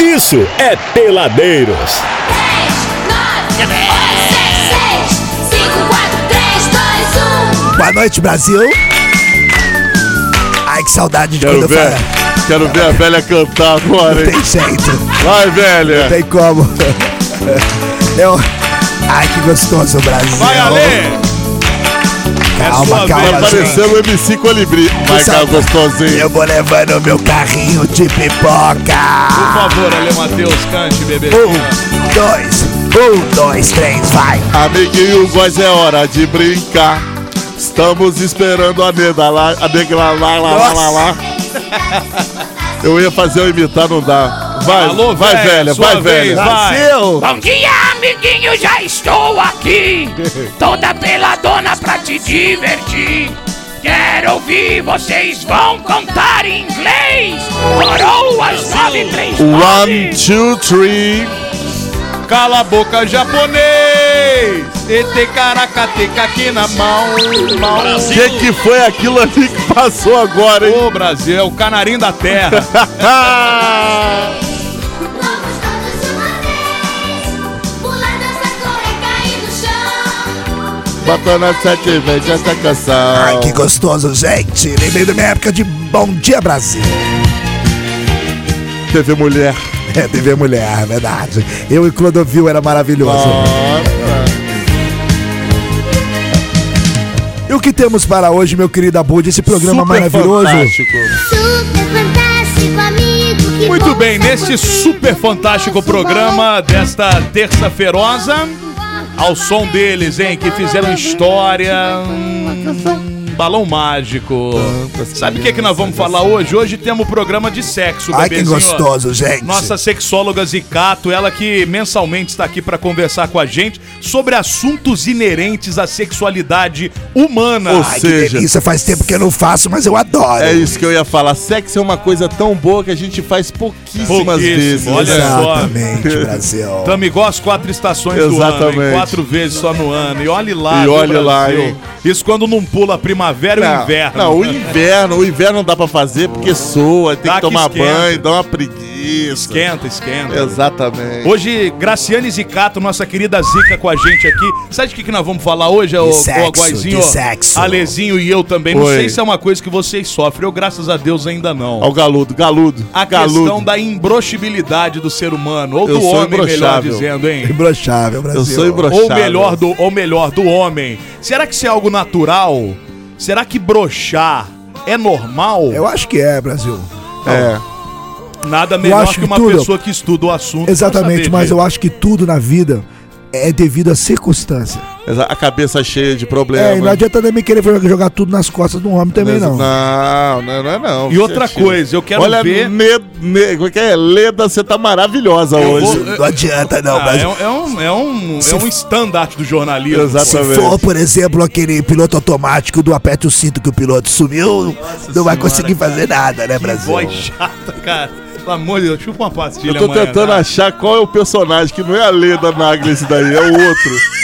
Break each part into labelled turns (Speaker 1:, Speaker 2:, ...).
Speaker 1: isso é Peladeiros.
Speaker 2: 3, 9, 8, 6, 6, 5, 4, 3, 2, 1.
Speaker 3: Boa noite, Brasil. Ai, que saudade de
Speaker 4: Quero
Speaker 3: quando eu
Speaker 4: ver,
Speaker 3: falava.
Speaker 4: quero ver a velha cantar agora,
Speaker 3: Não
Speaker 4: hein?
Speaker 3: tem jeito, não
Speaker 4: Vai, velha!
Speaker 3: tem como. Eu... Ai, que gostoso, Brasil.
Speaker 4: Vai,
Speaker 5: é
Speaker 4: Ale!
Speaker 3: Calma,
Speaker 4: Tá
Speaker 3: calma, gente.
Speaker 4: parecendo o MC Colibri. Vai cá,
Speaker 3: sabe-
Speaker 4: gostosinho.
Speaker 3: Eu vou levando meu carrinho de pipoca.
Speaker 5: Por favor, Ale Matheus, cante, bebê.
Speaker 3: Um, dois, um, dois, três, vai.
Speaker 4: Amiguinhos, mas é hora de brincar. Estamos esperando a nega lá, a nega lá, lá, lá, lá, lá, lá. Eu ia fazer eu imitar, não dá. Vai,
Speaker 5: Alô,
Speaker 4: vai,
Speaker 5: velha,
Speaker 4: velha,
Speaker 5: sua
Speaker 4: vai, velha.
Speaker 5: vez, vai.
Speaker 3: Brasil!
Speaker 6: Bom dia, amiguinho, já estou aqui. Toda peladona pra te divertir. Quero ouvir, vocês vão contar em inglês. Coroas 939.
Speaker 4: One, two, three.
Speaker 5: Cala a boca, japonês! ET caracateca aqui na mão. mão.
Speaker 4: O que, que foi aquilo ali que passou agora, hein?
Speaker 5: Ô, Brasil, é o canarim da terra.
Speaker 2: Vamos todos de uma vez. Pular, dançar, correr, cair no chão.
Speaker 4: Bota na sete tá vezes essa
Speaker 3: Ai,
Speaker 4: canção.
Speaker 3: que gostoso, gente. Lembrei da minha época de Bom Dia Brasil.
Speaker 4: Teve mulher.
Speaker 3: É, TV Mulher, verdade. Eu e Clodovil era maravilhoso.
Speaker 5: Ah.
Speaker 3: E o que temos para hoje, meu querido Abud? Esse programa
Speaker 4: Super
Speaker 3: maravilhoso.
Speaker 4: fantástico.
Speaker 2: Super fantástico, amigo. Que
Speaker 5: Muito bem, neste super fantástico programa desta terça ferosa, ao som deles, hein, que fizeram história. hum, Balão mágico. Sabe o que, é que nós vamos falar hoje? Hoje temos um programa de sexo,
Speaker 3: Ai, que
Speaker 5: bebezinho.
Speaker 3: gostoso, gente.
Speaker 5: Nossa sexóloga Zicato, ela que mensalmente está aqui para conversar com a gente sobre assuntos inerentes à sexualidade humana.
Speaker 4: Ou
Speaker 3: Ai, que
Speaker 4: seja,
Speaker 3: delícia. Faz tempo que eu não faço, mas eu adoro.
Speaker 4: É isso que eu ia falar. Sexo é uma coisa tão boa que a gente faz pouquíssimas
Speaker 5: Pouquíssimo,
Speaker 4: vezes. né?
Speaker 5: olha só.
Speaker 3: Exatamente, Brasil.
Speaker 5: Tamo igual as quatro estações do ano, hein?
Speaker 4: Exatamente.
Speaker 5: quatro vezes só no ano. E olhe lá,
Speaker 4: E
Speaker 5: viu,
Speaker 4: olhe lá,
Speaker 5: Brasil?
Speaker 4: hein?
Speaker 5: Isso quando não pula a primavera e o
Speaker 4: Não,
Speaker 5: inverno.
Speaker 4: Não, o inverno, o inverno não dá pra fazer porque soa, tem
Speaker 5: Dá
Speaker 4: que
Speaker 5: Ah, que
Speaker 4: tomar
Speaker 5: esquenta.
Speaker 4: banho, dá uma preguiça.
Speaker 5: Esquenta, esquenta.
Speaker 4: É. Exatamente.
Speaker 5: Hoje, Graciane Zicato, nossa querida Zica com a gente aqui. Sabe o que, que nós vamos falar hoje, ô,
Speaker 3: sexo,
Speaker 5: ô Aguaizinho?
Speaker 3: de sexo.
Speaker 5: Alezinho e eu também. Não
Speaker 4: Oi.
Speaker 5: sei se é uma coisa que vocês sofrem. Eu, graças a Deus, ainda não.
Speaker 4: Olha o galudo, galudo.
Speaker 5: A
Speaker 4: galudo.
Speaker 5: questão da imbroxibilidade do ser humano. Ou
Speaker 4: Eu
Speaker 5: do
Speaker 4: sou
Speaker 5: homem, melhor
Speaker 4: imbrochável.
Speaker 5: dizendo, hein?
Speaker 3: Imbrochável, Brasil.
Speaker 4: Eu sou embroxado.
Speaker 5: Ou melhor, do, ou melhor, do homem. Será que isso é algo natural? Será que broxar é normal?
Speaker 3: Eu acho que é, Brasil.
Speaker 4: É.
Speaker 5: Nada melhor
Speaker 3: acho
Speaker 5: que
Speaker 3: que
Speaker 5: uma
Speaker 3: tudo-
Speaker 5: pessoa que estuda o assunto. pra
Speaker 3: Exatamente,
Speaker 5: saber
Speaker 3: mas
Speaker 5: disso.
Speaker 3: eu acho que tudo na vida é devido à circunstância.
Speaker 4: Exa- A cabeça cheia de
Speaker 3: É, e não
Speaker 4: problemas.
Speaker 3: adianta também querer jogar tudo nas costas de um homem também, não.
Speaker 4: Não, não, não é não.
Speaker 5: E outra
Speaker 4: Você tira.
Speaker 5: coisa, eu quero
Speaker 4: Olha,
Speaker 5: ver-
Speaker 4: Ne, ne, como é que é? Leda, você tá maravilhosa hoje.
Speaker 5: vou-
Speaker 3: Não adianta, não,
Speaker 5: Ah, é,
Speaker 3: Brasil.
Speaker 5: um- é um, é, um, é um estandarte do jornalismo.
Speaker 3: Se
Speaker 4: Exatamente.
Speaker 3: for, por exemplo, aquele piloto automático do aperte o cinto que o piloto sumiu, não vai conseguir fazer nada, né,
Speaker 5: Que
Speaker 3: Brasil?
Speaker 5: voz chata, cara. Pelo amor de Deus, chupa uma pastilha.
Speaker 4: Eu tô
Speaker 5: amanhã,
Speaker 4: tentando
Speaker 5: tá?
Speaker 4: achar qual é o personagem, que não é a Leda Nagla esse daí, é o outro.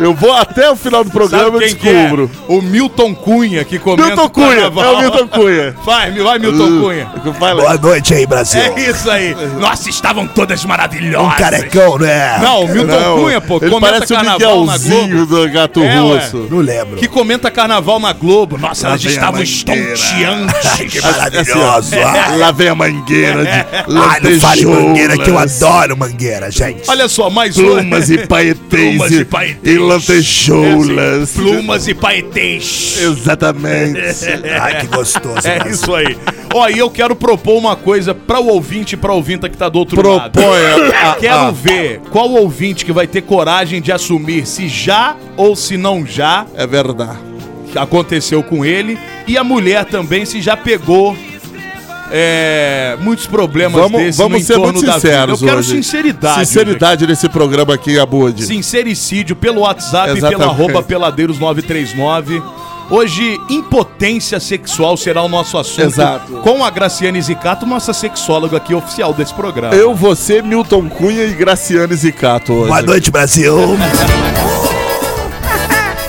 Speaker 4: Eu vou até o final do programa
Speaker 5: Sabe
Speaker 4: eu
Speaker 5: quem que é?
Speaker 4: descubro.
Speaker 5: O Milton Cunha, que comenta
Speaker 4: Milton Cunha, é
Speaker 5: carnaval.
Speaker 4: o Milton Cunha.
Speaker 5: Vai,
Speaker 4: Uh,
Speaker 5: vai, Milton Cunha.
Speaker 4: Vai lá.
Speaker 3: Boa noite aí, Brasil.
Speaker 5: É isso aí. Nossa, estavam todas maravilhosas.
Speaker 3: Um carecão, né?
Speaker 5: Não, o Milton
Speaker 4: Não,
Speaker 5: Cunha, pô,
Speaker 4: ele
Speaker 5: comenta
Speaker 4: parece o
Speaker 5: carnaval na Globo.
Speaker 4: Miguelzinho do Gato
Speaker 5: É, ué.
Speaker 4: Russo.
Speaker 3: Não lembro.
Speaker 5: Que comenta carnaval na Globo. Nossa, elas
Speaker 3: vem a
Speaker 5: estavam
Speaker 3: mangueira.
Speaker 5: estonteantes.
Speaker 3: maravilhoso.
Speaker 5: É.
Speaker 4: ó,
Speaker 3: ah.
Speaker 4: lá vem a mangueira de
Speaker 3: Ai, não fale
Speaker 4: lantejoulas,
Speaker 3: mangueira, que eu adoro mangueira, gente.
Speaker 5: Olha só, mais um. É
Speaker 4: Plumas e
Speaker 5: Plumas
Speaker 4: paetês
Speaker 5: e
Speaker 4: e,
Speaker 5: paetês.
Speaker 4: e lantejoulas.
Speaker 5: assim, É, Plumas É. e paetês.
Speaker 4: Exatamente.
Speaker 3: Ai, que gostoso.
Speaker 5: É
Speaker 3: Brasil.
Speaker 5: isso aí. Ó, e eu quero propor uma coisa para o ouvinte e para ouvinta que tá do outro lado.
Speaker 4: Proponha.
Speaker 5: Quero ver qual ouvinte que vai ter coragem de assumir se já ou se não já
Speaker 4: É verdade.
Speaker 5: aconteceu com ele e a mulher também se já pegou é, muitos problemas
Speaker 4: Vamos,
Speaker 5: desses
Speaker 4: vamos
Speaker 5: no
Speaker 4: ser
Speaker 5: entorno
Speaker 4: muito
Speaker 5: da vida.
Speaker 4: sinceros
Speaker 5: Eu quero
Speaker 4: hoje.
Speaker 5: sinceridade.
Speaker 4: Sinceridade nesse programa aqui, Abud.
Speaker 5: Sincericídio pelo WhatsApp e pelo
Speaker 4: Exatamente.
Speaker 5: arroba peladeiros939. Hoje, impotência sexual será o nosso assunto.
Speaker 4: Exato.
Speaker 5: Com a Graciane Zicato, nossa sexóloga aqui oficial desse programa.
Speaker 4: Eu, você, Milton Cunha e Graciane Zicato hoje.
Speaker 3: Boa noite, Brasil.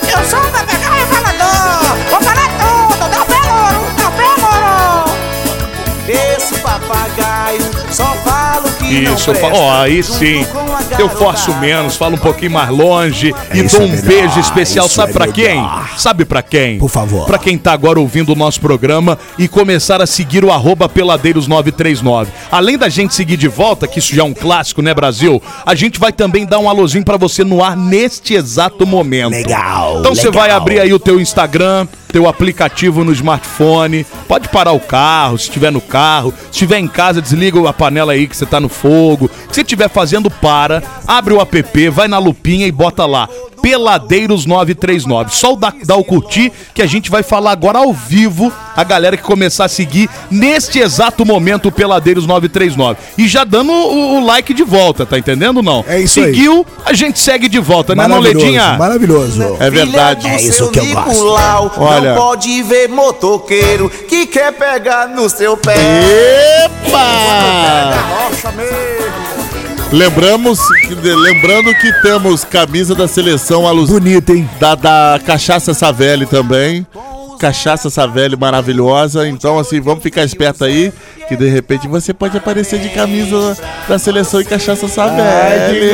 Speaker 7: Eu sou um papagaio falador! Vou falar tudo! Não pelo, não pelo! Esse papagaio só fala o que não
Speaker 5: Isso, eu fa-
Speaker 7: presta.
Speaker 5: ó, aí
Speaker 7: Junto
Speaker 5: sim.
Speaker 7: com a garota.
Speaker 5: Eu forço menos, falo um pouquinho mais longe e
Speaker 3: Isso
Speaker 5: dou
Speaker 3: é
Speaker 5: um
Speaker 3: melhor,
Speaker 5: beijo especial.
Speaker 3: isso
Speaker 5: Sabe
Speaker 3: é
Speaker 5: pra quem?
Speaker 3: melhor.
Speaker 5: Sabe pra quem?
Speaker 3: Por favor.
Speaker 5: Pra quem tá agora ouvindo o nosso programa e começar a seguir o arroba peladeiros939. Além da gente seguir de volta, que isso já é um clássico, né, Brasil? A gente vai também dar um alôzinho pra você no ar neste exato momento.
Speaker 3: Legal,
Speaker 5: Então você
Speaker 3: legal.
Speaker 5: vai abrir aí o teu Instagram, teu aplicativo no smartphone. Pode parar o carro, se estiver no carro. Se estiver em casa, desliga a panela aí que você tá no fogo. Se você estiver fazendo, para. Abre o app, vai na lupinha e bota lá. Peladeiros 939. Só o dá, dá o curtir que a gente vai falar agora ao vivo a galera que começar a seguir neste exato momento o Peladeiros 939. E já dando o, o like de volta, tá entendendo ou não?
Speaker 3: É isso aí.
Speaker 5: Seguiu, a gente segue de volta, né, Moledinha?
Speaker 3: maravilhoso.
Speaker 4: É verdade.
Speaker 3: É isso que eu gosto.
Speaker 8: Nicolau,
Speaker 4: Olha.
Speaker 8: Não pode ver motoqueiro que quer pegar no seu pé.
Speaker 4: Epa! Lembramos, lembrando que temos camisa da seleção alusiva
Speaker 3: Bonito, hein?
Speaker 4: da, da Cachaça Savelli também. Cachaça Savelli maravilhosa. Então, assim, vamos ficar esperto aí, que de repente você pode aparecer de camisa da seleção e Cachaça Savelli.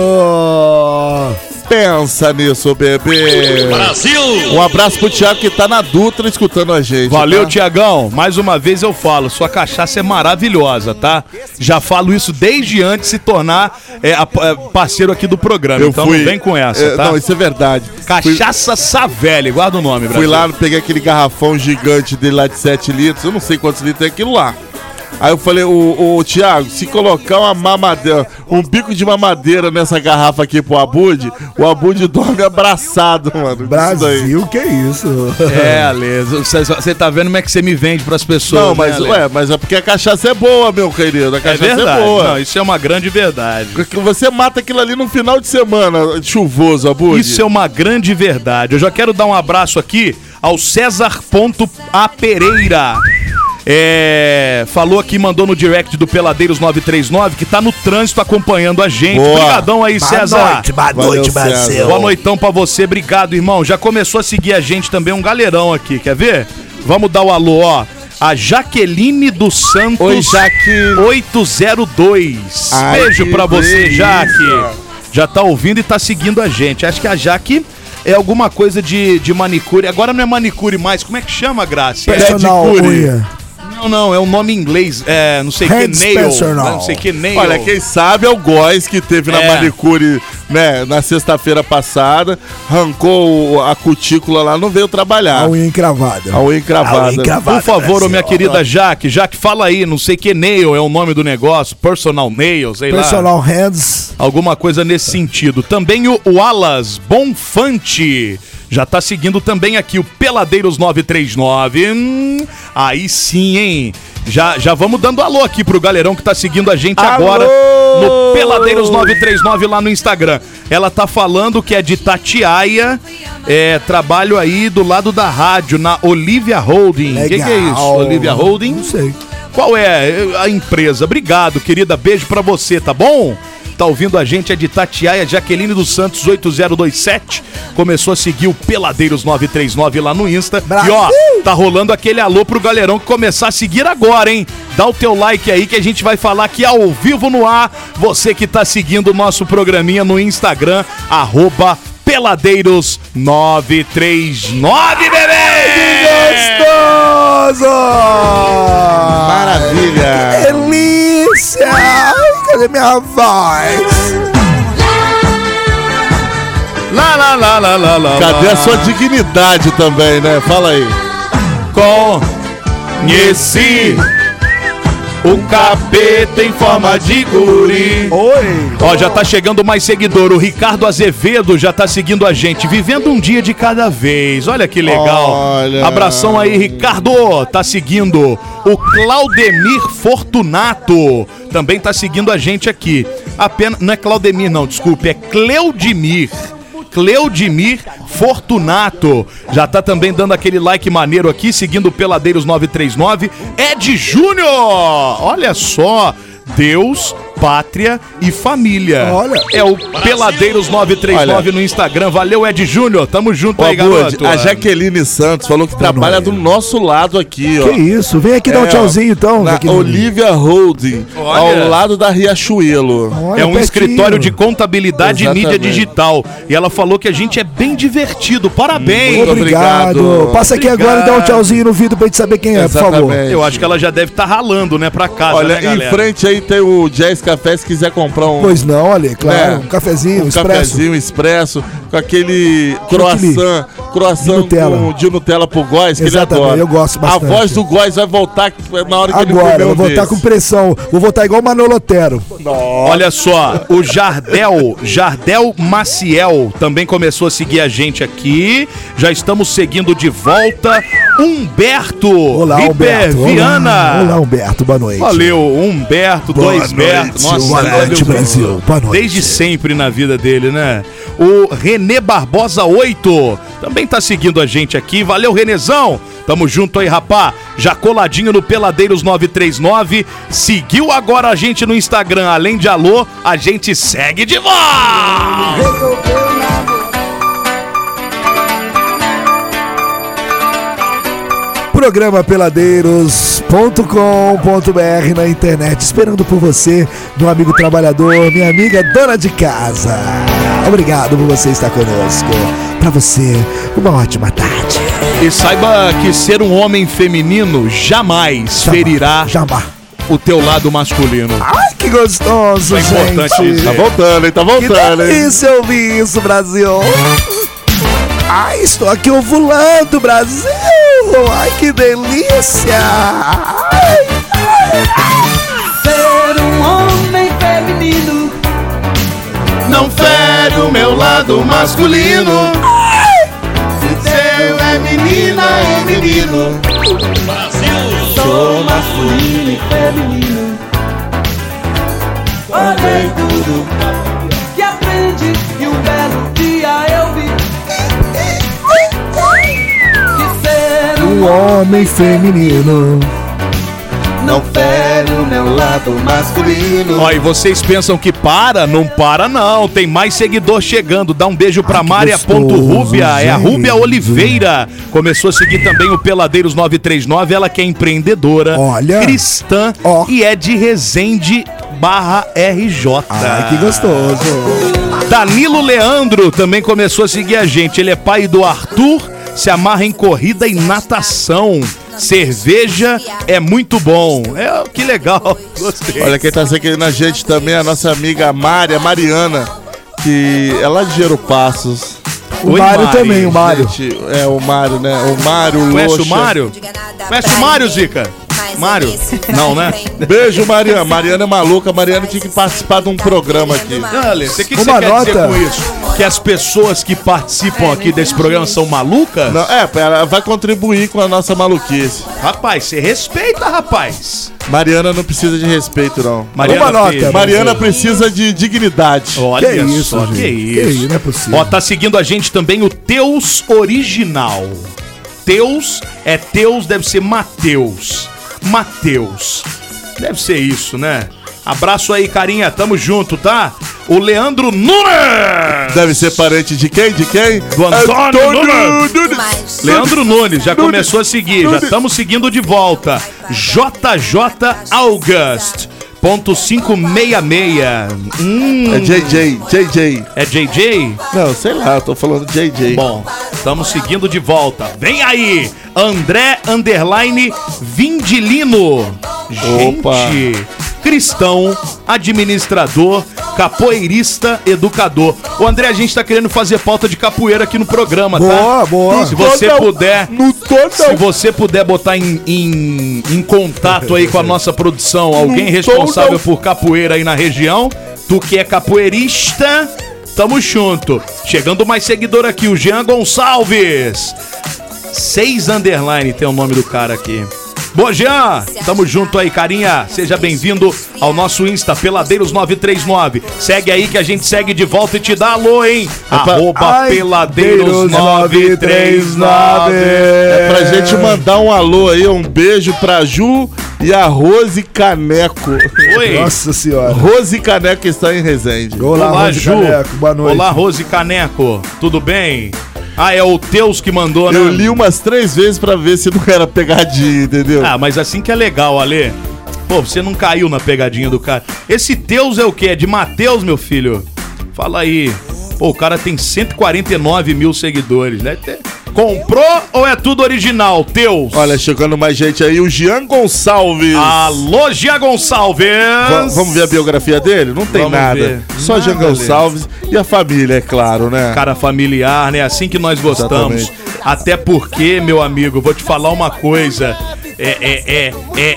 Speaker 3: Gostoso!
Speaker 4: Pensa nisso, bebê.
Speaker 1: Brasil!
Speaker 4: Um abraço pro Thiago que tá na Dutra escutando a gente.
Speaker 5: Valeu,
Speaker 4: tá?
Speaker 5: Tiagão. Mais uma vez eu falo, sua cachaça é maravilhosa, tá? Já falo isso desde antes de se tornar é, a- é, parceiro aqui do programa. então não vem com essa,
Speaker 4: é,
Speaker 5: tá?
Speaker 4: Não, isso é verdade. Fui-
Speaker 5: Cachaça Savelli, guarda o nome,
Speaker 4: Fui
Speaker 5: Brasil.
Speaker 4: lá, peguei aquele garrafão gigante dele lá de 7 litros, eu não sei quantos litros é aquilo lá. Aí eu falei, ô, ô Tiago, se colocar uma mamadeira, um bico de mamadeira nessa garrafa aqui pro Abud, o Abud dorme abraçado, mano. com isso daí.
Speaker 3: Brasil, que isso?
Speaker 5: É, Ale, você tá vendo como é que você me vende pras pessoas.
Speaker 4: Não, mas,
Speaker 5: né, Ale?
Speaker 4: ué, mas é porque a cachaça é boa, meu querido. A
Speaker 5: é
Speaker 4: cachaça é,
Speaker 5: verdade.
Speaker 4: boa.
Speaker 5: Não, isso é uma grande verdade.
Speaker 4: Porque Você mata aquilo ali num final de semana chuvoso, Abud.
Speaker 5: Isso é uma grande verdade. Eu já quero dar um abraço aqui ao César Ponto A Pereira. É, falou aqui, mandou no direct do Peladeiros 939 que tá no trânsito acompanhando a gente.
Speaker 4: Boa.
Speaker 5: Obrigadão aí,
Speaker 3: Boa
Speaker 5: César.
Speaker 3: noite, boa
Speaker 4: Valeu,
Speaker 3: noite,
Speaker 4: César.
Speaker 3: Brasil.
Speaker 5: Boa noitão pra você, obrigado, irmão. Já começou a seguir a gente também, um galerão aqui, quer ver? Vamos dar o alô, ó. A Jaqueline dos Santos
Speaker 4: Oi, Jaque.
Speaker 5: 802.
Speaker 4: Ai,
Speaker 5: Beijo
Speaker 4: que
Speaker 5: pra você,
Speaker 4: delícia.
Speaker 5: Jaque. Já tá ouvindo e tá seguindo a gente. Acho que a Jaque é alguma coisa de, de manicure. Agora não é manicure mais, como é que chama, Graça? É-
Speaker 3: Personal
Speaker 4: Pedicure.
Speaker 3: unha.
Speaker 5: não, não, é um nome em inglês, é, não sei que,
Speaker 3: Hands
Speaker 5: nail. É,
Speaker 3: personal.
Speaker 5: Não sei que, nail.
Speaker 4: Olha, quem sabe é o Góis que teve na
Speaker 5: É.
Speaker 4: manicure, né, na sexta-feira passada, arrancou o- a cutícula lá, não veio trabalhar.
Speaker 5: Ah.
Speaker 3: A unha encravada.
Speaker 4: A unha encravada.
Speaker 3: A unha encravada,
Speaker 5: Por favor, ô, minha
Speaker 3: Brasil.
Speaker 5: querida Jaque, Jaque, fala aí, não sei que nail é o nome do negócio, personal nail, sei lá.
Speaker 3: Personal hands.
Speaker 5: Alguma coisa nesse sentido. Também o Wallace Bonfante já tá seguindo também aqui o Peladeiros 939. Hum, aí sim, hein? Já, já vamos dando alô aqui pro galerão que tá seguindo a gente agora no Peladeiros 939 lá no Instagram. Ela tá falando que é de Tatiaia, é, trabalho aí do lado da rádio, na Olivia Holding. O que, que é isso?
Speaker 3: Legal.
Speaker 5: Olivia Holding?
Speaker 3: Não sei.
Speaker 5: Qual é a empresa? Obrigado, querida. Beijo pra você, tá bom? Tá ouvindo a gente, é de Tatiaia, Jaqueline dos Santos 8027. Começou a seguir o Peladeiros 939 lá no Insta. E ó, tá rolando aquele alô pro galerão que começar a seguir agora, hein? Dá o teu like aí que a gente vai falar aqui ao vivo no ar. Você que tá seguindo o nosso programinha no Instagram, arroba Peladeiros 939, bebê!
Speaker 3: Gostoso!
Speaker 4: Maravilha!
Speaker 3: Delícia! Ai, cadê minha voz?
Speaker 5: Lá, lá, lá, lá, lá,
Speaker 3: Ah.
Speaker 5: lá.
Speaker 4: Cadê a sua dignidade também, né? Fala aí.
Speaker 5: Conheci o capeta em forma de guri.
Speaker 3: Oi!
Speaker 5: Ó, já tá chegando mais seguidor. O Ricardo Azevedo já tá seguindo a gente, vivendo um dia de cada vez. Olha que legal.
Speaker 4: Olha.
Speaker 5: Abração aí, Ricardo. Tá seguindo. O Claudemir Fortunato também tá seguindo a gente aqui. Apenas, não é Claudemir, não, desculpe, é Cleudimir. Cleudimir Fortunato. Já tá também dando aquele like maneiro aqui, seguindo o Peladeiros 939. Ed Júnior! Olha só! Deus pátria e família.
Speaker 3: Olha.
Speaker 5: É o Peladeiros939
Speaker 4: Olha.
Speaker 5: no Instagram. Valeu, Ed Júnior. Tamo junto
Speaker 4: Ô,
Speaker 5: aí,
Speaker 4: Abud,
Speaker 5: garoto. é.
Speaker 4: a Jaqueline Santos falou que trabalha do nosso lado aqui, ó.
Speaker 3: Tá Que isso? Vem aqui dar um
Speaker 4: É,
Speaker 3: tchauzinho então.
Speaker 4: Na
Speaker 3: Jaqueline.
Speaker 4: Olivia Holding,
Speaker 5: Olha.
Speaker 4: ao lado da Riachuelo.
Speaker 3: Olha,
Speaker 5: É um
Speaker 3: pertinho.
Speaker 5: escritório de contabilidade e mídia
Speaker 4: Exatamente.
Speaker 5: digital. E ela falou que a gente é bem divertido. Parabéns.
Speaker 4: Muito
Speaker 3: Obrigado.
Speaker 4: obrigado.
Speaker 3: Passa aqui agora e dá um
Speaker 5: Obrigado.
Speaker 3: tchauzinho no vidro pra gente saber quem é, por favor.
Speaker 4: Exatamente.
Speaker 5: Eu acho que ela já deve estar ralando, né, pra casa,
Speaker 4: Olha,
Speaker 5: né,
Speaker 4: em
Speaker 5: galera?
Speaker 4: frente aí tem o Jazz Café, se quiser comprar um,
Speaker 3: Pois não, Ale, claro.
Speaker 4: É.
Speaker 3: Um cafezinho, um
Speaker 4: um
Speaker 3: expresso.
Speaker 4: cafezinho expresso, com aquele croissant, croissant
Speaker 3: De Nutella.
Speaker 4: com- de Nutella pro Góis, que
Speaker 3: Exatamente,
Speaker 4: ele adora.
Speaker 3: eu gosto bastante.
Speaker 4: A voz do Góis vai voltar na hora que ele
Speaker 3: Agora,
Speaker 4: comer
Speaker 3: eu
Speaker 4: um
Speaker 3: vou
Speaker 4: desse.
Speaker 3: estar com pressão. Vou voltar igual o Manolo Otero.
Speaker 5: Olha só, o Jardel, Jardel Maciel também começou a seguir a gente aqui. Já estamos seguindo de volta Humberto
Speaker 3: Olá,
Speaker 5: Ripper
Speaker 3: Humberto. Olá.
Speaker 5: Viana.
Speaker 3: Olá, Humberto. Boa noite.
Speaker 5: Valeu, Humberto,
Speaker 3: Boa
Speaker 5: dois Berto.
Speaker 3: noite, boa
Speaker 5: valeu,
Speaker 3: noite, Brasil. Boa noite.
Speaker 5: Desde sempre na vida dele, né? O Renê Barbosa 8 também tá seguindo a gente aqui. Valeu, Renezão. Tamo junto aí, rapá. Já coladinho no Peladeiros 939. Seguiu agora a gente no Instagram. Além de alô, a gente segue de volta.
Speaker 3: Programa peladeiros.com.br na internet. Esperando por você, meu amigo trabalhador, minha amiga dona de casa. Obrigado por você estar conosco. Pra você, uma ótima tarde.
Speaker 5: E saiba que ser um homem feminino jamais ferirá
Speaker 3: Jamar.
Speaker 5: o teu lado masculino.
Speaker 3: Ai, que gostoso,
Speaker 5: É importante
Speaker 3: gente.
Speaker 5: isso,
Speaker 4: Tá
Speaker 5: né?
Speaker 4: voltando, hein? Tá
Speaker 3: Que
Speaker 4: voltando, hein?
Speaker 3: delícia ouvir isso, Brasil. Ai, estou aqui ovulando, Brasil. Ai, que delícia. Ai,
Speaker 9: Ser um homem feminino
Speaker 5: Não fere o meu lado masculino. Seu é menina e menino.
Speaker 9: Sou masculino e feminino Olhei tudo que aprendi E um belo dia eu vi Que ser um
Speaker 3: um homem feminino.
Speaker 9: não fere o meu lado masculino
Speaker 5: Ó, e vocês pensam que para? Não para, não. Tem mais seguidor chegando. Dá um beijo pra
Speaker 3: Ah, que
Speaker 5: Maria.rubia. É a
Speaker 3: gostoso,
Speaker 5: Rubia
Speaker 3: gente.
Speaker 5: Oliveira. Começou a seguir também o Peladeiros 939. Ela que é empreendedora,
Speaker 3: Olha.
Speaker 5: cristã
Speaker 3: Ó.
Speaker 5: e é de Resende barra RJ.
Speaker 3: Ai, que gostoso.
Speaker 5: Danilo Leandro também começou a seguir a gente. Ele é pai do Arthur, se amarra em corrida e natação. Cerveja é muito bom. É, que legal. Gostei.
Speaker 4: Olha quem tá seguindo a gente também, é a nossa amiga Mária, Mariana, que é lá de Gero Passos.
Speaker 3: O
Speaker 5: Oi,
Speaker 3: Mário
Speaker 5: Mari.
Speaker 3: também, o Mário.
Speaker 4: Gente, é o Mário, né? O Mário
Speaker 5: Conhece
Speaker 4: Loxa.
Speaker 5: o Mário? Conhece o Mário, Zica? Mário? Não, né?
Speaker 4: Beijo, Mariana. Mariana é maluca. Mariana tinha que participar de um programa aqui.
Speaker 5: Olha, o que que você
Speaker 3: Uma
Speaker 5: quer dizer
Speaker 3: nota.
Speaker 5: com isso? Que as pessoas que participam aqui desse programa são malucas?
Speaker 4: Não, é, ela vai contribuir com a nossa maluquice.
Speaker 5: Rapaz, você respeita, rapaz.
Speaker 4: Mariana não precisa de respeito, não.
Speaker 5: Mariana
Speaker 3: Uma nota,
Speaker 5: Filho.
Speaker 4: Mariana precisa de dignidade.
Speaker 5: Olha
Speaker 3: Que isso,
Speaker 5: só, que
Speaker 3: gente.
Speaker 5: isso.
Speaker 3: Que isso, não é possível.
Speaker 5: Ó, tá seguindo a gente também o Teus Original. Teus é Teus, deve ser Mateus. Mateus. Deve ser isso, né? Abraço aí, carinha. Tamo junto, tá? O Leandro Nunes!
Speaker 4: Deve ser parente de quem? De quem?
Speaker 5: Do Antônio Nunes.
Speaker 4: Nunes.
Speaker 5: Leandro Nunes já começou a seguir, já estamos seguindo de volta. JJ August. Ponto 566. Hum,
Speaker 4: É JJ, JJ.
Speaker 5: é JJ?
Speaker 4: Não, sei lá, eu tô falando JJ.
Speaker 5: Bom, estamos seguindo de volta. Vem aí, André Underline Vindilino. Gente,
Speaker 4: Opa.
Speaker 5: cristão, administrador, capoeirista, educador. O André, a gente tá querendo fazer pauta de capoeira aqui no programa, tá?
Speaker 3: Boa, boa. é
Speaker 5: Se você
Speaker 4: Total-
Speaker 5: puder,
Speaker 4: No
Speaker 5: se
Speaker 4: total.
Speaker 5: você puder botar em, em, em contato aí com a nossa produção, alguém
Speaker 4: Não tô,
Speaker 5: responsável
Speaker 4: não.
Speaker 5: por capoeira aí na região, tu que é capoeirista, tamo junto. Chegando mais seguidor aqui, o Jean Gonçalves. Seis underline tem o nome do cara aqui. Boa, Jean. Tamo junto aí, carinha. Seja bem-vindo ao nosso Insta, Peladeiros939. Segue aí que a gente segue de volta e te dá alô, hein?
Speaker 4: pra-
Speaker 5: Arroba
Speaker 4: Ai,
Speaker 5: Peladeiros939.
Speaker 4: É pra gente mandar um alô aí, um beijo pra Ju e a Rose Caneco.
Speaker 5: Oi.
Speaker 3: Nossa senhora.
Speaker 4: Rose Caneco que está em Resende.
Speaker 3: Olá,
Speaker 5: Olá,
Speaker 3: Rose
Speaker 5: Ju.
Speaker 3: Caneco, boa noite.
Speaker 5: Olá, Rose Caneco. Tudo bem? Ah, é o Teus que mandou, né?
Speaker 4: Eu li umas três vezes pra ver se não era pegadinha, entendeu?
Speaker 5: Ah, mas assim que é legal, Ale. Pô, você não caiu na pegadinha do cara. Esse Teus é o quê? É de Mateus, meu filho? Fala aí. Pô, o cara tem 149 mil seguidores, né? Te- Comprou ou é tudo original? Teus.
Speaker 4: Olha, chegando mais gente aí, o Jean Gonçalves.
Speaker 5: Alô, Gia Gonçalves.
Speaker 4: Va- vamos ver a biografia dele? Não tem
Speaker 5: Vamos
Speaker 4: nada.
Speaker 5: ver.
Speaker 4: Só
Speaker 5: Nada,
Speaker 4: Jean Gonçalves e a família, é claro, né?
Speaker 5: cara familiar, né? Assim que nós gostamos.
Speaker 4: Exatamente.
Speaker 5: Até porque, meu amigo, vou te falar uma coisa. É, é, é, é, é,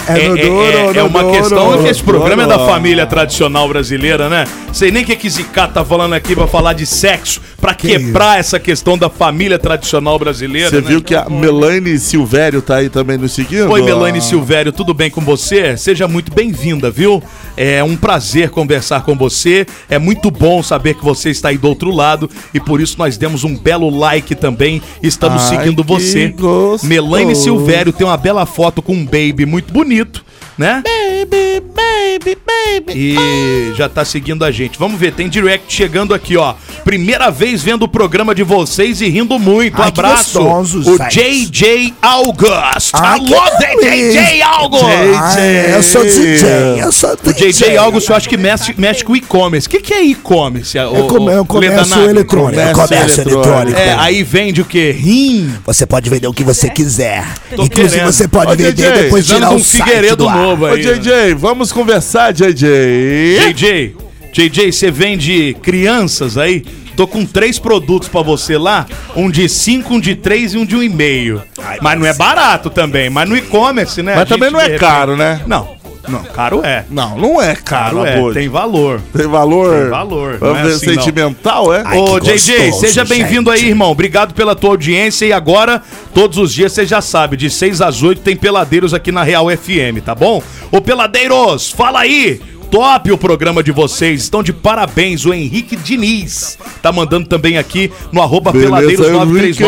Speaker 5: é,
Speaker 3: é- é no duro,
Speaker 5: é
Speaker 3: no
Speaker 5: uma
Speaker 3: duro,
Speaker 5: questão que esse
Speaker 3: no
Speaker 5: programa é da
Speaker 3: duro.
Speaker 5: família tradicional brasileira, né? Sei nem o que que Zicá tá falando aqui pra falar de sexo, pra quebrar essa questão da família tradicional brasileira.
Speaker 4: Você
Speaker 5: né?
Speaker 4: viu que a Melane Silvério tá aí também nos seguindo?
Speaker 5: Oi, Melane
Speaker 4: Ah.
Speaker 5: Silvério, tudo bem com você? Seja muito bem-vinda, viu? É um prazer conversar com você. É muito bom saber que você está aí do outro lado e por isso nós demos um belo like também. Estamos
Speaker 4: Ai,
Speaker 5: seguindo
Speaker 4: que
Speaker 5: você.
Speaker 4: gostoso.
Speaker 5: Melane Silvério tem uma bela foto com um baby muito bonito, né?
Speaker 4: Baby, baby, baby.
Speaker 5: E já tá seguindo a gente. Vamos ver, tem direct chegando aqui, ó. Primeira vez vendo o programa de vocês e rindo muito.
Speaker 3: Ai, que
Speaker 5: Abraço.
Speaker 3: gostoso,
Speaker 5: O
Speaker 3: gente.
Speaker 5: JJ August.
Speaker 3: Ai, que
Speaker 5: Alô, JJ
Speaker 3: delícia.
Speaker 5: August.
Speaker 3: Ah, é, eu sou DJ, eu sou DJ.
Speaker 5: JJ August, eu acho que mexe, mexe com e-commerce. O que, que é e-commerce?
Speaker 3: É
Speaker 5: o-
Speaker 3: com- é um
Speaker 5: o- Leonardo?
Speaker 3: comércio eletrônico. É um
Speaker 4: Comércio
Speaker 3: comércio
Speaker 4: eletrônico.
Speaker 3: eletrônico.
Speaker 5: É, aí vende o quê? Rim.
Speaker 3: Você pode vender o que você quiser.
Speaker 5: Tô
Speaker 3: Inclusive,
Speaker 5: querendo.
Speaker 3: você pode
Speaker 4: Ô,
Speaker 3: vender
Speaker 4: DJ,
Speaker 3: depois tirar
Speaker 5: Precisamos
Speaker 3: o
Speaker 5: de um
Speaker 3: site
Speaker 5: Figueiredo
Speaker 3: do ar.
Speaker 5: novo
Speaker 4: Ô,
Speaker 5: aí. né?
Speaker 4: JJ, vamos conversar, JJ.
Speaker 5: JJ, JJ, você vende crianças aí? Tô com três produtos pra você lá, um de cinco, um de três e um de um e meio. Mas não é barato também, mas no e-commerce, né?
Speaker 4: Mas
Speaker 5: A gente,
Speaker 4: também não
Speaker 5: de
Speaker 4: é
Speaker 5: repente-
Speaker 4: caro, né?
Speaker 5: Não, não, caro é.
Speaker 4: Não, não é caro,
Speaker 5: Caro é,
Speaker 4: Abud.
Speaker 5: tem valor.
Speaker 4: Tem valor.
Speaker 5: Tem valor,
Speaker 4: Vamos
Speaker 5: não é
Speaker 4: ver,
Speaker 5: assim, não.
Speaker 4: sentimental, é?
Speaker 3: Ai,
Speaker 5: Ô,
Speaker 3: que
Speaker 5: JJ,
Speaker 3: gostoso,
Speaker 5: seja bem-vindo aí,
Speaker 3: gente.
Speaker 5: irmão. Obrigado pela tua audiência. E agora, todos os dias, você já sabe, de 6 às 8 tem peladeiros aqui na Real FM, tá bom? Ô, peladeiros, fala aí! Top o programa de vocês. Estão de parabéns. O Henrique Diniz tá mandando também aqui no arroba
Speaker 4: Beleza,
Speaker 5: peladeiros939 pelo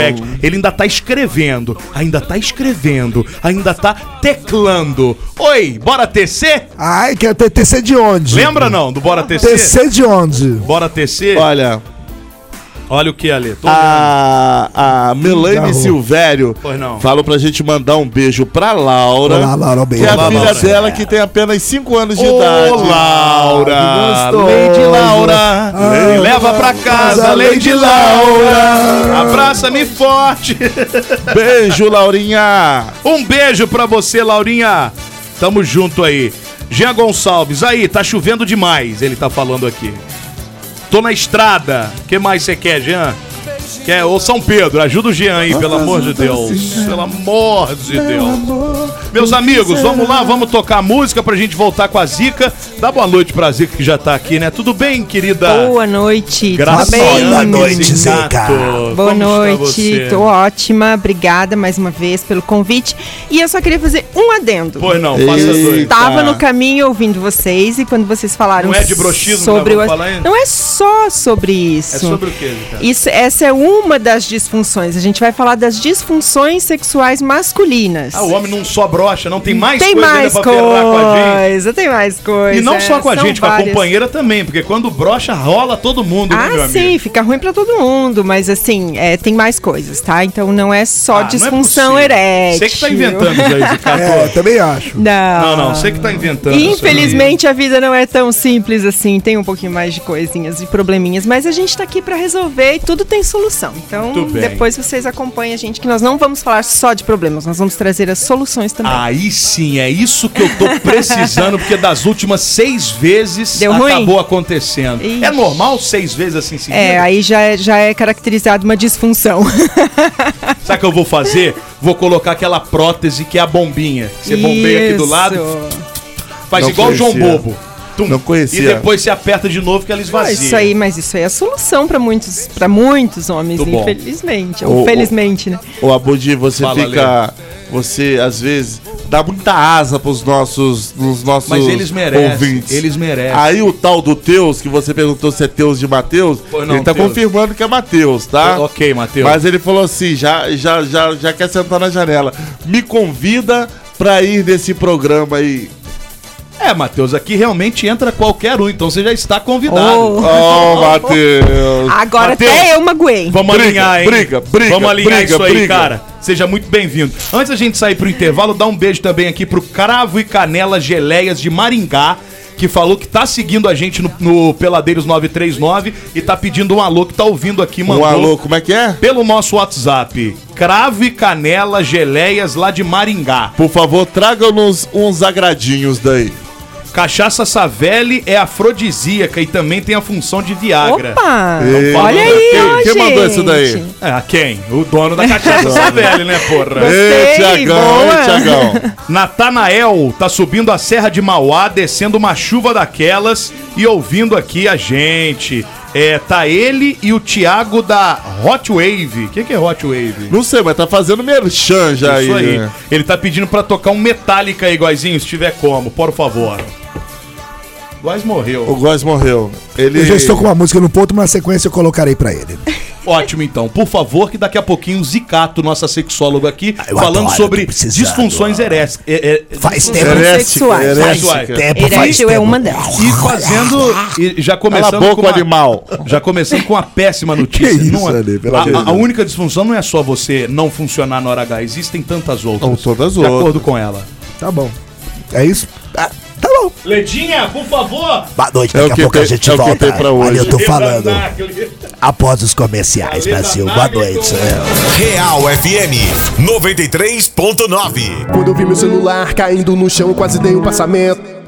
Speaker 4: Henrique.
Speaker 5: direct. Ele ainda tá escrevendo, ainda tá escrevendo, ainda tá teclando. Oi, bora TC?
Speaker 3: Ai, é quer ter TC de onde?
Speaker 5: Lembra não do bora TC?
Speaker 3: TC de onde?
Speaker 5: Bora TC?
Speaker 4: Olha,
Speaker 5: Olha o que, Ale? Tô
Speaker 3: Ah,
Speaker 4: a, a Melane
Speaker 3: Garro.
Speaker 4: Silvério
Speaker 5: Pois não.
Speaker 4: falou pra gente mandar um beijo pra Laura.
Speaker 3: Olá, Laura, um
Speaker 4: Que
Speaker 3: beijo.
Speaker 4: é a
Speaker 5: Olá,
Speaker 4: filha
Speaker 5: Laura.
Speaker 4: dela que tem apenas 5 anos de
Speaker 5: Ô,
Speaker 4: idade.
Speaker 5: Laura,
Speaker 4: Que gostoso.
Speaker 5: Lady Laura,
Speaker 4: Ah,
Speaker 5: leva pra casa, Lady Laura, abraça-me forte.
Speaker 4: Beijo, Laurinha.
Speaker 5: Um beijo pra você, Laurinha. Tamo junto aí. Jean Gonçalves, aí, tá chovendo demais, ele tá falando aqui. Tô na estrada. O que mais você quer, Jean? Quer, ô São Pedro, ajuda o Jean aí, pelo amor de Deus. Pelo amor de Deus. Meus amigos, vamos lá, vamos tocar a música pra gente voltar com a Zica. Dá boa noite pra Zica que já tá aqui, né? Tudo bem, querida?
Speaker 10: Boa noite,
Speaker 5: Graças
Speaker 10: tudo
Speaker 5: a
Speaker 10: bem?
Speaker 5: Deus,
Speaker 3: Boa noite,
Speaker 5: Zicato.
Speaker 3: Zica.
Speaker 5: Como
Speaker 10: Boa
Speaker 5: está
Speaker 10: noite,
Speaker 5: você?
Speaker 10: tô ótima, obrigada mais uma vez pelo convite. E eu só queria fazer um adendo.
Speaker 5: Pois não, faça dois.
Speaker 4: Eita.
Speaker 10: Estava no caminho ouvindo vocês e quando vocês falaram
Speaker 5: tá. Não é de broxismo que
Speaker 10: sobre
Speaker 5: nós
Speaker 10: o
Speaker 5: vamos falar ainda?
Speaker 10: não é só sobre isso.
Speaker 5: É sobre o quê, cara?
Speaker 10: Isso, essa é uma das disfunções. A gente vai falar das disfunções sexuais masculinas.
Speaker 5: Ah, o homem não só brocha, não tem mais
Speaker 10: tem
Speaker 5: coisa
Speaker 10: mais
Speaker 5: ainda pra ferrar com a gente.
Speaker 10: coisa, tem mais coisa. é,
Speaker 5: E não só com a
Speaker 10: são
Speaker 5: gente, com a
Speaker 10: várias.
Speaker 5: companheira também, porque quando brocha, rola todo mundo, né, meu
Speaker 10: Ah, sim,
Speaker 5: amigo?
Speaker 10: fica ruim pra todo mundo, mas assim, é, tem mais coisas, tá? Então não é só
Speaker 5: Ah, não é
Speaker 10: disfunção
Speaker 5: possível.
Speaker 10: erétil.
Speaker 5: Você que tá inventando isso aí, Zicato.
Speaker 3: É, eu também acho.
Speaker 10: Não.
Speaker 5: Não, não, você que tá inventando. isso aí.
Speaker 10: então. Infelizmente a vida não é tão simples assim, tem um pouquinho mais de coisinhas e probleminhas, mas a gente tá aqui pra resolver e tudo tem solução. Então,
Speaker 5: Muito bem.
Speaker 10: depois vocês acompanham a gente que nós não vamos falar só de problemas, nós vamos trazer as soluções também.
Speaker 5: Aí sim, é isso que eu tô precisando, porque das últimas seis vezes
Speaker 10: Deu ruim?
Speaker 5: acabou acontecendo.
Speaker 10: Ixi.
Speaker 5: É normal seis vezes assim seguida?
Speaker 10: É, aí já é, já é caracterizado uma disfunção.
Speaker 5: Sabe o que eu vou fazer? Vou colocar aquela prótese que é a bombinha. Você bombeia é aqui do lado,
Speaker 10: Isso.
Speaker 5: faz
Speaker 4: Não
Speaker 5: igual o João
Speaker 4: conhecia.
Speaker 5: Bobo. tum.
Speaker 4: Não conhecia.
Speaker 5: E depois se aperta de novo que ela
Speaker 10: Ah,
Speaker 5: esvazia.
Speaker 10: isso aí, mas isso aí é a solução pra muitos, para muitos homens,
Speaker 5: Muito bom.
Speaker 10: infelizmente.
Speaker 4: O-
Speaker 10: Ou
Speaker 4: o-
Speaker 10: felizmente, né?
Speaker 4: Ô, Abudi, você
Speaker 5: Fala,
Speaker 4: fica. Você, às vezes, dá muita asa pros nossos, nos nossos
Speaker 5: Mas eles merecem,
Speaker 4: ouvintes.
Speaker 5: eles merecem.
Speaker 4: Aí o tal do Teus, que você perguntou se é Teus de Mateus,
Speaker 5: Pois não,
Speaker 4: ele tá
Speaker 5: Teus.
Speaker 4: confirmando que é Mateus, tá?
Speaker 5: Ah, Ok, Matheus.
Speaker 4: Mas ele falou assim, já, já, já, já quer sentar na janela. Me convida pra ir nesse programa aí.
Speaker 5: É, Matheus, aqui realmente entra qualquer um, então você já está convidado.
Speaker 10: Oh.
Speaker 4: Ó, Mateus.
Speaker 10: Agora
Speaker 5: Mateus.
Speaker 10: até eu magoei.
Speaker 5: Vamos
Speaker 4: Briga,
Speaker 5: alinhar, hein?
Speaker 4: briga, briga,
Speaker 5: Vamos alinhar
Speaker 4: briga,
Speaker 5: isso aí,
Speaker 4: briga.
Speaker 5: cara. Seja muito bem-vindo. Antes da gente sair pro intervalo, dá um beijo também aqui pro Cravo e Canela Geleias de Maringá, que falou que tá seguindo a gente no, no Peladeiros 939 e tá pedindo um alô que tá ouvindo aqui, mandou.
Speaker 4: Um alô, como é que é?
Speaker 5: Pelo nosso WhatsApp, Cravo e Canela Geleias lá de Maringá.
Speaker 4: Por favor, traga-nos uns agradinhos daí.
Speaker 5: Cachaça Savelli é afrodisíaca e também tem a função de Viagra.
Speaker 10: Opa!
Speaker 4: Ei,
Speaker 10: olha
Speaker 4: quem-
Speaker 10: aí,
Speaker 4: quem
Speaker 10: ó, gente.
Speaker 4: mandou isso daí?
Speaker 5: Ah, quem? O dono da Cachaça Savelli, né, porra?
Speaker 4: Ei,
Speaker 10: Gostei,
Speaker 4: Tiagão,
Speaker 10: boa.
Speaker 4: ei, Tiagão.
Speaker 5: Natanael tá subindo a Serra de Mauá, descendo uma chuva daquelas e ouvindo aqui a gente. É, tá ele e o Thiago da Hot Wave. O que, que é Hot Wave?
Speaker 4: Não sei, mas tá fazendo merchan já
Speaker 5: Isso
Speaker 4: aí.
Speaker 5: aí.
Speaker 4: né?
Speaker 5: Ele tá pedindo pra tocar um Metallica aí, Góizinho, se tiver como, por favor. Góis
Speaker 4: O
Speaker 5: morreu.
Speaker 4: Góis morreu. Ele...
Speaker 3: Eu já estou com uma música no ponto, mas na sequência eu colocarei pra ele.
Speaker 5: Ótimo, então. Por favor, que daqui a pouquinho o Zicato, nossa sexóloga aqui,
Speaker 3: Ah, eu
Speaker 5: falando
Speaker 3: adoro,
Speaker 5: sobre
Speaker 3: tô precisando.
Speaker 5: disfunções eréteis. É, é,
Speaker 3: Faz
Speaker 10: Funções
Speaker 3: tempo.
Speaker 4: Herética,
Speaker 10: sexuais.
Speaker 4: herética.
Speaker 5: Faz tempo.
Speaker 3: tempo, faz
Speaker 10: Erétil é
Speaker 3: tempo. Ah,
Speaker 10: uma delas.
Speaker 5: E fazendo. E já
Speaker 4: Cala a
Speaker 5: começando
Speaker 4: boca,
Speaker 5: com uma-
Speaker 4: animal.
Speaker 5: Já começando com uma péssima notícia.
Speaker 3: Que isso,
Speaker 5: Não é-
Speaker 3: Ale, pelo
Speaker 5: a,
Speaker 3: amor de
Speaker 5: a- a
Speaker 3: Deus.
Speaker 5: única disfunção não é só você não funcionar na hora H, existem tantas outras.
Speaker 4: Não, todas
Speaker 5: de
Speaker 4: outras.
Speaker 5: acordo com ela.
Speaker 3: Tá bom. É isso? Ah, tá bom.
Speaker 5: Ledinha, por favor!
Speaker 3: Boa noite,
Speaker 4: É o
Speaker 3: daqui
Speaker 4: que
Speaker 3: a pouco a
Speaker 4: tem-
Speaker 3: gente
Speaker 4: é o que
Speaker 3: volta.
Speaker 4: tem pra hoje.
Speaker 3: Ali eu tô falando. Após os comerciais, Brasil. Boa noite.
Speaker 11: Real FM 93.9.
Speaker 9: Quando eu vi meu celular caindo no chão, quase dei um passamento.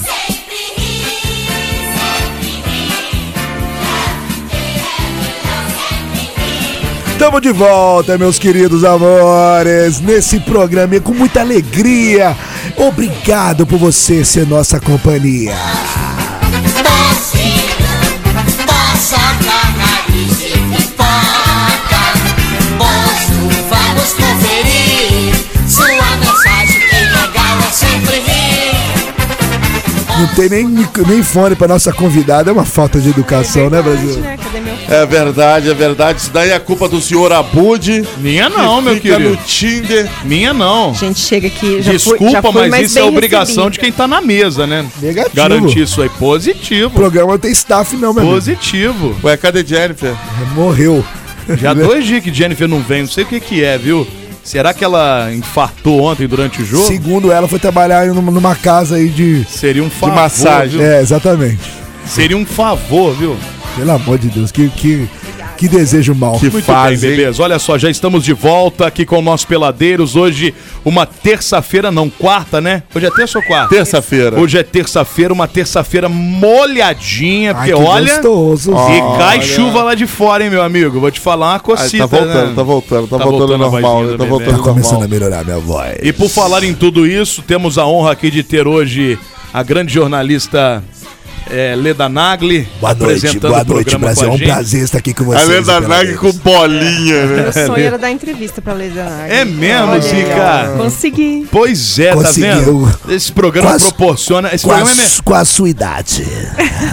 Speaker 2: Sempre ri, sempre ri.
Speaker 3: Tamo de volta, meus queridos amores, nesse programa e com muita alegria. Obrigado por você ser nossa companhia.
Speaker 2: Tossindo, passa pra nariz e pipoca. Posto, vamos conferir. Sua mensagem que legal é sempre rir.
Speaker 3: Não tem nem, micro- nem fone pra nossa convidada, é uma falta de educação, né,
Speaker 10: Verdade,
Speaker 3: Brasil?
Speaker 10: né? Cadê meu
Speaker 4: É verdade, é verdade. Isso daí é culpa do senhor Abud.
Speaker 5: Minha não,
Speaker 4: que
Speaker 5: meu
Speaker 4: fica
Speaker 5: querido.
Speaker 4: no Tinder.
Speaker 5: Minha não.
Speaker 10: Gente, chega aqui. Já fui,
Speaker 5: Desculpa,
Speaker 10: já fui
Speaker 5: mas
Speaker 10: mais
Speaker 5: isso é
Speaker 10: bem
Speaker 5: obrigação
Speaker 10: recebida.
Speaker 5: de quem tá na mesa, né?
Speaker 3: Negativo.
Speaker 5: Garantir isso aí.
Speaker 3: O
Speaker 5: Positivo.
Speaker 3: programa não tem staff, não, meu amigo.
Speaker 5: Positivo.
Speaker 4: Ué, cadê Jennifer?
Speaker 3: Morreu.
Speaker 5: Já
Speaker 3: Né?
Speaker 5: há dois dias que Jennifer não vem, não sei o que que é, viu? Será que ela infartou ontem durante o jogo?
Speaker 3: Segundo ela, foi trabalhar em uma- numa casa aí de.
Speaker 5: Seria um favor.
Speaker 4: massagem.
Speaker 5: viu?
Speaker 3: É, exatamente.
Speaker 5: Seria um favor, viu?
Speaker 3: Pelo amor de Deus, que, que, que desejo mal.
Speaker 4: Que
Speaker 5: Muito
Speaker 4: fase.
Speaker 5: bem,
Speaker 4: hein?
Speaker 5: beleza. Olha só, já estamos de volta aqui com o nosso Peladeiros. Hoje, uma terça-feira, não, quarta, né? Hoje é terça ou quarta?
Speaker 4: Terça-feira.
Speaker 5: Hoje é terça-feira, uma terça-feira molhadinha,
Speaker 3: Ai,
Speaker 5: porque olha.
Speaker 3: gostoso.
Speaker 5: E
Speaker 3: Zé.
Speaker 5: cai
Speaker 4: Olha.
Speaker 5: chuva lá de fora, hein, meu amigo? Vou te falar uma
Speaker 4: Ah,
Speaker 5: cocita.
Speaker 4: tá voltando,
Speaker 5: né?
Speaker 4: tá voltando, tá,
Speaker 5: Tá
Speaker 4: voltando,
Speaker 5: voltando a
Speaker 4: normal,
Speaker 5: vozinha do
Speaker 4: né?
Speaker 5: bebê.
Speaker 4: Tá
Speaker 3: Tá
Speaker 4: voltando
Speaker 3: começando a
Speaker 4: normal.
Speaker 3: melhorar minha voz.
Speaker 5: E por falar em tudo isso, temos a honra aqui de ter hoje a grande jornalista eh, Leda Nagli
Speaker 3: Boa noite, boa noite, Brasil. É um prazer estar aqui com
Speaker 4: A
Speaker 3: vocês.
Speaker 4: lenda
Speaker 3: pela
Speaker 4: Nag
Speaker 3: vez.
Speaker 4: com bolinha, né?
Speaker 10: Meu sonho era dar entrevista pra Leda Nagli.
Speaker 5: É mesmo,
Speaker 10: Olha,
Speaker 5: Zica?
Speaker 10: Consegui.
Speaker 5: Pois é, tá
Speaker 3: Conseguiu.
Speaker 5: vendo? Esse programa
Speaker 3: Quase-
Speaker 5: proporciona. Esse
Speaker 3: Com a,
Speaker 5: programa, é me-
Speaker 3: su- com a sua idade.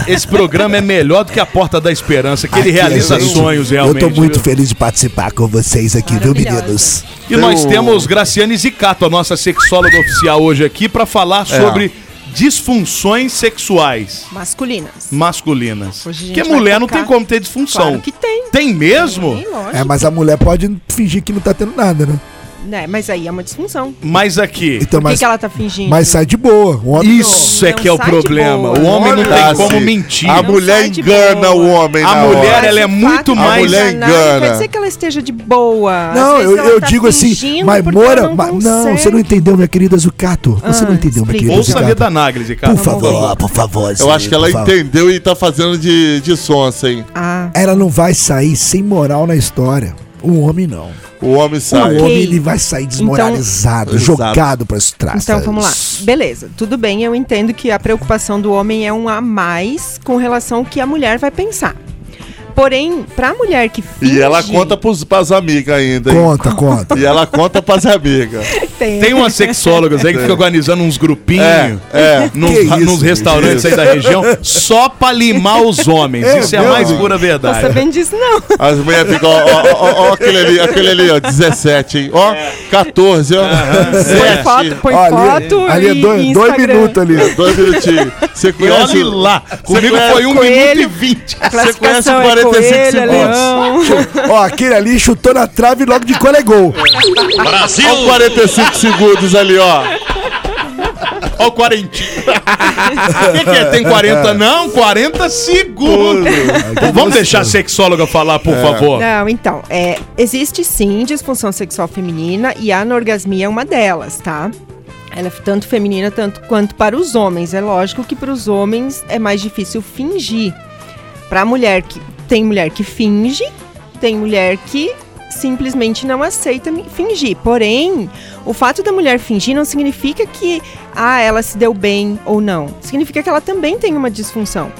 Speaker 5: esse programa é melhor do que a Porta da Esperança, que ele
Speaker 3: Aqui,
Speaker 5: realiza
Speaker 3: gente,
Speaker 5: sonhos realmente.
Speaker 3: Eu tô muito
Speaker 5: viu?
Speaker 3: feliz de participar com vocês aqui, viu,
Speaker 10: Maravilhosa.
Speaker 3: meninos?
Speaker 5: E nós temos Graciane Zicato, a nossa sexóloga oficial hoje aqui, pra falar sobre disfunções sexuais
Speaker 10: Masculinas.
Speaker 5: masculinas.
Speaker 10: Hoje a gente
Speaker 5: Porque
Speaker 10: vai
Speaker 5: mulher não
Speaker 10: tocar.
Speaker 5: tem como ter disfunção.
Speaker 10: Claro que tem.
Speaker 5: Tem mesmo?
Speaker 10: Tem, lógico.
Speaker 3: É, mas a mulher pode fingir que não tá tendo nada, né? Então,
Speaker 10: Né? Mas aí é uma disfunção.
Speaker 5: Mas aqui.
Speaker 10: Por que, que ela tá fingindo?
Speaker 3: Mas sai de boa. O homem
Speaker 5: Isso é que é o problema. O homem não tá
Speaker 4: Olha,
Speaker 5: tem como
Speaker 4: se
Speaker 5: mentir.
Speaker 4: Tá assim. A mulher engana o homem.
Speaker 5: A
Speaker 4: na
Speaker 5: mulher,
Speaker 4: hora.
Speaker 5: ela é muito
Speaker 4: A
Speaker 5: mais-
Speaker 4: mulher
Speaker 10: Não, não quer
Speaker 4: engana.
Speaker 10: dizer que ela esteja de boa. Às
Speaker 3: Não,
Speaker 10: vezes
Speaker 3: eu,
Speaker 10: ela
Speaker 3: eu
Speaker 10: tá
Speaker 3: digo assim,
Speaker 10: fingindo
Speaker 3: mas
Speaker 10: porque
Speaker 3: mora.
Speaker 10: ela não
Speaker 3: mas- Não,
Speaker 10: consegue. Ah,
Speaker 3: você não entendeu, minha querida Zucato. Você não entendeu, minha querida
Speaker 5: Ouça a
Speaker 3: Zucato.
Speaker 5: letra da análise, cara.
Speaker 3: Por favor, por favor.
Speaker 4: Eu acho que ela
Speaker 3: por favor.
Speaker 4: entendeu e tá fazendo de, de sonsa, hein?
Speaker 5: Ah.
Speaker 3: Ela não vai sair sem moral na história. O homem não.
Speaker 4: O homem
Speaker 10: Tá,
Speaker 4: sai.
Speaker 3: O homem ele vai sair desmoralizado,
Speaker 4: Então-
Speaker 3: jogado para os trastos.
Speaker 10: Então vamos lá. Beleza, tudo bem, eu entendo que a preocupação do homem é um a mais com relação ao que a mulher vai pensar. Porém, pra mulher que finge,
Speaker 4: E ela conta pros, pras amigas ainda, hein?
Speaker 3: Conta, conta.
Speaker 4: E ela conta pras amigas.
Speaker 5: Tem umas sexólogas aí que ficam organizando uns grupinhos
Speaker 4: É, é.
Speaker 5: nos,
Speaker 4: Que isso,
Speaker 5: nos restaurantes aí da região só pra limar os homens.
Speaker 4: É
Speaker 5: Isso é a
Speaker 4: mesmo?
Speaker 5: mais pura
Speaker 10: tô
Speaker 4: um
Speaker 5: verdade.
Speaker 10: sabendo disso não.
Speaker 4: As mulheres ficam, ó, ó, ó, ó, aquele ali, aquele ali, ó, 17, hein? Ó, 14, ó.
Speaker 10: Põe
Speaker 4: Sete.
Speaker 10: foto, põe
Speaker 3: Ó, ali-
Speaker 10: foto
Speaker 3: ali é
Speaker 10: e
Speaker 3: dois-
Speaker 10: e
Speaker 3: dois
Speaker 10: Instagram.
Speaker 3: minutos ali.
Speaker 4: Dois minutinhos. Você
Speaker 5: E
Speaker 4: conhece.
Speaker 5: olhe lá, comigo
Speaker 4: conhece-
Speaker 5: foi um minuto e
Speaker 10: Coelho.
Speaker 5: vinte.
Speaker 10: A
Speaker 4: Você conhece
Speaker 10: classificação é
Speaker 4: 45
Speaker 10: coelho, é
Speaker 4: segundos.
Speaker 10: leão.
Speaker 3: Ó, aquele ali chutou na trave e logo de cola é gol.
Speaker 4: Ó, 45 segundos ali, ó.
Speaker 5: Ó, o quarentinho. O que, que é? Tem 40? Não, 40 segundos. Vamos deixar a sexóloga falar, por favor.
Speaker 10: Não, então, é, existe sim disfunção sexual feminina e a anorgasmia é uma delas, tá? Ela é tanto feminina tanto quanto para os homens. É lógico que para os homens é mais difícil fingir. Para a mulher que tem mulher que finge, tem mulher que simplesmente não aceita mi- fingir. Porém, o fato da mulher fingir não significa que ah, ela se deu bem ou não. Significa que ela também tem uma disfunção.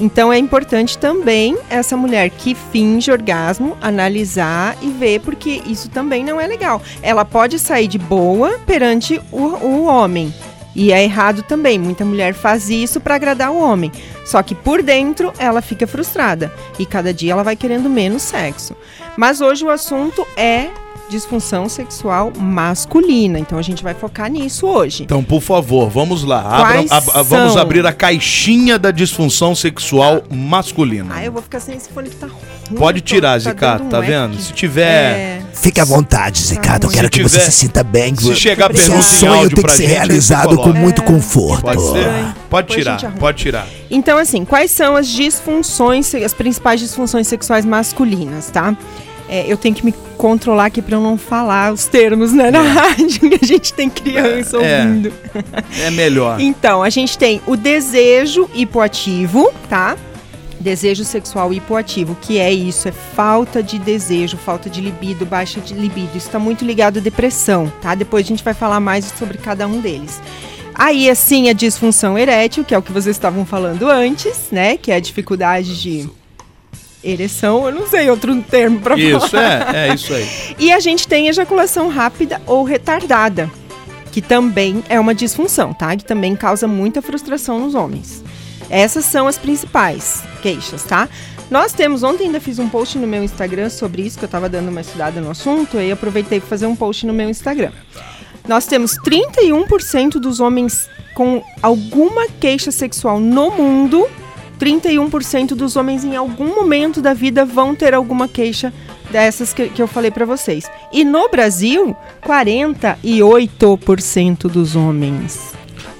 Speaker 10: Então é importante também essa mulher que finge orgasmo analisar e ver, porque isso também não é legal. Ela pode sair de boa perante o, o homem. E é errado também. Muita mulher faz isso para agradar o homem. Só que por dentro ela fica frustrada. E cada dia ela vai querendo menos sexo. Mas hoje o assunto é disfunção sexual masculina. Então a gente vai focar nisso hoje.
Speaker 5: Então, por favor, vamos lá. Abram-
Speaker 10: Quais
Speaker 5: ab- ab- vamos
Speaker 10: são?
Speaker 5: abrir a caixinha da disfunção sexual masculina.
Speaker 10: Ah, eu vou ficar sem esse fone que tá ruim.
Speaker 5: Pode
Speaker 10: tô-
Speaker 5: tirar,
Speaker 10: dando
Speaker 5: Zicato,
Speaker 10: um
Speaker 5: tá
Speaker 10: eco.
Speaker 5: vendo? Se tiver.
Speaker 10: É.
Speaker 3: Fique à vontade, Zicado. Eu
Speaker 10: Se
Speaker 3: quero que você
Speaker 5: tiver-
Speaker 3: se sinta bem.
Speaker 5: se chegar
Speaker 3: Seu
Speaker 5: pergunta em
Speaker 3: sonho
Speaker 5: áudio
Speaker 3: tem que
Speaker 5: pra
Speaker 3: ser
Speaker 5: gente, você
Speaker 3: realizado com
Speaker 5: coloca.
Speaker 3: muito
Speaker 10: É.
Speaker 3: conforto.
Speaker 5: Pode ser?
Speaker 10: Estranho.
Speaker 5: Pode
Speaker 10: Depois a gente
Speaker 5: tirar,
Speaker 10: arruma.
Speaker 5: pode tirar.
Speaker 10: Então, assim, quais são as disfunções, se- as principais disfunções sexuais masculinas, tá? É, eu tenho que me controlar aqui pra eu não falar os termos, né? Na rádio, que a gente tem criança
Speaker 5: É, é.
Speaker 10: ouvindo.
Speaker 5: É melhor.
Speaker 10: Então, a gente tem o desejo hipoativo, tá? Desejo sexual hipoativo, que é isso, é falta de desejo, falta de libido, baixa de libido. Isso está muito ligado à depressão, tá? Depois a gente vai falar mais sobre cada um deles. Aí, assim, a disfunção erétil, que é o que vocês estavam falando antes, né? Que é a dificuldade de ereção, eu não sei outro termo para falar.
Speaker 5: Isso, é, é isso aí.
Speaker 10: E a gente tem ejaculação rápida ou retardada, que também é uma disfunção, tá? Que também causa muita frustração nos homens. Essas são as principais queixas, tá? Nós temos, ontem ainda fiz um post no meu Instagram sobre isso, que eu tava dando uma estudada no assunto, e aí aproveitei para fazer um post no meu Instagram. Nós temos 31% dos homens com alguma queixa sexual no mundo. 31% dos homens em algum momento da vida vão ter alguma queixa dessas que, que eu falei pra vocês. E no Brasil, 48% dos homens.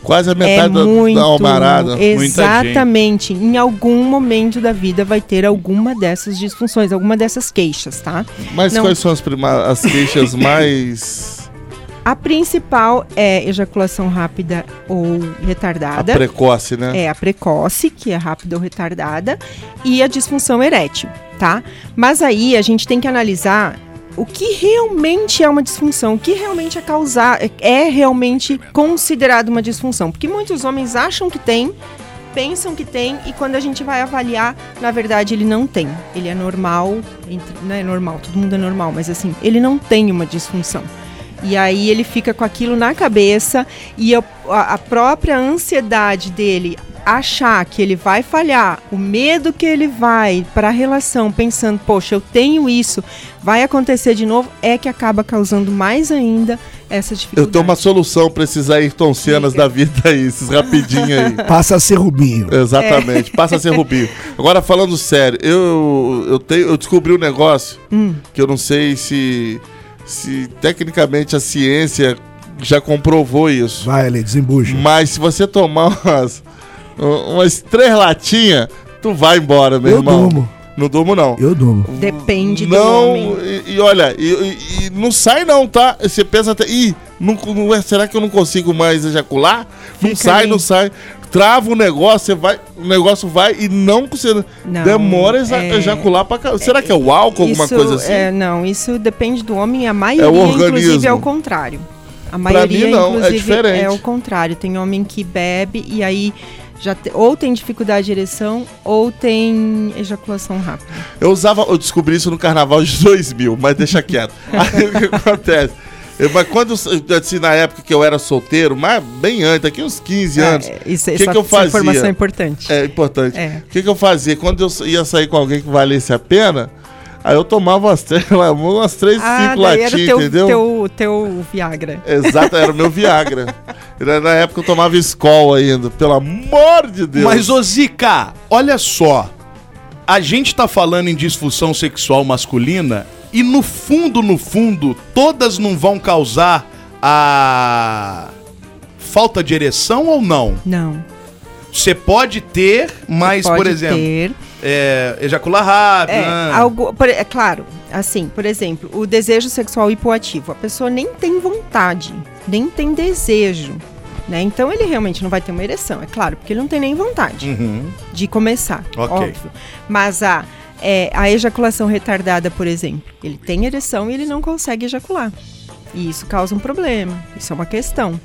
Speaker 4: Quase a
Speaker 10: É
Speaker 4: metade da-
Speaker 10: muito.
Speaker 4: da almarada.
Speaker 10: Exatamente. Em algum momento da vida vai ter alguma dessas disfunções, alguma dessas queixas, tá?
Speaker 4: Mas
Speaker 10: Não.
Speaker 4: quais são as, prima- as queixas mais
Speaker 10: A principal é ejaculação rápida ou
Speaker 4: a
Speaker 10: retardada.
Speaker 4: precoce, né?
Speaker 10: É a precoce, que é rápida ou retardada, e a disfunção erétil, tá? Mas aí a gente tem que analisar o que realmente é uma disfunção, o que realmente é causar, é realmente considerado uma disfunção, porque muitos homens acham que tem, pensam que tem e quando a gente vai avaliar, na verdade ele não tem. Ele é normal, entre- não é normal, todo mundo é normal, mas assim, ele não tem uma disfunção. E aí ele fica com aquilo na cabeça e a, a- a própria ansiedade dele achar que ele vai falhar, o medo que ele vai para a relação pensando, poxa, eu tenho isso, vai acontecer de novo, é que acaba causando mais ainda essa
Speaker 4: Eu
Speaker 10: dificuldade.
Speaker 4: tenho uma solução pra esses Ayrton Senas da vida aí, esses rapidinho aí.
Speaker 3: Passa a ser Rubinho.
Speaker 4: Exatamente,
Speaker 3: É.
Speaker 4: passa a ser Rubinho. Agora, falando
Speaker 3: Hum.
Speaker 4: sério, eu, eu, tenho, eu descobri um negócio que eu não sei se, se tecnicamente a ciência já comprovou isso.
Speaker 3: Vai, ali, desembucha.
Speaker 4: Mas se você tomar umas, umas três latinhas, tu vai embora, meu
Speaker 3: Eu
Speaker 4: irmão.
Speaker 3: durmo.
Speaker 4: Não durmo, não.
Speaker 3: Eu durmo.
Speaker 10: Depende do
Speaker 4: Não,
Speaker 10: um homem.
Speaker 4: e, e olha, e, e- e não sai não, tá? Você pensa até, ih, não, não é- será que eu não consigo mais ejacular? Não
Speaker 10: Fica
Speaker 4: sai,
Speaker 10: ali.
Speaker 4: não sai. Trava o negócio, você vai, o negócio vai e não, você
Speaker 10: Não,
Speaker 4: demora a eja-
Speaker 10: é-
Speaker 4: ejacular pra caramba. Será que é o álcool, alguma
Speaker 10: Isso,
Speaker 4: coisa assim?
Speaker 10: é, não, isso depende do homem. A maioria,
Speaker 4: organismo.
Speaker 10: inclusive, é o contrário. A maioria,
Speaker 4: mim, não, é
Speaker 10: inclusive,
Speaker 4: diferente.
Speaker 10: é o contrário. Tem homem que bebe e aí já te- ou tem dificuldade de ereção ou tem ejaculação rápida.
Speaker 4: Eu usava, eu descobri isso no carnaval de 2000, mas deixa quieto. Aí o que acontece? Eu- mas quando, assim, na época que eu era solteiro, mas bem antes, aqui uns 15 anos, o
Speaker 10: É, isso,
Speaker 4: que, que eu fazia?
Speaker 10: informação é importante.
Speaker 4: É importante.
Speaker 10: É.
Speaker 4: O que, que eu fazia? Quando eu sa- ia sair com alguém que valesse a pena, aí eu tomava umas três, umas três
Speaker 10: Ah,
Speaker 4: cinco
Speaker 10: daí era o
Speaker 4: latinhas,
Speaker 10: teu,
Speaker 4: entendeu? É,
Speaker 10: teu, teu Viagra.
Speaker 4: Exato, era o meu Viagra. Era Na época eu tomava Skol ainda, pelo amor de Deus.
Speaker 5: Mas, ô Zica, olha só. A gente tá falando em disfunção sexual masculina e no fundo, no fundo, todas não vão causar a falta de ereção ou não?
Speaker 10: Não.
Speaker 5: Você pode ter, mas,
Speaker 10: Pode
Speaker 5: por exemplo,
Speaker 10: ter.
Speaker 5: é, ejacular rápido.
Speaker 10: É,
Speaker 5: né?
Speaker 10: algo, por- é claro, assim, por exemplo, o desejo sexual hipoativo. A pessoa nem tem vontade, nem tem desejo. Né? Então ele realmente não vai ter uma ereção, é claro, porque ele não tem nem vontade
Speaker 5: Uhum.
Speaker 10: de começar,
Speaker 5: Ok.
Speaker 10: óbvio. Mas a, é, a ejaculação retardada, por exemplo, ele tem ereção e ele não consegue ejacular. E isso causa um problema, isso é uma questão.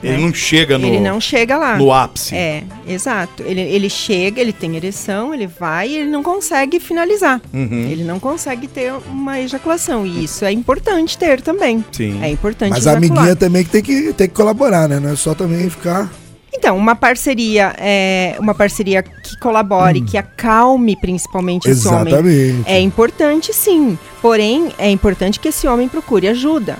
Speaker 5: Ele não chega Tá no,
Speaker 10: é. Ele não chega lá.
Speaker 5: no ápice.
Speaker 10: É, exato. Ele, ele chega, ele tem ereção, ele vai e ele não consegue finalizar.
Speaker 5: Uhum.
Speaker 10: Ele não consegue ter uma ejaculação. E isso é importante ter também.
Speaker 5: Sim.
Speaker 10: É importante
Speaker 3: Mas a
Speaker 10: ejacular.
Speaker 3: amiguinha também que tem que, tem que colaborar, né? Não é só também ficar.
Speaker 10: Então, uma parceria, é, uma parceria que colabore, que acalme principalmente esse homem.
Speaker 3: Hum. Exatamente.
Speaker 10: É importante, sim. Porém, é importante que esse homem procure ajuda.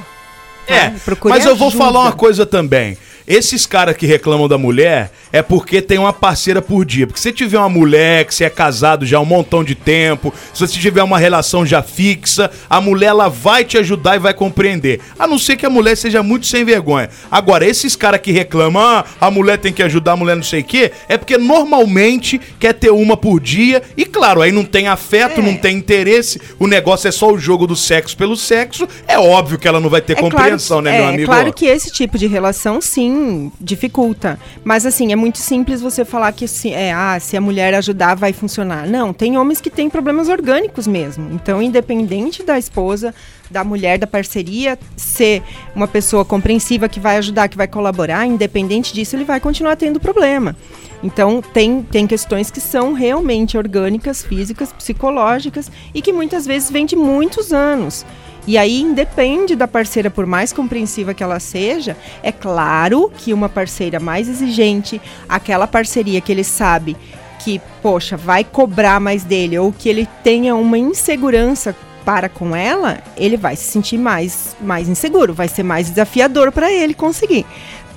Speaker 10: tá?
Speaker 5: É,
Speaker 10: procure
Speaker 5: mas eu vou
Speaker 10: ajuda.
Speaker 5: falar uma coisa também. Esses caras que reclamam da mulher é porque tem uma parceira por dia. Porque se tiver uma mulher que você é casado já há um montão de tempo, se você tiver uma relação já fixa, a mulher ela vai te ajudar e vai compreender. A não ser que a mulher seja muito sem vergonha. Agora, esses caras que reclamam, ah, a mulher tem que ajudar a mulher não sei o quê, é porque normalmente quer ter uma por dia. E claro, aí não tem afeto,
Speaker 10: É.
Speaker 5: não tem interesse, o negócio é só o jogo do sexo pelo sexo. É óbvio que ela não vai ter
Speaker 10: É
Speaker 5: compreensão,
Speaker 10: claro,
Speaker 5: né, meu
Speaker 10: é,
Speaker 5: amigo?
Speaker 10: claro que esse tipo de relação, sim, dificulta. Mas, assim, é muito simples você falar que se, é, ah, se a mulher ajudar, vai funcionar. Não, tem homens que têm problemas orgânicos mesmo. Então, independente da esposa, da mulher, da parceria, ser uma pessoa compreensiva que vai ajudar, que vai colaborar, independente disso, ele vai continuar tendo problema. Então, tem, tem questões que são realmente orgânicas, físicas, psicológicas e que muitas vezes vêm de muitos anos. E aí, independe da parceira, por mais compreensiva que ela seja, é claro que uma parceira mais exigente, aquela parceria que ele sabe que, poxa, vai cobrar mais dele, ou que ele tenha uma insegurança para com ela, ele vai se sentir mais, mais inseguro, vai ser mais desafiador para ele conseguir.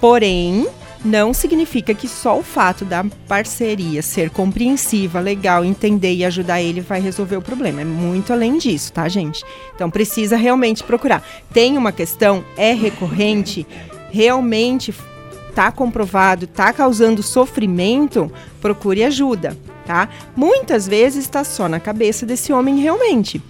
Speaker 10: Porém, não significa que só o fato da parceria ser compreensiva, legal, entender e ajudar ele vai resolver o problema. É muito além disso, tá, gente? Então precisa realmente procurar. Tem uma questão, é recorrente, realmente tá comprovado, tá causando sofrimento, procure ajuda, tá? Muitas vezes está só na cabeça desse homem realmente.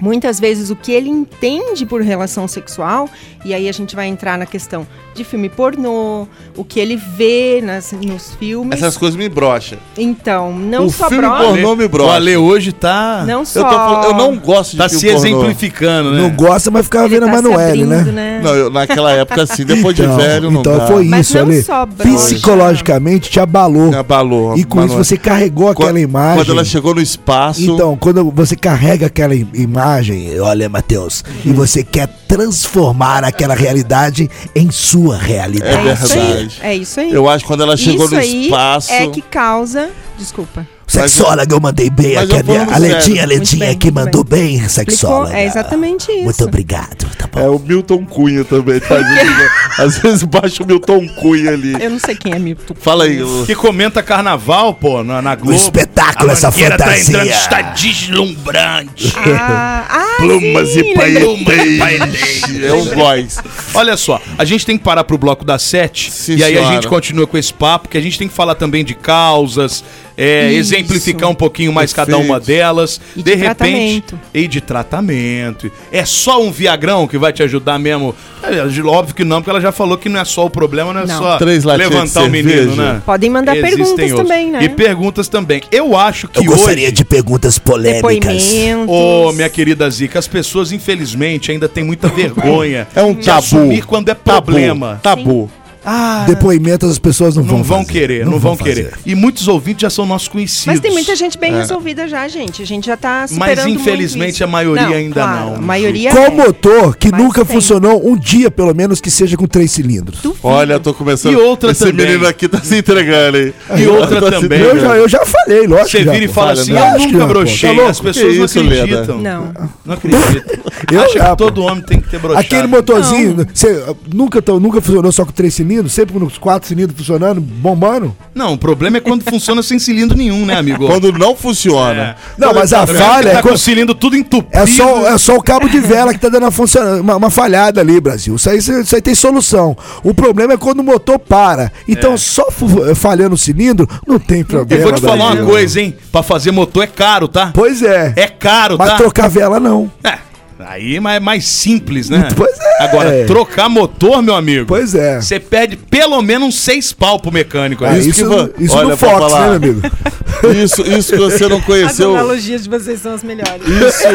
Speaker 10: Muitas vezes o que ele entende por relação sexual, e aí a gente vai entrar na questão de filme pornô, o que ele vê nas, nos filmes.
Speaker 4: Essas coisas me brocham.
Speaker 10: Então, não
Speaker 4: o
Speaker 10: só
Speaker 4: filme
Speaker 10: bro-
Speaker 4: pornô me brocha.
Speaker 5: O Ale hoje tá.
Speaker 10: Não
Speaker 4: Eu,
Speaker 10: só.
Speaker 4: tô falando- eu não gosto de
Speaker 5: tá se
Speaker 4: filme pornô.
Speaker 5: exemplificando, né?
Speaker 3: Não gosta, mas ficava
Speaker 10: Ele
Speaker 3: vendo a
Speaker 10: tá se
Speaker 3: Manoel, né?
Speaker 10: abrindo, né?
Speaker 4: Não, eu, naquela época assim, depois
Speaker 3: então,
Speaker 4: de velho, não
Speaker 3: então
Speaker 4: dá.
Speaker 3: foi
Speaker 10: Mas
Speaker 3: isso,
Speaker 10: não
Speaker 3: ali.
Speaker 10: só brocha.
Speaker 3: Psicologicamente te abalou.
Speaker 4: Me abalou.
Speaker 3: E com
Speaker 4: Manoel.
Speaker 3: isso você carregou
Speaker 4: Qua-
Speaker 3: aquela imagem.
Speaker 4: Quando ela chegou no espaço.
Speaker 3: Então, quando você carrega aquela im- imagem, olha, Matheus, e você quer transformar aquela realidade em sua
Speaker 4: É
Speaker 3: realidade.
Speaker 10: É isso aí.
Speaker 4: verdade.
Speaker 10: É isso aí.
Speaker 4: eu acho que quando ela chegou
Speaker 10: isso
Speaker 4: no
Speaker 10: aí
Speaker 4: espaço.
Speaker 10: é que causa. Desculpa.
Speaker 3: Sexóloga, eu mandei bem
Speaker 4: Mas
Speaker 3: aqui.
Speaker 4: eu
Speaker 3: A, minha,
Speaker 4: falo
Speaker 3: a Letinha,
Speaker 4: sério.
Speaker 3: a Letinha
Speaker 10: Muito bem,
Speaker 3: que
Speaker 10: muito
Speaker 3: mandou bem, sexóloga.
Speaker 10: É exatamente isso.
Speaker 3: Muito obrigado, tá bom?
Speaker 4: É o Milton Cunha também, tá? Às vezes- Às vezes baixa o Milton Cunha ali.
Speaker 10: Eu não sei quem é Milton.
Speaker 4: Fala aí, Lu.
Speaker 5: Que comenta carnaval, pô, na, na
Speaker 3: O
Speaker 5: Globo.
Speaker 3: espetáculo Um espetáculo essa
Speaker 6: Mangueira
Speaker 3: fantasia.
Speaker 6: Tá entrando, está deslumbrante.
Speaker 10: ah,
Speaker 4: Plumas e
Speaker 5: paetês.
Speaker 4: paetês. É os nós.
Speaker 5: Olha só, a gente tem que parar pro bloco das sete e aí a
Speaker 4: senhora.
Speaker 5: gente continua com esse papo, que a gente tem que falar também de causas, é,
Speaker 10: Isso.
Speaker 5: exemplificar um pouquinho mais cada
Speaker 4: Perfeito.
Speaker 5: uma delas.
Speaker 10: E
Speaker 5: de
Speaker 10: de
Speaker 5: repente.
Speaker 10: tratamento.
Speaker 5: E de tratamento. É só um Viagrão que vai te ajudar mesmo? É, óbvio que não, porque ela já falou que não é só o problema, não é
Speaker 10: Não.
Speaker 5: só
Speaker 4: Três latinhas de
Speaker 5: levantar o menino,
Speaker 4: cerveja.
Speaker 5: né?
Speaker 10: Podem mandar perguntas também, né?
Speaker 5: E perguntas também. Eu acho que
Speaker 3: Eu gostaria
Speaker 5: hoje...
Speaker 3: de perguntas polêmicas.
Speaker 10: depoimentos.
Speaker 5: Ô, minha querida Zica, as pessoas, infelizmente, ainda têm muita vergonha
Speaker 4: É um
Speaker 5: de
Speaker 4: tabu.
Speaker 5: assumir quando é problema.
Speaker 4: Tabu. tabu.
Speaker 10: Ah,
Speaker 3: Depoimentos as pessoas não,
Speaker 5: Não
Speaker 3: vão
Speaker 5: vão
Speaker 3: fazer.
Speaker 5: querer, não, vão, querer.
Speaker 3: fazer.
Speaker 5: E muitos ouvintes já são nossos conhecidos.
Speaker 10: Mas tem muita gente bem resolvida já, gente. A gente já tá superando
Speaker 5: É. Mas
Speaker 10: muito
Speaker 5: infelizmente
Speaker 10: isso.
Speaker 5: a maioria
Speaker 10: Não,
Speaker 5: ainda
Speaker 10: claro,
Speaker 5: não.
Speaker 10: A maioria
Speaker 3: Qual
Speaker 10: é.
Speaker 3: motor que
Speaker 10: Mas
Speaker 3: nunca
Speaker 10: tem.
Speaker 3: funcionou um dia, pelo menos, que seja com três cilindros?
Speaker 10: Duvido.
Speaker 4: Olha, eu tô começando.
Speaker 5: E outra
Speaker 4: Esse
Speaker 5: também.
Speaker 4: menino aqui tá se entregando, hein?
Speaker 5: E outra
Speaker 4: Tá se
Speaker 5: também.
Speaker 3: Eu
Speaker 4: entregando.
Speaker 3: já, eu já falei, lógico.
Speaker 5: Você
Speaker 3: que já,
Speaker 5: vira e
Speaker 3: pô.
Speaker 5: fala
Speaker 4: Fala,
Speaker 5: assim,
Speaker 4: não.
Speaker 5: eu
Speaker 3: Acho que
Speaker 5: nunca
Speaker 3: não, pô.
Speaker 5: brochei.
Speaker 4: Tá louco?
Speaker 5: As pessoas
Speaker 4: Que
Speaker 5: não
Speaker 4: isso, Leda?
Speaker 5: acreditam.
Speaker 10: é um Não.
Speaker 5: Não acreditam.
Speaker 3: Eu
Speaker 5: Acha
Speaker 3: já,
Speaker 5: que todo homem tem que ter brochado.
Speaker 3: Aquele motorzinho, você, uh, nunca, to- nunca funcionou só com três cilindros? Sempre com os quatro cilindros funcionando, bombando?
Speaker 5: Não, o problema é quando funciona sem cilindro nenhum, né, amigo?
Speaker 4: Quando não funciona.
Speaker 3: Não, mas a falha
Speaker 5: tá
Speaker 3: é
Speaker 5: com o
Speaker 3: quando...
Speaker 5: cilindro tudo entupido.
Speaker 3: É só, é só o cabo de vela que tá dando a funciona- uma, uma falhada ali, Brasil. Isso aí, isso aí tem solução. O problema é quando o motor para. Então, só fu- falhando o cilindro, não tem
Speaker 5: É. Eu
Speaker 3: problema.
Speaker 5: vou te falar uma
Speaker 3: Brasil.
Speaker 5: coisa, hein? Pra fazer motor é caro, tá?
Speaker 3: Pois é.
Speaker 5: É caro,
Speaker 3: mas
Speaker 5: tá?
Speaker 3: trocar vela, não.
Speaker 5: É, aí é mais- mais simples, né?
Speaker 3: Pois é.
Speaker 5: Agora, trocar motor, meu amigo.
Speaker 3: Pois é.
Speaker 5: Você perde pelo menos uns seis pau pro mecânico. né?
Speaker 3: Ah,
Speaker 5: aí.
Speaker 3: isso
Speaker 4: va-
Speaker 3: isso
Speaker 4: Olha,
Speaker 3: no
Speaker 4: pra
Speaker 3: Fox,
Speaker 4: falar.
Speaker 3: né, meu amigo?
Speaker 5: É.
Speaker 4: Isso, isso que você não
Speaker 10: As
Speaker 4: conheceu.
Speaker 10: analogias de vocês são as melhores.
Speaker 4: Isso.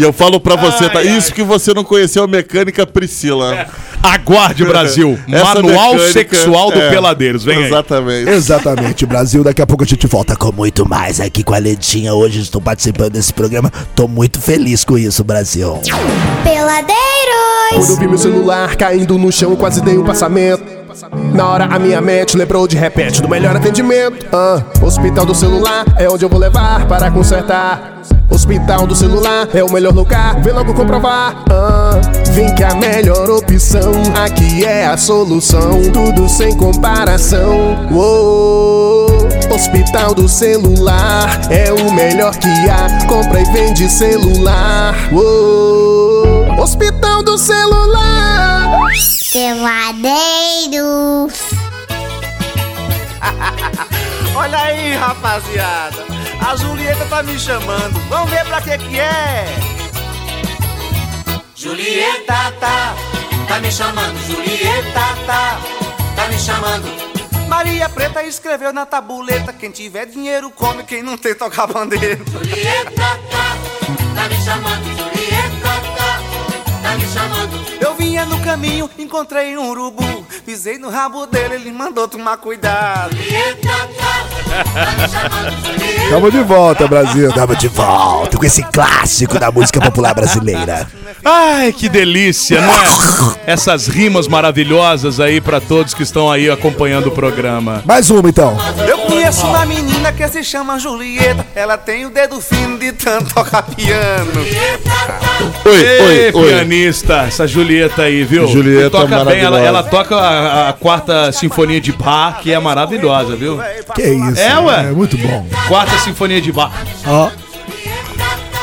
Speaker 4: E eu falo pra você, tá? Isso que você não conheceu é a mecânica Priscila.
Speaker 5: Aguarde, Brasil.
Speaker 4: Essa
Speaker 5: Manual
Speaker 4: mecânica-
Speaker 5: sexual do
Speaker 4: é,
Speaker 5: Peladeiros. Vem aí.
Speaker 4: Exatamente.
Speaker 3: Exatamente, Brasil. Daqui a pouco a gente volta com muito mais aqui com a Ledinha. Hoje estou participando desse programa. Tô muito feliz com isso, Brasil.
Speaker 9: Quando eu
Speaker 2: Peladeiros.
Speaker 9: vi meu celular caindo no chão, quase dei um passamento. Na hora a minha mente lembrou de repente do melhor atendimento. Ah, hospital do celular é onde eu vou levar para consertar. Hospital do celular é o melhor lugar, vem logo comprovar. Ah, vem que a melhor opção aqui é a solução, tudo sem comparação. Uou, hospital do celular é o melhor que há, compra e vende celular. Uou, hospital do celular.
Speaker 2: Peladeiros.
Speaker 8: Olha aí, rapaziada. A Julieta tá me chamando. Vamos ver pra que que é. Julieta tá, tá me chamando. Julieta tá, tá me chamando. Maria Preta escreveu na tabuleta: quem tiver dinheiro come, quem não tem toca bandeira. tá, tá Eu vinha no caminho, encontrei um urubu. Pisei no rabo dele, ele mandou tomar cuidado.
Speaker 3: Tamo de volta, Brasil. Tamo de volta com esse clássico da música popular brasileira.
Speaker 5: Ai, que delícia, não é? Essas rimas maravilhosas aí pra todos que estão aí acompanhando o programa.
Speaker 3: Mais uma, então.
Speaker 8: Eu conheço uma menina que se chama Julieta. Ela tem o dedo fino de tanto tocar piano.
Speaker 5: Ei,
Speaker 4: Oi, oi, oi.
Speaker 5: pianista, essa Julieta aí, viu?
Speaker 4: Julieta
Speaker 5: E toca bem, ela,
Speaker 4: maravilhosa.
Speaker 5: ela toca a, a quarta sinfonia de Bach, que é maravilhosa, viu?
Speaker 3: Que isso.
Speaker 5: É, ué.
Speaker 3: É muito bom.
Speaker 5: Quarta sinfonia de Bach.
Speaker 3: Ó,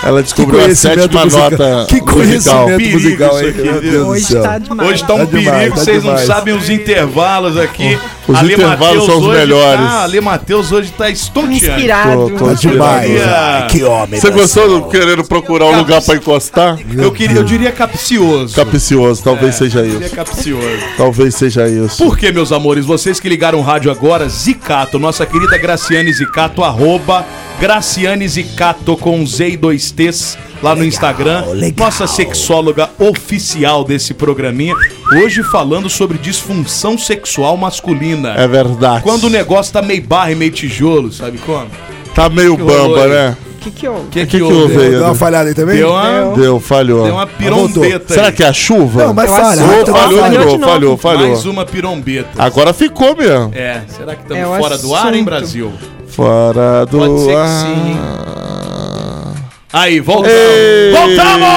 Speaker 4: Ela descobriu a sétima
Speaker 3: musical.
Speaker 4: nota
Speaker 3: Que
Speaker 4: musical.
Speaker 3: conhecimento
Speaker 5: Perigo
Speaker 3: musical,
Speaker 5: isso
Speaker 3: hein?
Speaker 5: aqui,
Speaker 3: Meu
Speaker 5: viu?
Speaker 3: Deus do
Speaker 10: Hoje
Speaker 3: céu.
Speaker 10: tá demais.
Speaker 5: Hoje tá um
Speaker 3: Tá demais,
Speaker 5: perigo,
Speaker 3: tá
Speaker 5: vocês não
Speaker 3: demais.
Speaker 5: sabem os intervalos aqui.
Speaker 4: Os intervalos são os
Speaker 5: hoje
Speaker 4: melhores.
Speaker 5: Tá, Ale Matheus hoje tá estonteando.
Speaker 10: Inspirado.
Speaker 4: Tô-
Speaker 3: Tá
Speaker 4: tô-
Speaker 3: demais.
Speaker 5: Juliana.
Speaker 3: Ai, Que homem.
Speaker 4: Você
Speaker 3: Brasil.
Speaker 4: gostou do querendo procurar um lugar pra encostar?
Speaker 5: Eu, queria, eu diria capcioso.
Speaker 4: Capicioso, talvez seja
Speaker 5: Eu diria
Speaker 4: isso.
Speaker 5: capcioso.
Speaker 4: Talvez seja isso.
Speaker 5: Por que, meus amores, vocês que ligaram o rádio agora, Zicato, nossa querida Graciane Zicato, arroba Graciane Zicato com Z e dois T's lá no Instagram.
Speaker 3: legal.
Speaker 5: Nossa sexóloga oficial desse programinha. Hoje falando sobre disfunção sexual masculina.
Speaker 4: É verdade.
Speaker 5: Quando o negócio tá meio barra e meio tijolo, sabe como?
Speaker 4: Tá meio bamba,
Speaker 5: rolou
Speaker 4: né?
Speaker 10: O que que houve?
Speaker 5: O que,
Speaker 4: que que houve aí?
Speaker 3: Deu uma falhada aí também?
Speaker 5: Deu uma,
Speaker 4: Deu, falhou.
Speaker 5: deu uma pirombeta.
Speaker 4: Voltou. Será
Speaker 5: aí.
Speaker 4: que é a chuva?
Speaker 3: Não, mas
Speaker 10: Eu
Speaker 3: falha.
Speaker 10: acho-
Speaker 4: Ô,
Speaker 10: Tá
Speaker 4: falhou, de
Speaker 10: falhando de
Speaker 4: novo,
Speaker 10: novo.
Speaker 4: falhou, falhou.
Speaker 5: Mais uma pirombeta.
Speaker 4: Agora ficou mesmo.
Speaker 5: É, será que estamos
Speaker 10: É o
Speaker 5: fora do ar, hein,
Speaker 10: assunto.
Speaker 5: Brasil?
Speaker 4: Fora do
Speaker 5: Pode ser que
Speaker 4: ar.
Speaker 5: sim, hein? Aí, voltamos!
Speaker 4: Ei.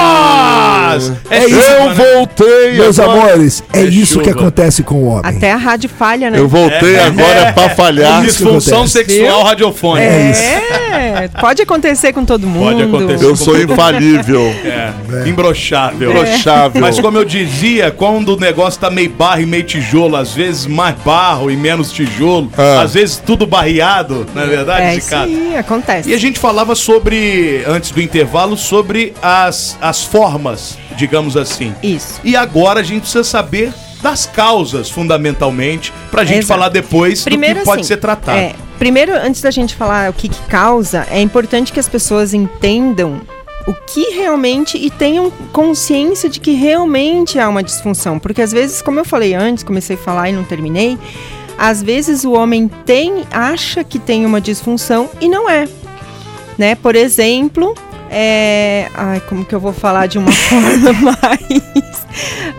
Speaker 5: Voltamos!
Speaker 3: É isso,
Speaker 4: eu
Speaker 3: mano.
Speaker 4: voltei!
Speaker 3: Meus
Speaker 4: agora.
Speaker 3: amores, é, isso
Speaker 4: chuva.
Speaker 3: que acontece com o homem.
Speaker 10: Até a rádio falha, né?
Speaker 4: Eu voltei agora pra falhar.
Speaker 3: É isso que Disfunção
Speaker 5: Função sexual radiofônica.
Speaker 10: É, pode acontecer com todo mundo.
Speaker 5: Pode acontecer.
Speaker 4: Eu sou infalível.
Speaker 5: É, Imbrochável.
Speaker 4: Imbrochável.
Speaker 5: Mas como eu dizia, quando o negócio tá meio barro e meio tijolo, às vezes mais barro e menos tijolo,
Speaker 4: Ah.
Speaker 5: às vezes tudo barreado, na verdade,
Speaker 10: É
Speaker 5: de
Speaker 10: isso
Speaker 5: cara.
Speaker 10: aí, acontece.
Speaker 5: E a gente falava sobre, antes do intervalo, sobre as, as formas, digamos assim.
Speaker 10: Isso.
Speaker 5: E agora a gente precisa saber das causas, fundamentalmente, pra gente
Speaker 10: Exato.
Speaker 5: falar depois do que pode
Speaker 10: assim,
Speaker 5: ser tratado.
Speaker 10: é, primeiro, antes da gente falar o que, que causa, é importante que as pessoas entendam o que realmente e tenham consciência de que realmente há uma disfunção. Porque às vezes, como eu falei antes, comecei a falar e não terminei, às vezes o homem tem, acha que tem uma disfunção e não é. Né? Por exemplo, é... Ai, como que eu vou falar de uma forma mais...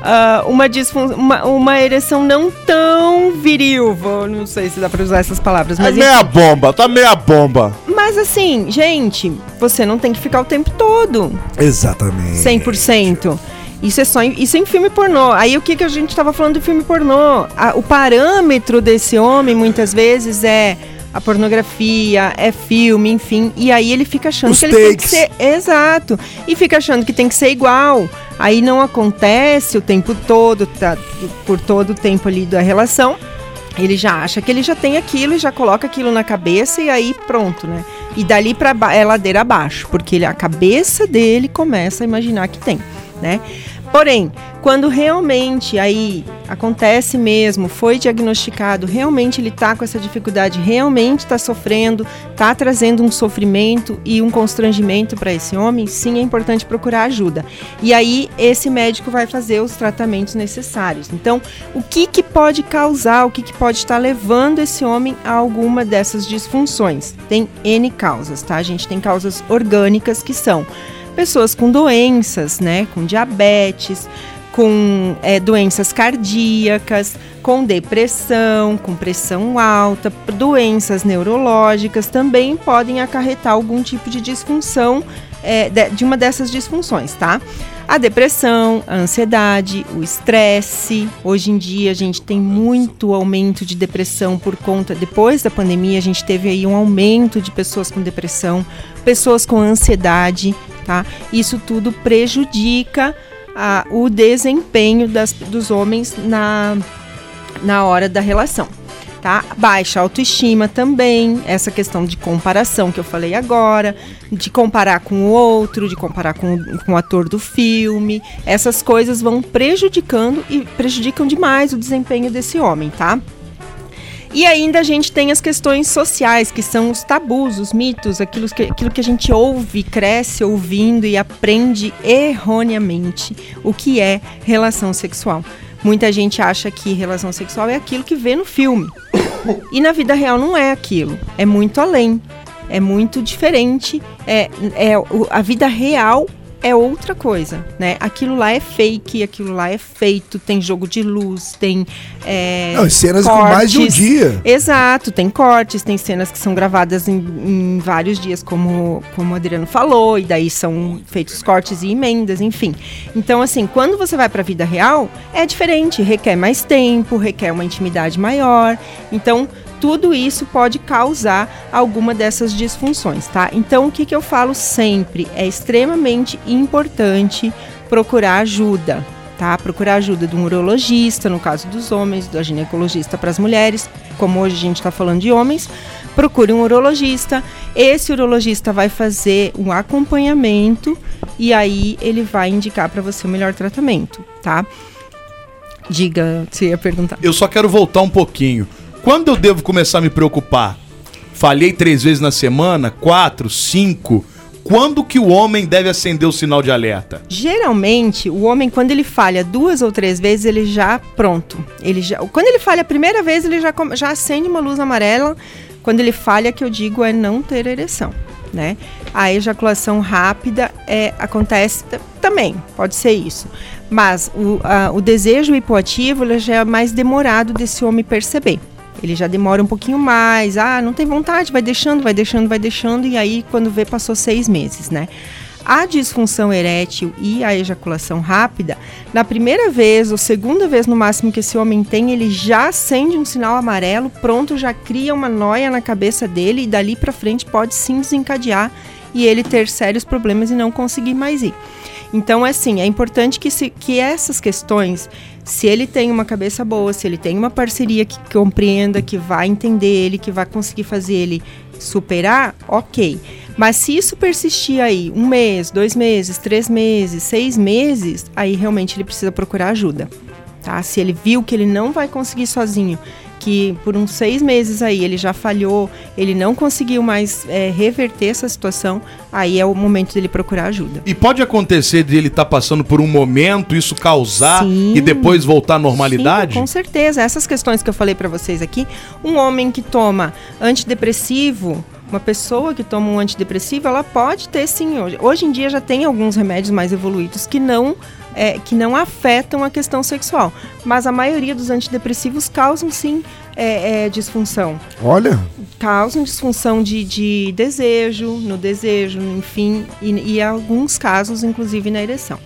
Speaker 10: ah, uma, disfun... uma, uma ereção não tão viril, vou... não sei se dá pra usar essas palavras,
Speaker 4: É
Speaker 10: mas...
Speaker 4: meia bomba, tá meia bomba.
Speaker 10: Mas assim, gente, você não tem que ficar o tempo todo
Speaker 3: Exatamente.
Speaker 10: 100%. Isso é só em, isso é em filme pornô. Aí o que, que a gente estava falando do filme pornô? A- o parâmetro desse homem muitas vezes é a pornografia, é filme, enfim. E aí ele fica achando
Speaker 3: Os
Speaker 10: que ele tem que
Speaker 3: takes.
Speaker 10: ser exato e fica achando que tem que ser igual. Aí não acontece o tempo todo, tá, por todo o tempo ali da relação. Ele já acha que ele já tem aquilo e já coloca aquilo na cabeça e aí pronto, né? E dali para é ladeira abaixo, porque ele, a cabeça dele começa a imaginar que tem, né? Porém, quando realmente aí acontece mesmo, foi diagnosticado, realmente ele tá com essa dificuldade, realmente está sofrendo, tá trazendo um sofrimento e um constrangimento para esse homem, sim, é importante procurar ajuda. E aí esse médico vai fazer os tratamentos necessários. Então, o que que pode causar, o que que pode estar levando esse homem a alguma dessas disfunções? Tem N causas, tá? A gente tem causas orgânicas que são pessoas com doenças, né? Com diabetes, com é, doenças cardíacas, com depressão, com pressão alta, p- doenças neurológicas também podem acarretar algum tipo de disfunção é, de, de uma dessas disfunções, tá? A depressão, a ansiedade, o estresse. Hoje em dia a gente tem muito aumento de depressão por conta. Depois da pandemia, a gente teve aí um aumento de pessoas com depressão, pessoas com ansiedade, tá? Isso tudo prejudica a- o desempenho das- dos homens na, na hora da relação. Tá? Baixa autoestima também, essa questão de comparação que eu falei agora, de comparar com o outro, de comparar com, o- com o ator do filme. Essas coisas vão prejudicando e prejudicam demais o desempenho desse homem, tá? E ainda a gente tem as questões sociais, que são os tabus, os mitos, aquilo que, aquilo que a gente ouve, cresce ouvindo e aprende erroneamente o que é relação sexual. Muita gente acha que relação sexual é aquilo que vê no filme. E na vida real não é aquilo. É muito além. É muito diferente. É, é o- a vida real é outra coisa, né? Aquilo lá é fake, aquilo lá é feito, tem jogo de luz, tem. é,
Speaker 3: Não, e cenas com mais de um
Speaker 10: cortes.
Speaker 3: dia.
Speaker 10: Exato, tem cortes, tem cenas que são gravadas em, em vários dias, como, como o Adriano falou, e daí são feitos cortes e emendas, enfim. Então, assim, quando você vai para a vida real, é diferente, requer mais tempo, requer uma intimidade maior. Então, tudo isso pode causar alguma dessas disfunções, tá? Então, o que, que eu falo sempre? É extremamente importante procurar ajuda tá? Procurar ajuda de um urologista, no caso dos homens, da ginecologista para as mulheres, como hoje a gente está falando de homens, procure um urologista. Esse urologista vai fazer um acompanhamento e aí ele vai indicar para você o melhor tratamento, tá? Diga, você ia perguntar.
Speaker 5: Eu só quero voltar um pouquinho. Quando eu devo começar a me preocupar? Falhei três vezes na semana? Quatro? Cinco? Quando que o homem deve acender o sinal de alerta?
Speaker 10: Geralmente, o homem, quando ele falha duas ou três vezes, ele já pronto. Ele já, quando ele falha a primeira vez, ele já, come- já acende uma luz amarela. Quando ele falha, que eu digo é não ter ereção, né? A ejaculação rápida é, acontece t- também, pode ser isso. Mas o, a- o desejo hipoativo ele já é mais demorado desse homem perceber. Ele já demora um pouquinho mais. Ah, não tem vontade, vai deixando, vai deixando, vai deixando. E aí, quando vê, passou seis meses, né? a disfunção erétil e a ejaculação rápida, na primeira vez ou segunda vez no máximo que esse homem tem, ele já acende um sinal amarelo, pronto, já cria uma noia na cabeça dele e dali pra frente pode sim desencadear e ele ter sérios problemas e não conseguir mais ir. Então, assim, é importante que, se, que essas questões, se ele tem uma cabeça boa, se ele tem uma parceria que compreenda, que vai entender ele, que vai conseguir fazer ele superar, ok. Mas se isso persistir aí um mês, dois meses, três meses, seis meses, aí realmente ele precisa procurar ajuda. Tá? Se ele viu que ele não vai conseguir sozinho, que por uns seis meses aí ele já falhou, ele não conseguiu mais é, reverter essa situação, aí é o momento dele procurar ajuda.
Speaker 5: E pode acontecer de ele estar passando por um momento, isso causar
Speaker 10: Sim.
Speaker 5: e depois voltar à normalidade?
Speaker 10: Sim, com certeza. Essas questões que eu falei pra vocês aqui, um homem que toma antidepressivo, uma pessoa que toma um antidepressivo, ela pode ter sim. Hoje, hoje em dia já tem alguns remédios mais evoluídos que não é, que não afetam a questão sexual, mas a maioria dos antidepressivos causam sim é, é, disfunção
Speaker 3: Olha,
Speaker 10: causam disfunção de, de desejo, no desejo, enfim, e, e alguns casos, inclusive, na ereção.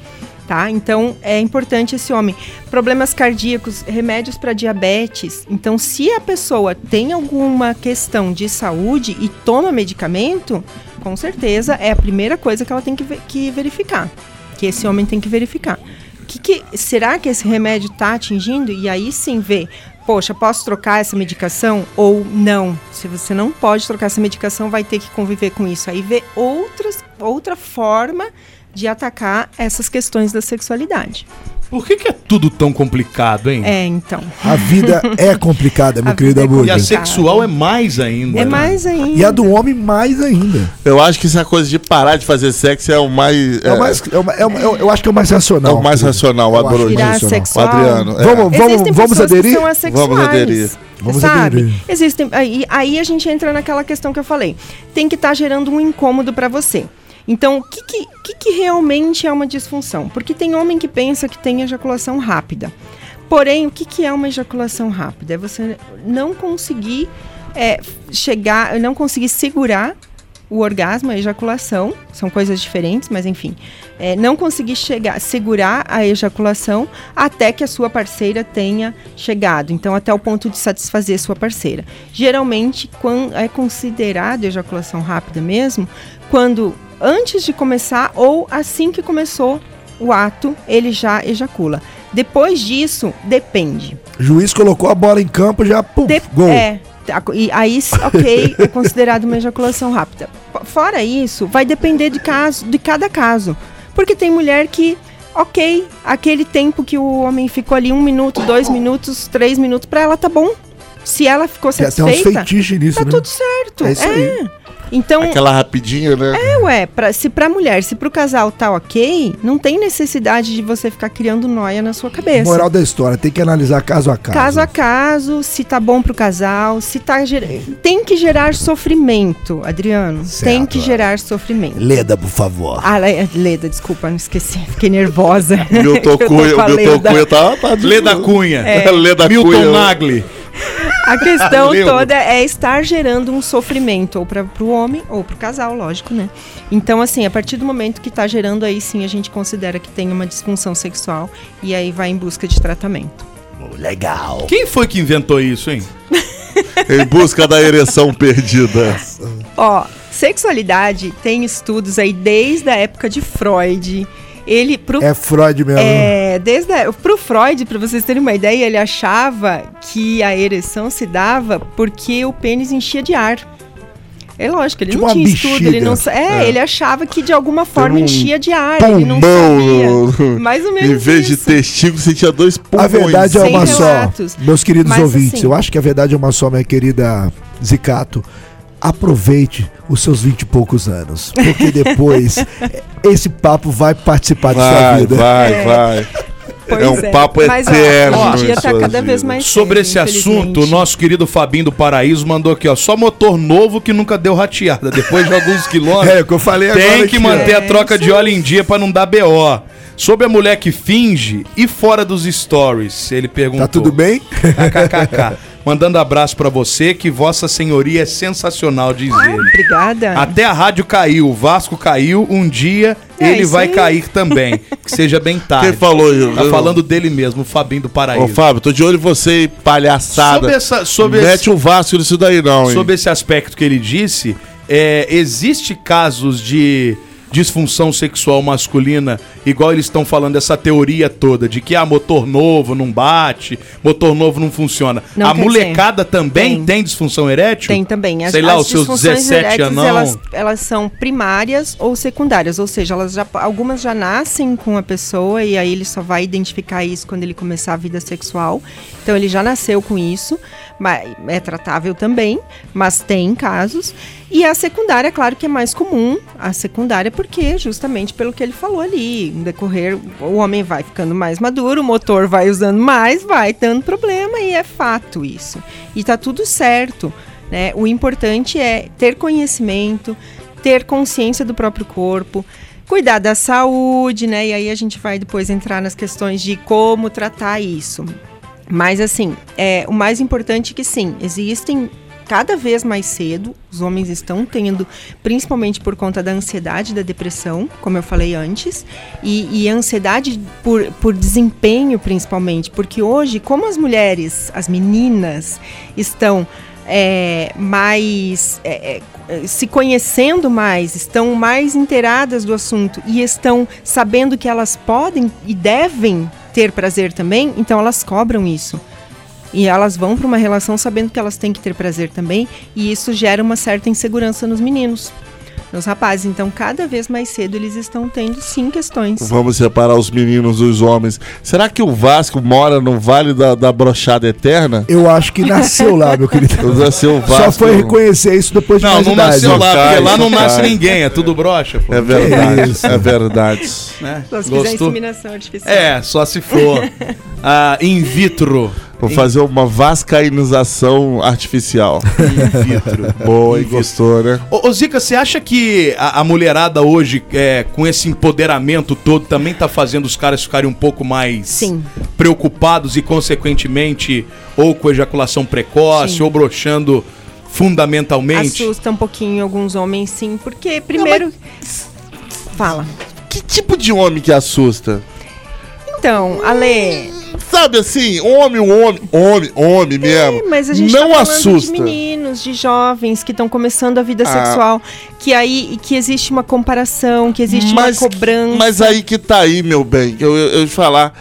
Speaker 10: Tá? Então é importante esse homem. Problemas cardíacos, remédios para diabetes. Então, se a pessoa tem alguma questão de saúde e toma medicamento, com certeza é a primeira coisa que ela tem que, ve- que verificar. Que esse homem tem que verificar. Que que- será que esse remédio está atingindo? E aí sim ver, poxa, posso trocar essa medicação ou não? Se você não pode trocar essa medicação, vai ter que conviver com isso. Aí ver outras, outra forma de atacar essas questões da sexualidade.
Speaker 5: Por que, que é tudo tão complicado, hein?
Speaker 10: É, então.
Speaker 3: a vida é complicada, meu querido amor.
Speaker 5: E a sexual é mais ainda. né?
Speaker 10: É mais ainda.
Speaker 3: E a do homem, mais ainda.
Speaker 4: Eu acho que essa coisa de parar de fazer sexo é o mais.
Speaker 3: É o mais, é o ma- é o- eu, eu acho que é o mais racional.
Speaker 4: É o mais racional,
Speaker 3: Eu acho
Speaker 4: adorou
Speaker 10: Virar
Speaker 4: isso.
Speaker 10: sexual.
Speaker 4: Adriano, é.
Speaker 3: Vamos, vamos,
Speaker 10: Existem
Speaker 3: vamos
Speaker 10: pessoas
Speaker 3: aderir?
Speaker 10: Que são assexuais,
Speaker 4: Vamos aderir.
Speaker 3: Vamos
Speaker 10: sabe?
Speaker 3: aderir.
Speaker 10: Existem. Aí, aí a gente entra naquela questão que eu falei. Tem que estar gerando um incômodo para você. Então, o que, que, o que que realmente é uma disfunção? Porque tem homem que pensa que tem ejaculação rápida. Porém, o que, que é uma ejaculação rápida? É você não conseguir é, chegar, não conseguir segurar o orgasmo, a ejaculação, são coisas diferentes, mas enfim, é, não conseguir chegar, segurar a ejaculação até que a sua parceira tenha chegado, então até o ponto de satisfazer sua parceira. Geralmente, quando é considerado ejaculação rápida mesmo, quando antes de começar ou assim que começou o ato, ele já ejacula. Depois disso, depende.
Speaker 3: Juiz colocou a bola em campo já, pum,
Speaker 10: De-
Speaker 3: gol.
Speaker 10: É. tá, E aí, s- ok, é considerado uma ejaculação rápida. P- Fora isso, vai depender de caso, de cada caso. Porque tem mulher que, ok, aquele tempo que o homem ficou ali, um minuto, dois minutos, três minutos, pra ela tá bom. Se ela ficou
Speaker 3: Tem até uns
Speaker 10: satisfeita,
Speaker 3: feitiços nisso,
Speaker 10: tá
Speaker 3: né?
Speaker 10: tudo certo.
Speaker 3: É isso aí.
Speaker 10: Então,
Speaker 4: Aquela rapidinho, né?
Speaker 10: é, ué, pra, se pra mulher, se pro casal tá ok, não tem necessidade de você ficar criando noia na sua cabeça.
Speaker 3: Moral da história, tem que analisar caso a caso.
Speaker 10: Caso a caso, se tá bom pro casal, se tá ger... tem que gerar sofrimento, Adriano.
Speaker 3: Certo,
Speaker 10: tem que
Speaker 3: é.
Speaker 10: gerar sofrimento.
Speaker 3: Leda, por favor.
Speaker 10: Ah, Le- Leda, desculpa, não esqueci, fiquei nervosa.
Speaker 4: Milton
Speaker 10: Eu tô
Speaker 4: Cunha,
Speaker 10: com a
Speaker 4: o Milton
Speaker 10: Leda.
Speaker 4: Cunha tá. tá
Speaker 5: Leda Cunha.
Speaker 10: É.
Speaker 4: Leda
Speaker 5: Milton
Speaker 4: Cunha.
Speaker 5: Nagli.
Speaker 10: A questão
Speaker 5: Leu.
Speaker 10: toda é estar gerando um sofrimento, ou para o homem, ou para o casal, lógico, né? Então, assim, a partir do momento que está gerando, aí sim a gente considera que tem uma disfunção sexual e aí vai em busca de tratamento.
Speaker 3: Legal.
Speaker 5: Quem foi que inventou isso, hein?
Speaker 4: Em busca da ereção perdida.
Speaker 10: Ó, sexualidade tem estudos aí desde a época de Freud. Ele, pro
Speaker 3: É Freud mesmo.
Speaker 10: É, desde a, pro Freud, para vocês terem uma ideia, ele achava que a ereção se dava porque o pênis enchia de ar. É lógico, ele
Speaker 3: Tipo
Speaker 10: não
Speaker 3: uma
Speaker 10: tinha estudo, ele
Speaker 3: bexiga.
Speaker 10: não sa- é, ele achava que de alguma forma
Speaker 4: um
Speaker 10: enchia de ar, ele não
Speaker 4: Pulmão.
Speaker 10: sabia. Mais ou menos
Speaker 4: Em vez de
Speaker 10: isso.
Speaker 4: testículo, você tinha dois
Speaker 3: A
Speaker 4: pulmões.
Speaker 3: verdade é
Speaker 10: Sem
Speaker 3: uma
Speaker 10: relatos.
Speaker 3: só. Meus queridos
Speaker 10: Mas,
Speaker 3: ouvintes,
Speaker 10: assim-
Speaker 3: eu acho que a verdade é uma só, minha querida Zicato. Aproveite os seus vinte e poucos anos, porque depois esse papo vai participar da sua
Speaker 4: Vai,
Speaker 3: vida.
Speaker 4: vai, vai.
Speaker 10: É. Pois
Speaker 4: é um papo
Speaker 10: Mas, ó,
Speaker 4: eterno
Speaker 10: Hoje em dia
Speaker 4: em
Speaker 10: tá
Speaker 4: suas
Speaker 10: cada vez
Speaker 4: vidas.
Speaker 10: mais
Speaker 5: Sobre
Speaker 10: sério,
Speaker 5: esse assunto, o
Speaker 10: infelizmente.
Speaker 5: nosso querido Fabinho do Paraíso mandou aqui, ó. Só motor novo que nunca deu rateada. Depois de alguns quilômetros.
Speaker 3: É, o que eu falei
Speaker 5: Tem
Speaker 3: agora
Speaker 5: que
Speaker 3: aqui,
Speaker 5: manter
Speaker 10: ó.
Speaker 5: a troca
Speaker 10: É,
Speaker 5: de óleo em dia pra não dar BO. Sobre a mulher que finge e fora dos stories, ele
Speaker 3: ó.
Speaker 5: perguntou.
Speaker 3: Tá tudo bem?
Speaker 5: KKK. mandando abraço pra você, que Vossa Senhoria é sensacional, diz ele.
Speaker 10: Obrigada.
Speaker 5: Até a rádio caiu, o Vasco caiu, um dia
Speaker 10: É,
Speaker 5: ele
Speaker 10: isso
Speaker 5: vai
Speaker 10: aí.
Speaker 5: cair também. Que seja bem tarde.
Speaker 4: Quem falou, Gil?
Speaker 5: Tá falando dele mesmo, o Fabinho do Paraíso.
Speaker 4: Ô, Fábio, tô de olho em você, hein, palhaçada.
Speaker 5: Sobre essa- sobre
Speaker 4: Mete
Speaker 5: esse- um
Speaker 4: o Vasco nisso daí, não, hein?
Speaker 5: Sobre esse aspecto que ele disse, é, existe casos de disfunção sexual masculina, igual eles estão falando essa teoria toda de que ah, motor novo não bate, motor novo não funciona.
Speaker 10: Não
Speaker 5: a
Speaker 10: quer
Speaker 5: molecada também tem.
Speaker 10: Tem.
Speaker 5: disfunção erétil?
Speaker 10: Tem também. As,
Speaker 5: Sei lá,
Speaker 10: as
Speaker 5: os seus
Speaker 10: disfunções
Speaker 5: 17
Speaker 10: eréteis,
Speaker 5: anos.
Speaker 10: Elas, elas são primárias ou secundárias, ou seja, elas já, algumas já nascem com a pessoa e aí ele só vai identificar isso quando ele começar a vida sexual. Então ele já nasceu com isso, mas é tratável também, mas tem casos. E a secundária, claro que é mais comum, a secundária, porque justamente pelo que ele falou ali, no decorrer, o homem vai ficando mais maduro, o motor vai usando mais, vai dando problema e é fato isso. E tá tudo certo né? O importante é ter conhecimento, ter consciência do próprio corpo, cuidar da saúde, né? E aí a gente vai depois entrar nas questões de como tratar isso. Mas assim, é, o mais importante é que sim, existem cada vez mais cedo, os homens estão tendo, principalmente por conta da ansiedade, da depressão, como eu falei antes, e, e ansiedade por, por desempenho, principalmente, porque hoje, como as mulheres, as meninas, estão é, mais é, é, se conhecendo mais, estão mais inteiradas do assunto e estão sabendo que elas podem e devem ter prazer também, então elas cobram isso. E elas vão para uma relação sabendo que elas têm que ter prazer também, e isso gera uma certa insegurança nos meninos, nos rapazes. Então, cada vez mais cedo eles estão tendo sim questões.
Speaker 4: Vamos separar os meninos dos homens. Será que o Vasco mora no Vale da, da Brochada Eterna?
Speaker 3: Eu acho que nasceu lá, meu querido.
Speaker 4: Nasceu o Vasco.
Speaker 3: Só foi reconhecer isso depois de
Speaker 5: Não,
Speaker 3: mais
Speaker 5: não
Speaker 3: idade.
Speaker 5: nasceu lá, porque
Speaker 4: Cai,
Speaker 5: lá não
Speaker 4: cai.
Speaker 5: nasce ninguém, é tudo brocha, pô.
Speaker 4: É verdade,
Speaker 3: isso.
Speaker 4: é verdade.
Speaker 5: Né?
Speaker 10: Só se fizer
Speaker 5: Gostou?
Speaker 10: inseminação artificial.
Speaker 5: É, só se for ah, in vitro.
Speaker 4: Vou fazer uma vascaínização artificial.
Speaker 5: In vitro.
Speaker 4: Boa e gostou, né?
Speaker 5: Ô, ô, Zica, você acha que a, a mulherada hoje, é, com esse empoderamento todo, também tá fazendo os caras ficarem um pouco mais
Speaker 10: Sim.
Speaker 5: preocupados e, consequentemente, ou com ejaculação precoce,
Speaker 10: Sim.
Speaker 5: ou broxando fundamentalmente?
Speaker 10: Assusta um pouquinho alguns homens, sim, porque primeiro. Fala.
Speaker 4: Que tipo de homem que assusta?
Speaker 10: Então, Ale.
Speaker 4: Sabe assim, homem, homem, homem, homem mesmo.
Speaker 10: Mas a gente
Speaker 4: não
Speaker 10: tá falando
Speaker 4: assusta.
Speaker 10: de meninos, de jovens que estão começando a vida sexual, que aí que existe uma comparação, que existe uma cobrança.
Speaker 4: mas aí que tá aí, meu bem, eu, eu, eu te falar.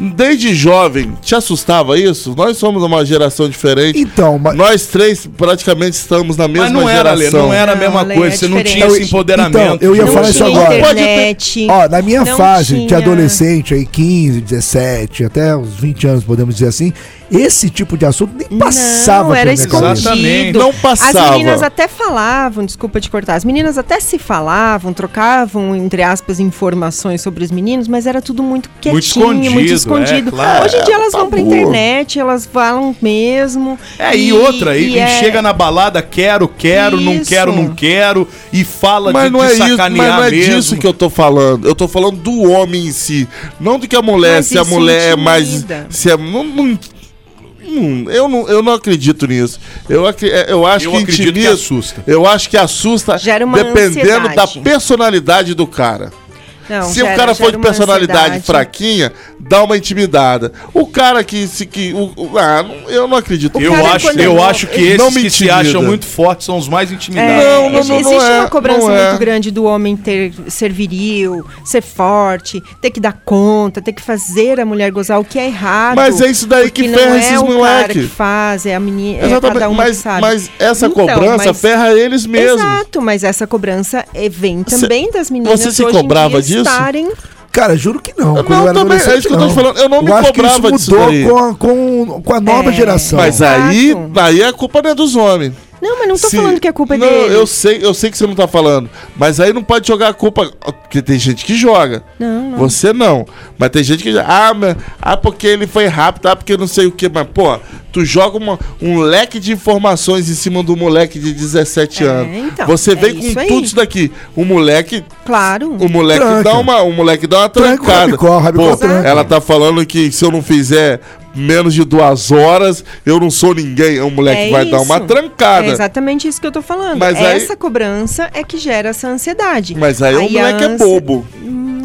Speaker 4: Desde jovem, te assustava isso? Nós somos uma geração diferente.
Speaker 3: Então, mas...
Speaker 4: Nós três praticamente estamos na mesma
Speaker 5: Mas não era,
Speaker 4: geração.
Speaker 5: Ale, não era a
Speaker 10: Não,
Speaker 5: mesma
Speaker 10: Ale,
Speaker 5: coisa,
Speaker 10: é
Speaker 5: você não tinha
Speaker 10: diferente.
Speaker 5: esse empoderamento.
Speaker 3: Então, eu ia
Speaker 10: não
Speaker 3: falar isso
Speaker 10: tinha
Speaker 3: agora.
Speaker 10: internet.
Speaker 3: Ó, na minha
Speaker 10: não
Speaker 3: fase de
Speaker 10: tinha-
Speaker 3: adolescente, aí 15, 17, até uns 20 anos, podemos dizer assim, esse tipo de assunto nem passava
Speaker 10: não,
Speaker 3: pela
Speaker 10: era
Speaker 3: minha cabeça.
Speaker 5: escondido. Exatamente.
Speaker 10: escondido.
Speaker 4: Não passava.
Speaker 10: As meninas até falavam, desculpa te cortar, as meninas até se falavam, trocavam, entre aspas, informações sobre os meninos, mas era tudo muito quietinho, muito escondido.
Speaker 5: escondido, é, claro.
Speaker 10: Hoje em dia elas
Speaker 4: Tá
Speaker 10: vão pra
Speaker 4: boa.
Speaker 10: internet, elas falam mesmo.
Speaker 5: É, e, outra, e, e
Speaker 10: é-
Speaker 5: chega na balada, quero, quero, não
Speaker 10: Isso.
Speaker 5: quero, não quero, e fala
Speaker 4: Mas
Speaker 5: de,
Speaker 4: não,
Speaker 5: de
Speaker 4: é isso, mas
Speaker 5: sacanear
Speaker 4: não é
Speaker 5: mesmo.
Speaker 4: disso que eu tô falando. Eu tô falando do homem em si. Não do que a mulher,
Speaker 10: Mas
Speaker 4: se a
Speaker 10: isso
Speaker 4: mulher é mais.
Speaker 10: intimida.
Speaker 4: Se é, não, não- hum, eu, não, eu não acredito nisso. Eu, acri- é, eu acho
Speaker 5: Eu
Speaker 4: que
Speaker 5: acredito que
Speaker 4: intimida.
Speaker 5: assusta.
Speaker 4: Eu acho que assusta
Speaker 10: Gera uma
Speaker 4: dependendo da
Speaker 10: ansiedade.
Speaker 4: personalidade do cara.
Speaker 10: Não,
Speaker 4: se
Speaker 10: gera-
Speaker 4: o cara for
Speaker 10: gera
Speaker 4: de
Speaker 10: uma
Speaker 4: personalidade
Speaker 10: ansiedade.
Speaker 4: fraquinha, dá uma intimidada. O cara que se que o- o- ah, não- eu não acredito.
Speaker 10: O
Speaker 5: Eu
Speaker 10: cara, é
Speaker 5: acho,
Speaker 10: quando
Speaker 5: eu
Speaker 4: é
Speaker 10: não-
Speaker 5: acho que
Speaker 4: Não
Speaker 5: esses
Speaker 4: me
Speaker 5: que se
Speaker 4: intimida.
Speaker 5: acham muito fortes são os mais intimidados.
Speaker 10: É,
Speaker 4: Não, não, não,
Speaker 10: existe
Speaker 4: não é,
Speaker 10: uma cobrança
Speaker 4: não é.
Speaker 10: muito grande do homem ter, ser viril, ser forte, ter que dar conta, ter que fazer a mulher gozar, o que é errado.
Speaker 4: Mas é isso daí
Speaker 10: porque
Speaker 4: que
Speaker 10: não
Speaker 4: ferra
Speaker 10: é
Speaker 4: esses
Speaker 10: o
Speaker 4: moleque.
Speaker 10: cara que faz, é a menina, é
Speaker 4: Exatamente,
Speaker 10: cada um que
Speaker 4: mas,
Speaker 10: sabe.
Speaker 4: mas essa
Speaker 10: Então,
Speaker 4: cobrança
Speaker 10: mas-
Speaker 4: ferra eles mesmos.
Speaker 10: Exato, mas essa cobrança eh, vem
Speaker 4: Cê-
Speaker 10: também das meninas
Speaker 4: você se
Speaker 10: hoje em
Speaker 4: cobrava disso?
Speaker 10: dia estarem
Speaker 3: Cara, juro que não.
Speaker 4: Eu
Speaker 3: quando eu
Speaker 4: não,
Speaker 3: era
Speaker 4: também, é isso
Speaker 3: adolescente,
Speaker 4: que eu tô te falando, eu não me
Speaker 3: acho que isso
Speaker 4: cobrava disso daí.
Speaker 3: mudou com a, com, com a nova
Speaker 10: É.
Speaker 3: geração.
Speaker 4: Mas aí,
Speaker 10: Exato.
Speaker 4: aí a culpa não é dos homens.
Speaker 10: Não, mas não tô
Speaker 4: Se-
Speaker 10: falando que a culpa é
Speaker 4: não,
Speaker 10: deles.
Speaker 4: Eu sei, eu sei que você não tá falando. Mas aí não pode jogar a culpa. Porque tem gente que joga.
Speaker 10: Não, não.
Speaker 4: Você não. Mas tem gente que. já- Ah, mas, ah porque ele foi rápido, ah, porque não sei o que. Mas, pô, tu joga uma- um leque de informações em cima do moleque de 17
Speaker 10: É,
Speaker 4: anos.
Speaker 10: então,
Speaker 4: você
Speaker 10: é
Speaker 4: vem com
Speaker 10: isso aí.
Speaker 4: tudo isso daqui. O moleque.
Speaker 10: Claro.
Speaker 4: O moleque
Speaker 3: Tranca.
Speaker 4: dá uma, o moleque dá uma
Speaker 3: Tranca o
Speaker 4: trancada.
Speaker 3: rabicó, o rabicó
Speaker 4: Pô,
Speaker 3: tranca.
Speaker 4: ela tá falando que se eu não fizer menos de duas horas, eu não sou ninguém. É um moleque que vai dar uma
Speaker 10: isso.
Speaker 4: trancada.
Speaker 10: É exatamente isso que eu tô falando.
Speaker 4: Mas aí-
Speaker 10: essa cobrança é que gera essa ansiedade.
Speaker 4: Mas aí, o
Speaker 10: a
Speaker 4: moleque é
Speaker 10: ansi-
Speaker 4: bobo.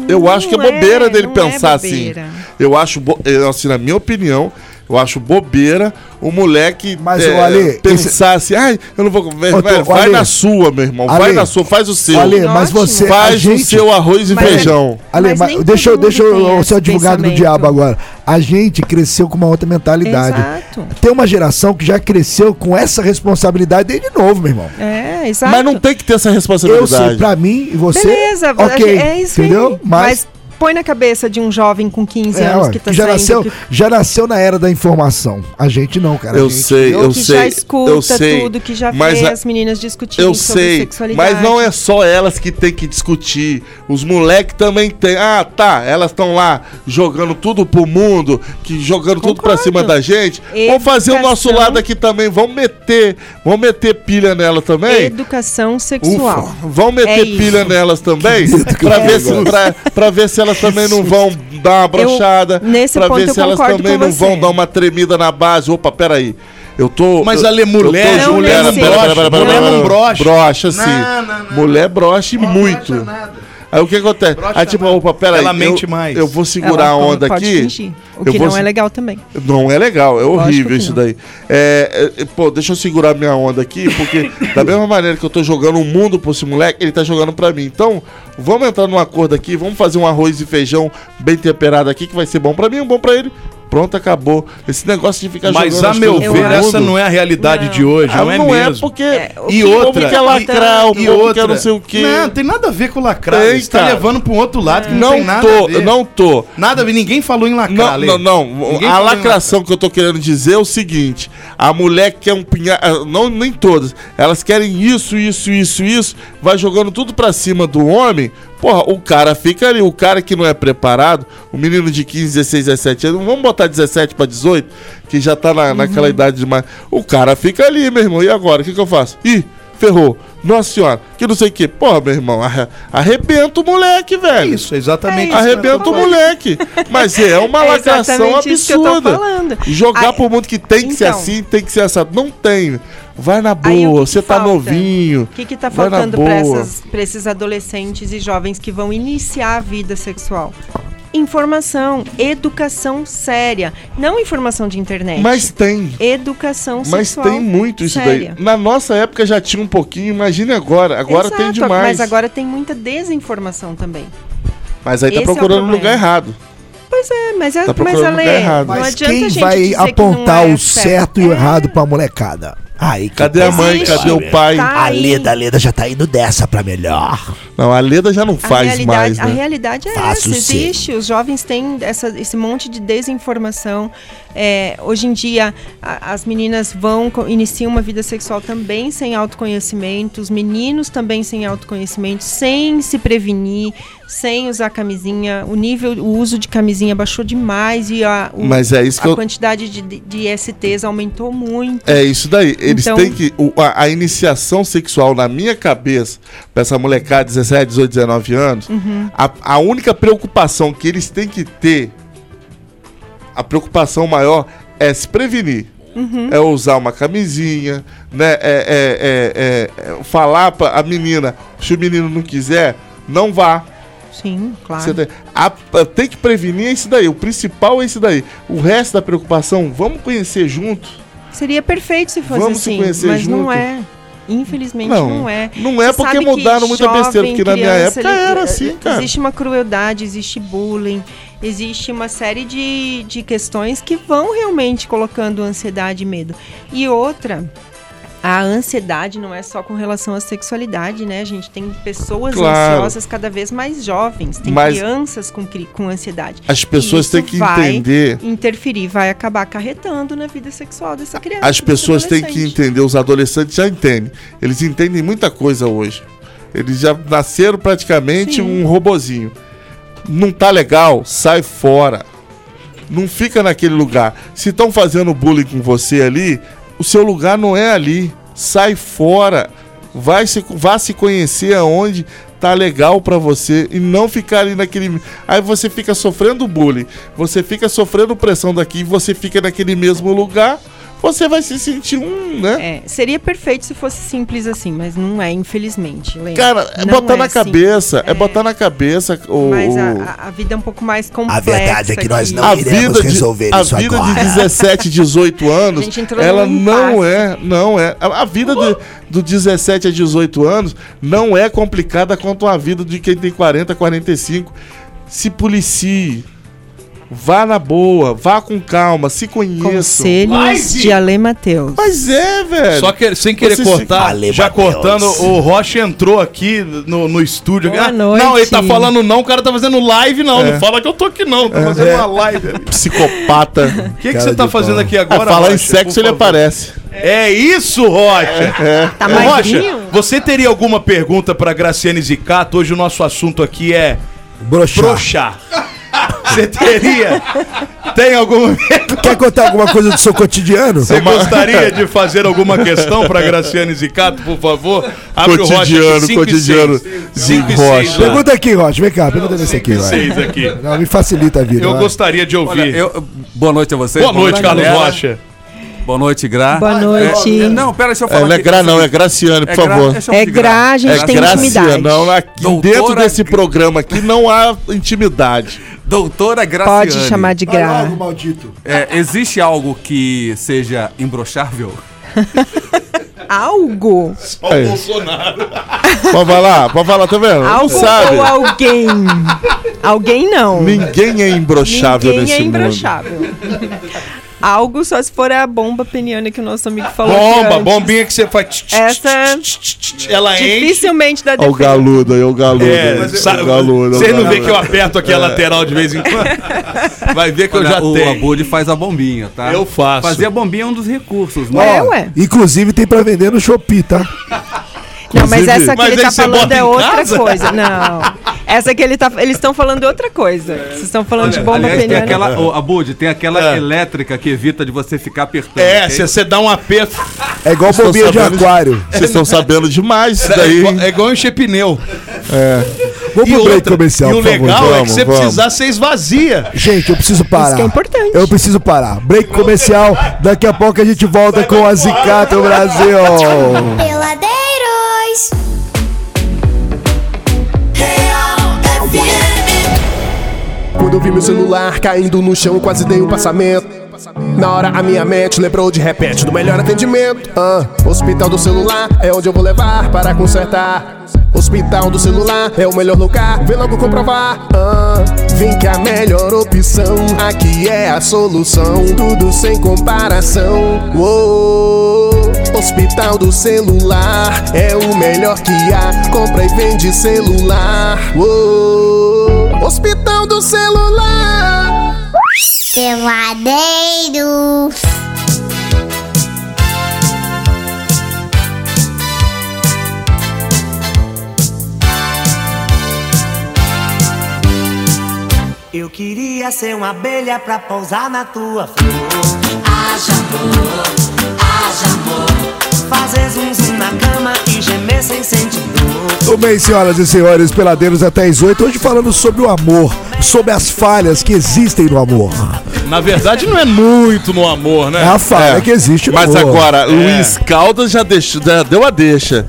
Speaker 4: Eu acho que é
Speaker 10: não é,
Speaker 4: bobeira dele
Speaker 10: não é
Speaker 4: pensar assim.
Speaker 10: bobeira.
Speaker 4: Eu acho, bo- eu, assim, na minha opinião, eu acho bobeira o moleque
Speaker 3: Mas,
Speaker 4: é,
Speaker 3: ô, Ale,
Speaker 4: pensar assim, ai, eu não vou. Vai,
Speaker 3: Ô,
Speaker 4: vai-
Speaker 3: Tom,
Speaker 4: vai
Speaker 3: Ale,
Speaker 4: na sua, meu irmão. vai
Speaker 3: Ale,
Speaker 4: na sua, faz o seu.
Speaker 3: Ale, mas você.
Speaker 4: faz
Speaker 3: a gente-
Speaker 4: o seu arroz
Speaker 10: é
Speaker 4: e feijão.
Speaker 3: Ale, mas deixa, eu- deixa eu ser advogado do
Speaker 10: pensamento.
Speaker 3: diabo agora. A gente cresceu com uma outra mentalidade.
Speaker 10: Exato.
Speaker 3: Tem uma geração que já cresceu com essa responsabilidade desde novo, meu irmão.
Speaker 10: É, exato.
Speaker 4: tem que ter essa
Speaker 3: Eu sei, pra mim e você.
Speaker 10: Beleza,
Speaker 3: ok,
Speaker 10: é isso
Speaker 3: entendeu?
Speaker 10: aí.
Speaker 3: Mas,
Speaker 10: põe na cabeça de um jovem com 15
Speaker 3: é,
Speaker 10: anos
Speaker 3: ué,
Speaker 10: que tá
Speaker 3: já,
Speaker 10: saindo...
Speaker 3: nasceu,
Speaker 10: que-
Speaker 3: já nasceu na era da informação. A gente não, cara.
Speaker 4: Eu
Speaker 3: a gente,
Speaker 4: sei, eu
Speaker 10: que
Speaker 4: sei.
Speaker 10: já escuta
Speaker 4: eu sei,
Speaker 10: tudo, que já
Speaker 4: mas
Speaker 10: vê
Speaker 4: a-
Speaker 10: as meninas discutindo
Speaker 4: Eu
Speaker 10: sobre
Speaker 4: sei,
Speaker 10: sexualidade.
Speaker 4: mas não é só elas que tem que discutir. Os moleques também tem. Ah, tá, elas estão lá jogando tudo pro mundo, que jogando tudo pra cima da gente. Vamos fazer o nosso
Speaker 10: Educação.
Speaker 4: lado aqui também, vamos meter, vamos meter pilha nela também.
Speaker 10: Educação
Speaker 4: assim. Ufa,
Speaker 10: sexual.
Speaker 4: vão meter
Speaker 10: É
Speaker 4: pilha
Speaker 10: isso.
Speaker 4: nelas também pra ver, se, pra, pra ver se elas também não vão dar uma brochada.
Speaker 10: nesse
Speaker 4: pra
Speaker 10: ponto
Speaker 4: ver
Speaker 10: eu
Speaker 4: se elas
Speaker 10: concordo
Speaker 4: também
Speaker 10: com
Speaker 4: não vão
Speaker 10: você.
Speaker 4: dar uma tremida na base. Opa, peraí. Eu tô.
Speaker 5: Mas,
Speaker 4: eu-
Speaker 5: Ale,
Speaker 4: eu tô
Speaker 5: mulher- é
Speaker 4: de
Speaker 5: não
Speaker 4: mulher,
Speaker 5: lembro.
Speaker 4: pera, pera,
Speaker 5: Não
Speaker 4: pera, pera, pera,
Speaker 5: lembro,
Speaker 4: pera.
Speaker 5: é um brocha.
Speaker 4: Brocha, sim.
Speaker 5: Não, não, é
Speaker 4: Mulher brocha e muito. Aí o que acontece? Aí tipo, opa, peraí.
Speaker 5: Ela mente
Speaker 4: eu,
Speaker 5: mais.
Speaker 4: eu vou segurar a
Speaker 10: Ela
Speaker 4: onda
Speaker 10: pode
Speaker 4: aqui.
Speaker 10: fingir, O
Speaker 4: eu
Speaker 10: que
Speaker 4: vou
Speaker 10: não é
Speaker 4: se-
Speaker 10: legal também.
Speaker 4: não é legal, é horrível
Speaker 10: que
Speaker 4: isso
Speaker 10: não.
Speaker 4: daí. É, é, é, pô, deixa eu segurar minha onda aqui, porque da mesma maneira que eu tô jogando o mundo pra esse moleque, ele tá jogando pra mim. Então, vamos entrar num acordo aqui, vamos fazer um arroz e feijão bem temperado aqui, que vai ser bom pra mim, um bom pra ele. Pronto, acabou. Esse negócio de ficar
Speaker 5: Mas
Speaker 4: jogando.
Speaker 5: a
Speaker 4: as
Speaker 5: meu
Speaker 4: coisas
Speaker 5: ver,
Speaker 4: pro mundo-
Speaker 5: essa não é a realidade de hoje,
Speaker 4: Ah,
Speaker 5: não é
Speaker 4: não é
Speaker 5: mesmo.
Speaker 4: porque-
Speaker 5: o
Speaker 4: e
Speaker 5: que-
Speaker 4: outra-
Speaker 5: o que que é
Speaker 4: lacrar, o
Speaker 5: e
Speaker 4: que é
Speaker 5: outra.
Speaker 4: não sei o quê.
Speaker 5: Não, tem nada a ver com lacrar.
Speaker 4: Tem,
Speaker 5: Você tá
Speaker 4: cara.
Speaker 5: levando pra um outro lado que não, tem
Speaker 4: Não
Speaker 5: nada a
Speaker 4: tô,
Speaker 5: ver.
Speaker 4: não tô.
Speaker 5: Nada a ver, ninguém falou em lacrar.
Speaker 4: Não,
Speaker 5: Ale.
Speaker 4: não, não.
Speaker 5: Ninguém
Speaker 4: A
Speaker 5: falou em
Speaker 4: lacração que eu tô querendo dizer é o seguinte: a mulher quer um pinhar. ah, Não, nem todas. Elas querem isso, isso, isso, isso. Vai jogando tudo pra cima do homem. Porra, o cara fica ali. O cara que não é preparado, o menino de 15, 16, 17 anos, vamos botar 17 pra 18, que já tá na, naquela idade demais. O cara fica ali, meu irmão. E agora? O que, que eu faço? Ih, ferrou. Nossa senhora, que não sei o que. Porra, meu irmão, arre- arrebenta o moleque, velho.
Speaker 5: É isso, exatamente. isso que eu tô
Speaker 4: Arrebenta o
Speaker 5: falando.
Speaker 4: moleque. Mas é uma
Speaker 10: É
Speaker 4: lacração
Speaker 10: exatamente isso que eu tô
Speaker 4: absurda.
Speaker 10: falando.
Speaker 4: Jogar
Speaker 10: Aí-
Speaker 4: pro mundo que tem que ser
Speaker 10: Então.
Speaker 4: assim, tem que ser assado. Não tem. Vai na
Speaker 10: Aí, o que
Speaker 4: boa,
Speaker 10: que
Speaker 4: você tá
Speaker 10: falta?
Speaker 4: novinho.
Speaker 10: O que, que tá
Speaker 4: vai na
Speaker 10: faltando pra,
Speaker 4: boa.
Speaker 10: essas- pra esses adolescentes e jovens que vão iniciar a vida sexual? Informação, educação séria. Não informação de internet.
Speaker 4: Mas tem.
Speaker 10: Educação
Speaker 4: Mas
Speaker 10: é? um sexual.
Speaker 4: tem muito isso
Speaker 10: séria.
Speaker 4: daí. Na nossa época já tinha um pouquinho, imagine agora. Agora tem
Speaker 10: Exato,
Speaker 4: demais.
Speaker 10: Mas agora tem muita desinformação também.
Speaker 4: Mas aí tá
Speaker 10: esse é o
Speaker 4: procurando no lugar
Speaker 10: problema.
Speaker 4: errado.
Speaker 10: Pois é, mas, é,
Speaker 4: Tá
Speaker 10: mas
Speaker 4: procurando
Speaker 10: Ale,
Speaker 4: lugar errado.
Speaker 10: não
Speaker 3: mas
Speaker 10: adianta a
Speaker 3: quem
Speaker 10: gente
Speaker 3: vai
Speaker 10: dizer
Speaker 3: apontar
Speaker 10: que não é
Speaker 3: o certo e o errado pra molecada? Aí, que tá.
Speaker 4: Cadê a mãe?
Speaker 10: Existe.
Speaker 4: Cadê o pai?
Speaker 10: Tá
Speaker 3: A
Speaker 10: aí.
Speaker 3: Leda, a Leda já tá indo dessa pra melhor.
Speaker 4: Não, a Leda já não
Speaker 10: A
Speaker 4: faz
Speaker 10: realidade,
Speaker 4: mais,
Speaker 10: A
Speaker 4: né?
Speaker 10: realidade é
Speaker 3: Faço
Speaker 10: essa,
Speaker 3: sim.
Speaker 10: existe. Os jovens têm essa- esse monte de desinformação. É, hoje em dia, a- as meninas vão, co- iniciam uma vida sexual também sem autoconhecimento, os meninos também sem autoconhecimento, sem se prevenir, sem usar camisinha. O nível, o uso de camisinha baixou demais e a, o-
Speaker 4: Mas é isso que
Speaker 10: a
Speaker 4: eu-
Speaker 10: quantidade de, de STs aumentou muito.
Speaker 4: É isso daí. Eles
Speaker 10: Então-
Speaker 4: têm que. o- a, a iniciação sexual, na minha cabeça, pra essa molecada de 17, 18, 19 anos, a, a única preocupação que eles têm que ter, a preocupação maior, é se prevenir. É usar uma camisinha, né? É, é- é- é- é falar pra a menina, se o menino não quiser, não vá.
Speaker 10: Sim, claro.
Speaker 4: Você tá tem, a- a- tem que prevenir é isso daí. O principal é isso daí. O resto da preocupação, vamos conhecer junto.
Speaker 10: Seria perfeito se fosse
Speaker 4: Vamos se
Speaker 10: assim,
Speaker 4: conhecer
Speaker 10: mas
Speaker 4: junto.
Speaker 10: não é. Infelizmente
Speaker 4: Não,
Speaker 10: não, é.
Speaker 4: não é
Speaker 10: Você
Speaker 4: porque
Speaker 10: sabe que
Speaker 4: mudaram muita
Speaker 10: jovem,
Speaker 4: besteira, porque na minha
Speaker 10: criança,
Speaker 4: época
Speaker 10: ele-
Speaker 4: era assim, cara.
Speaker 10: Existe uma crueldade, existe bullying, existe uma série de, de questões que vão realmente colocando ansiedade e medo. E outra, a ansiedade não é só com relação à sexualidade, né? A gente tem pessoas
Speaker 4: Claro.
Speaker 10: ansiosas cada vez mais jovens, tem
Speaker 4: Mas-
Speaker 10: crianças com, cri- com ansiedade.
Speaker 4: As pessoas
Speaker 10: E
Speaker 4: têm
Speaker 10: isso
Speaker 4: que
Speaker 10: vai
Speaker 4: entender.
Speaker 10: Interferir, vai acabar acarretando na vida sexual dessa criança.
Speaker 4: As
Speaker 10: desse
Speaker 4: pessoas têm que
Speaker 10: adolescente.
Speaker 4: entender, os adolescentes já entendem. Eles entendem muita coisa hoje. Eles já nasceram praticamente
Speaker 10: Sim.
Speaker 4: um robozinho. Não tá legal, sai fora. Não fica naquele lugar. Se estão fazendo bullying com você ali, o seu lugar não é ali. Sai fora. Vai se, vá se conhecer aonde tá legal pra você e não ficar ali naquele. Aí você fica sofrendo bullying, você fica sofrendo pressão daqui e você fica naquele mesmo lugar, você vai se sentir um, né?
Speaker 10: É, seria perfeito se fosse simples assim, mas não é, infelizmente. Lembra?
Speaker 4: Cara, é
Speaker 10: Não
Speaker 4: botar
Speaker 10: é
Speaker 4: na
Speaker 10: simples.
Speaker 4: cabeça, é, botar na cabeça o.
Speaker 10: Mas
Speaker 4: o-
Speaker 10: a- a, a vida é um pouco mais complexa.
Speaker 4: A vida de- a vida de 17, 18
Speaker 10: A
Speaker 4: anos,
Speaker 10: gente entrou
Speaker 4: ela
Speaker 10: num
Speaker 4: não é, não é. A, a vida de- do 17 a 18 anos não é complicada quanto a vida de quem tem 40, 45. Se policie. Vá na boa, vá com calma, se conheça.
Speaker 10: Conselhos de Ale Matheus.
Speaker 4: Mas é, velho.
Speaker 5: Só que sem querer
Speaker 4: Você se-
Speaker 5: cortar,
Speaker 4: Ale
Speaker 5: já
Speaker 4: Mateus.
Speaker 5: cortando, o Rocha entrou aqui no, no estúdio.
Speaker 4: Boa
Speaker 5: Ah, Não, ele
Speaker 4: noite.
Speaker 5: tá falando não, o cara tá fazendo live não.
Speaker 4: É.
Speaker 5: Não fala que eu tô aqui não, tá
Speaker 4: É.
Speaker 5: fazendo
Speaker 4: É.
Speaker 5: uma live. ali.
Speaker 4: Psicopata. O
Speaker 5: que que você tá fazendo aqui agora,
Speaker 4: falar Ah, em
Speaker 5: Rocha?
Speaker 4: sexo,
Speaker 5: Por
Speaker 4: ele
Speaker 5: favor.
Speaker 4: aparece.
Speaker 5: É isso, Rocha!
Speaker 4: Tá
Speaker 5: Rocha,
Speaker 4: magrinho?
Speaker 5: você teria alguma pergunta pra Graciane Zicato? Hoje o nosso assunto aqui é...
Speaker 3: Broxar.
Speaker 5: Você teria... Tem alguma...
Speaker 3: Quer contar alguma coisa do seu cotidiano?
Speaker 5: Você gostaria de fazer alguma questão pra Graciane Zicato, por favor?
Speaker 4: Cotidiano,
Speaker 5: cinco e
Speaker 4: cotidiano.
Speaker 5: seis.
Speaker 4: Zico
Speaker 5: Cinco e
Speaker 4: Rocha.
Speaker 5: seis lá.
Speaker 3: Pergunta aqui, Rocha. Vem cá, pergunta nesse aqui, vai.
Speaker 5: seis aqui.
Speaker 3: Não, me facilita a vida.
Speaker 5: Eu
Speaker 3: vai.
Speaker 5: gostaria de ouvir.
Speaker 12: Boa noite a vocês.
Speaker 5: Boa noite, Carlos
Speaker 12: galera.
Speaker 5: Rocha.
Speaker 12: Boa noite, Gra.
Speaker 10: Boa noite.
Speaker 12: É, não, pera, deixa eu
Speaker 4: É,
Speaker 12: falar.
Speaker 4: não é Gra, não, é Graciane, por favor.
Speaker 10: É gra, a gente tem intimidade.
Speaker 4: Não, aqui, dentro desse programa aqui não há intimidade.
Speaker 12: Doutora Graciane.
Speaker 10: Pode chamar de gra.
Speaker 12: É, existe algo que seja imbrochável?
Speaker 10: Algo.
Speaker 4: É isso. Pode falar, pode falar, tá vendo?
Speaker 10: Algo
Speaker 4: Sabe?
Speaker 10: ou alguém? Alguém não.
Speaker 4: Ninguém é imbrochável
Speaker 10: Ninguém
Speaker 4: nesse
Speaker 10: é
Speaker 4: mundo.
Speaker 10: imbrochável. Algo só se for a bomba peniana que o nosso amigo falou.
Speaker 5: Bomba,
Speaker 10: aqui antes.
Speaker 5: bombinha que você faz.
Speaker 10: Essa
Speaker 5: Ela enche.
Speaker 10: dificilmente dá
Speaker 4: Olha o galudo aí, olha o galudo.
Speaker 5: É,
Speaker 4: olha
Speaker 5: sabe-
Speaker 4: o galudo.
Speaker 5: Vocês
Speaker 4: olha o
Speaker 5: não vê que
Speaker 4: galudo.
Speaker 5: eu aperto aqui a
Speaker 4: É.
Speaker 5: lateral de vez em quando? Vai ver que eu
Speaker 12: Olha,
Speaker 5: já
Speaker 12: o
Speaker 5: tenho.
Speaker 12: Abud faz a bombinha, tá?
Speaker 5: Eu faço.
Speaker 12: Fazer a bombinha é um dos recursos,
Speaker 3: Ó, Inclusive tem pra vender no Shopee, tá?
Speaker 10: Não, mas essa que
Speaker 3: Mas
Speaker 10: ele
Speaker 3: aí
Speaker 10: tá
Speaker 3: você
Speaker 10: falando
Speaker 3: bota em
Speaker 10: é outra
Speaker 3: casa?
Speaker 10: coisa. Não. Essa que ele tá. Eles estão falando de outra coisa. Vocês estão falando de bomba
Speaker 12: Aliás, tem
Speaker 10: peniana.
Speaker 12: aquela, ô, Abud, tem aquela elétrica que evita de você ficar apertando.
Speaker 5: É,
Speaker 12: ok?
Speaker 5: se você dá um aperto.
Speaker 3: É igual
Speaker 12: Vocês
Speaker 3: bombinha de
Speaker 12: estão sabendo-
Speaker 3: aquário.
Speaker 12: Vocês estão
Speaker 4: sabendo demais
Speaker 5: É igual- É igual encher pneu.
Speaker 3: É. Vamos pro
Speaker 5: e,
Speaker 3: break
Speaker 5: outra,
Speaker 3: comercial,
Speaker 5: e o
Speaker 3: por favor.
Speaker 5: legal é que
Speaker 3: Vamos,
Speaker 5: se você
Speaker 3: vamos.
Speaker 5: precisar, você esvazia.
Speaker 3: Gente, eu preciso parar.
Speaker 5: Isso que é importante.
Speaker 3: Eu preciso parar. Break comercial. Daqui a pouco a gente volta com a Zicato Brasil.
Speaker 2: Peladeiros. Real FM.
Speaker 9: Quando eu vi meu celular caindo no chão, quase dei um passamento. Na hora a minha mente lembrou de repente do melhor atendimento. Ah, hospital do celular é onde eu vou levar para consertar. Hospital do celular é o melhor lugar, vem logo comprovar. Ah, vem que a melhor opção aqui é a solução, tudo sem comparação. Uou, hospital do celular é o melhor que há, compra e vende celular. Uou, hospital do celular.
Speaker 2: Peladeiros.
Speaker 7: Eu queria ser uma abelha pra pousar na tua flor. Haja amor, haja amor. Fazer zum zum na cama e gemer sem sentir dor.
Speaker 3: Tudo bem, senhoras e senhores, peladeiros até as 8. Hoje falando sobre o amor, sobre as falhas que existem no amor.
Speaker 5: Na verdade, não é muito no amor, né?
Speaker 3: É a falha que existe no
Speaker 4: Mas
Speaker 3: amor.
Speaker 4: agora,
Speaker 3: É.
Speaker 4: Luiz Caldas já, deixou, já deu a deixa.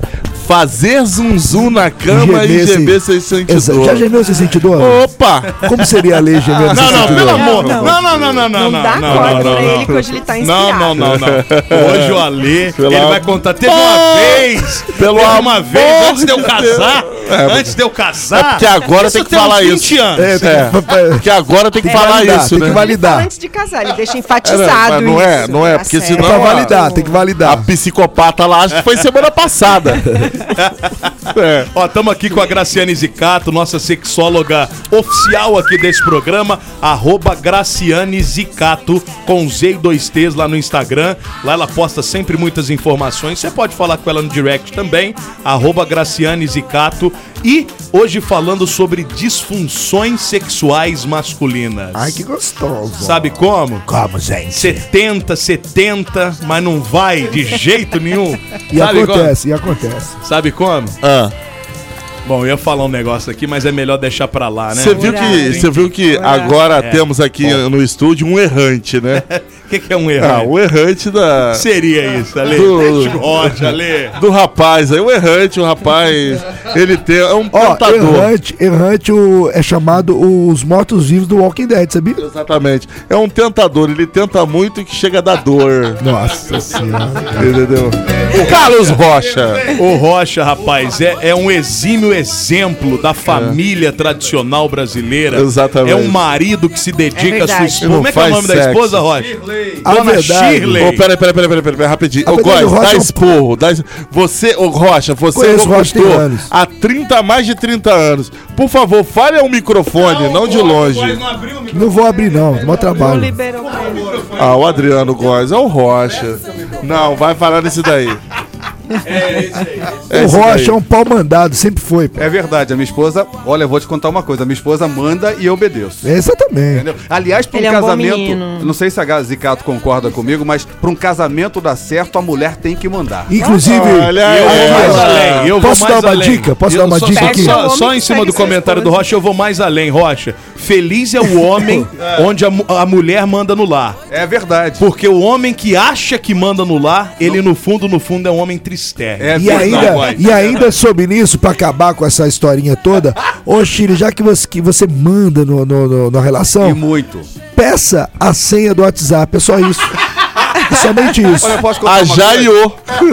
Speaker 4: Fazer zum zum na cama e
Speaker 3: sem-
Speaker 4: gemer sem sentir
Speaker 3: Exa- Já
Speaker 4: dor.
Speaker 3: gemeu sem sentir dor?
Speaker 4: Opa!
Speaker 3: Como seria a lei gemendo sem
Speaker 5: Não, não,
Speaker 3: sentir
Speaker 5: pelo
Speaker 3: dor?
Speaker 5: amor. Não, não, não, não, não, não.
Speaker 10: Não dá
Speaker 5: não,
Speaker 10: corda
Speaker 5: não,
Speaker 10: pra
Speaker 5: não.
Speaker 10: ele que hoje ele tá
Speaker 5: Não,
Speaker 10: inspirado.
Speaker 5: não, não, não. Hoje o Alê,
Speaker 4: Pelo
Speaker 5: ele
Speaker 4: am-
Speaker 5: vai contar. Teve uma
Speaker 4: Ah!
Speaker 5: vez.
Speaker 4: Pelo
Speaker 5: teve uma
Speaker 4: amor
Speaker 5: vez antes de eu
Speaker 4: de
Speaker 5: casar.
Speaker 4: Deus. É,
Speaker 5: antes de eu casar.
Speaker 4: É porque agora tem que
Speaker 5: uns
Speaker 4: falar
Speaker 5: 20
Speaker 4: isso.
Speaker 5: Anos.
Speaker 4: É, tem- porque agora tem que
Speaker 10: É,
Speaker 4: falar
Speaker 10: validar,
Speaker 4: isso,
Speaker 3: tem
Speaker 4: né?
Speaker 3: que validar.
Speaker 10: Antes de casar, ele deixa
Speaker 4: É,
Speaker 10: enfatizado.
Speaker 4: mas não é,
Speaker 10: isso.
Speaker 4: não é,
Speaker 10: Tá
Speaker 4: porque
Speaker 10: certo.
Speaker 4: senão.
Speaker 3: Pra validar, tem que validar.
Speaker 4: A psicopata lá, acho que foi semana passada.
Speaker 3: É.
Speaker 5: Ó, tamo aqui com a Graciane Zicato, nossa sexóloga oficial aqui desse programa, arroba Graciane Zicato, com Z e dois T's lá no Instagram. Lá ela posta sempre muitas informações. Você pode falar com ela no direct também, arroba Graciane Zicato. E hoje falando sobre disfunções sexuais masculinas.
Speaker 3: Ai, que gostoso.
Speaker 5: Sabe como?
Speaker 3: Como, gente?
Speaker 5: Você tenta, você tenta, mas não vai de jeito nenhum.
Speaker 3: E
Speaker 5: Sabe como?
Speaker 4: Ah,
Speaker 10: Né?
Speaker 3: acontece, e acontece.
Speaker 5: Sabe como? Bom, eu ia falar um negócio aqui, mas é melhor deixar pra lá, né?
Speaker 4: Você viu que, você viu que agora
Speaker 10: É.
Speaker 4: temos aqui no estúdio um errante, né?
Speaker 5: O que, que é um
Speaker 4: Ah,
Speaker 5: errante?
Speaker 4: o errante da.
Speaker 5: que seria isso, Ale? Mete o rote, Ale.
Speaker 4: Do rapaz aí, o errante, o rapaz. Ele tem. É um
Speaker 3: Ó,
Speaker 4: tentador.
Speaker 3: errante, errante o- é chamado os mortos-vivos do Walking Dead, sabia?
Speaker 4: Exatamente. É um tentador, ele tenta muito que chega a dar dor.
Speaker 3: Nossa senhora.
Speaker 4: Entendeu? O Carlos Rocha.
Speaker 5: O Rocha, rapaz, é, é um exímio exemplo da família tradicional brasileira.
Speaker 4: Exatamente.
Speaker 5: É um marido que se dedica à sua
Speaker 10: verdade.
Speaker 5: esposa.
Speaker 4: Não
Speaker 5: Como é que é o
Speaker 4: faz
Speaker 5: nome da
Speaker 4: sexo.
Speaker 5: esposa, Rocha?
Speaker 3: A verdade.
Speaker 5: Shirley.
Speaker 4: Ô, peraí, peraí, peraí, peraí, peraí, rapidinho. Ô,
Speaker 3: verdade, o
Speaker 4: Góis,
Speaker 3: Rocha
Speaker 4: dá
Speaker 3: é um-
Speaker 4: esporro. Dá... es- Você, ô Rocha, você
Speaker 3: Conheço o Rocha tem
Speaker 4: locutor
Speaker 3: anos.
Speaker 4: há 30, mais de 30 anos. Por favor, fale ao microfone, não, de longe.
Speaker 3: Não vou abrir, não. Mó
Speaker 10: Não
Speaker 3: trabalho.
Speaker 10: liberou pra ele.
Speaker 4: Ah, o Adriano Góes, é o Rocha. Não, vai falar nesse daí. É
Speaker 3: O
Speaker 4: esse daí.
Speaker 3: Rocha é um pau mandado, sempre foi. pô.
Speaker 12: É verdade, a minha esposa. Olha, eu vou te contar uma coisa. A minha esposa manda e eu obedeço.
Speaker 3: Essa
Speaker 4: né?
Speaker 3: também.
Speaker 12: Entendeu? Aliás, para um
Speaker 10: Ele é um bom
Speaker 12: casamento.
Speaker 10: menino.
Speaker 12: não sei se a Gabi Zicato concorda comigo, mas para um casamento dar certo, a mulher tem que mandar.
Speaker 3: Inclusive,
Speaker 4: Olha aí,
Speaker 5: Eu vou mais
Speaker 4: Rocha.
Speaker 5: além. Eu
Speaker 3: posso
Speaker 5: vou mais
Speaker 3: dar uma
Speaker 5: além.
Speaker 3: dica? Posso
Speaker 5: Eu-
Speaker 3: dar uma
Speaker 5: só-
Speaker 3: dica
Speaker 5: só-
Speaker 3: aqui?
Speaker 5: Só,
Speaker 10: Homem
Speaker 5: só em
Speaker 10: que
Speaker 5: cima do
Speaker 10: segue sua
Speaker 5: comentário do
Speaker 10: esposa.
Speaker 5: Rocha, eu vou mais além, Rocha. Feliz é o homem onde a, mu- a mulher manda no lar.
Speaker 12: É verdade.
Speaker 5: Porque o homem que acha que manda no lar, ele no fundo, no fundo é um homem tristérrimo.
Speaker 12: É
Speaker 3: E ainda,
Speaker 12: Góes.
Speaker 3: e ainda sobre nisso, pra acabar com essa historinha toda, ô Chile, já que você, que você manda no, no- no- na
Speaker 12: E
Speaker 3: relação,
Speaker 12: muito.
Speaker 3: peça a senha do WhatsApp, é só isso. É Somente isso.
Speaker 12: Olha, eu posso contar
Speaker 4: A
Speaker 12: uma coisa?
Speaker 4: Jaiô.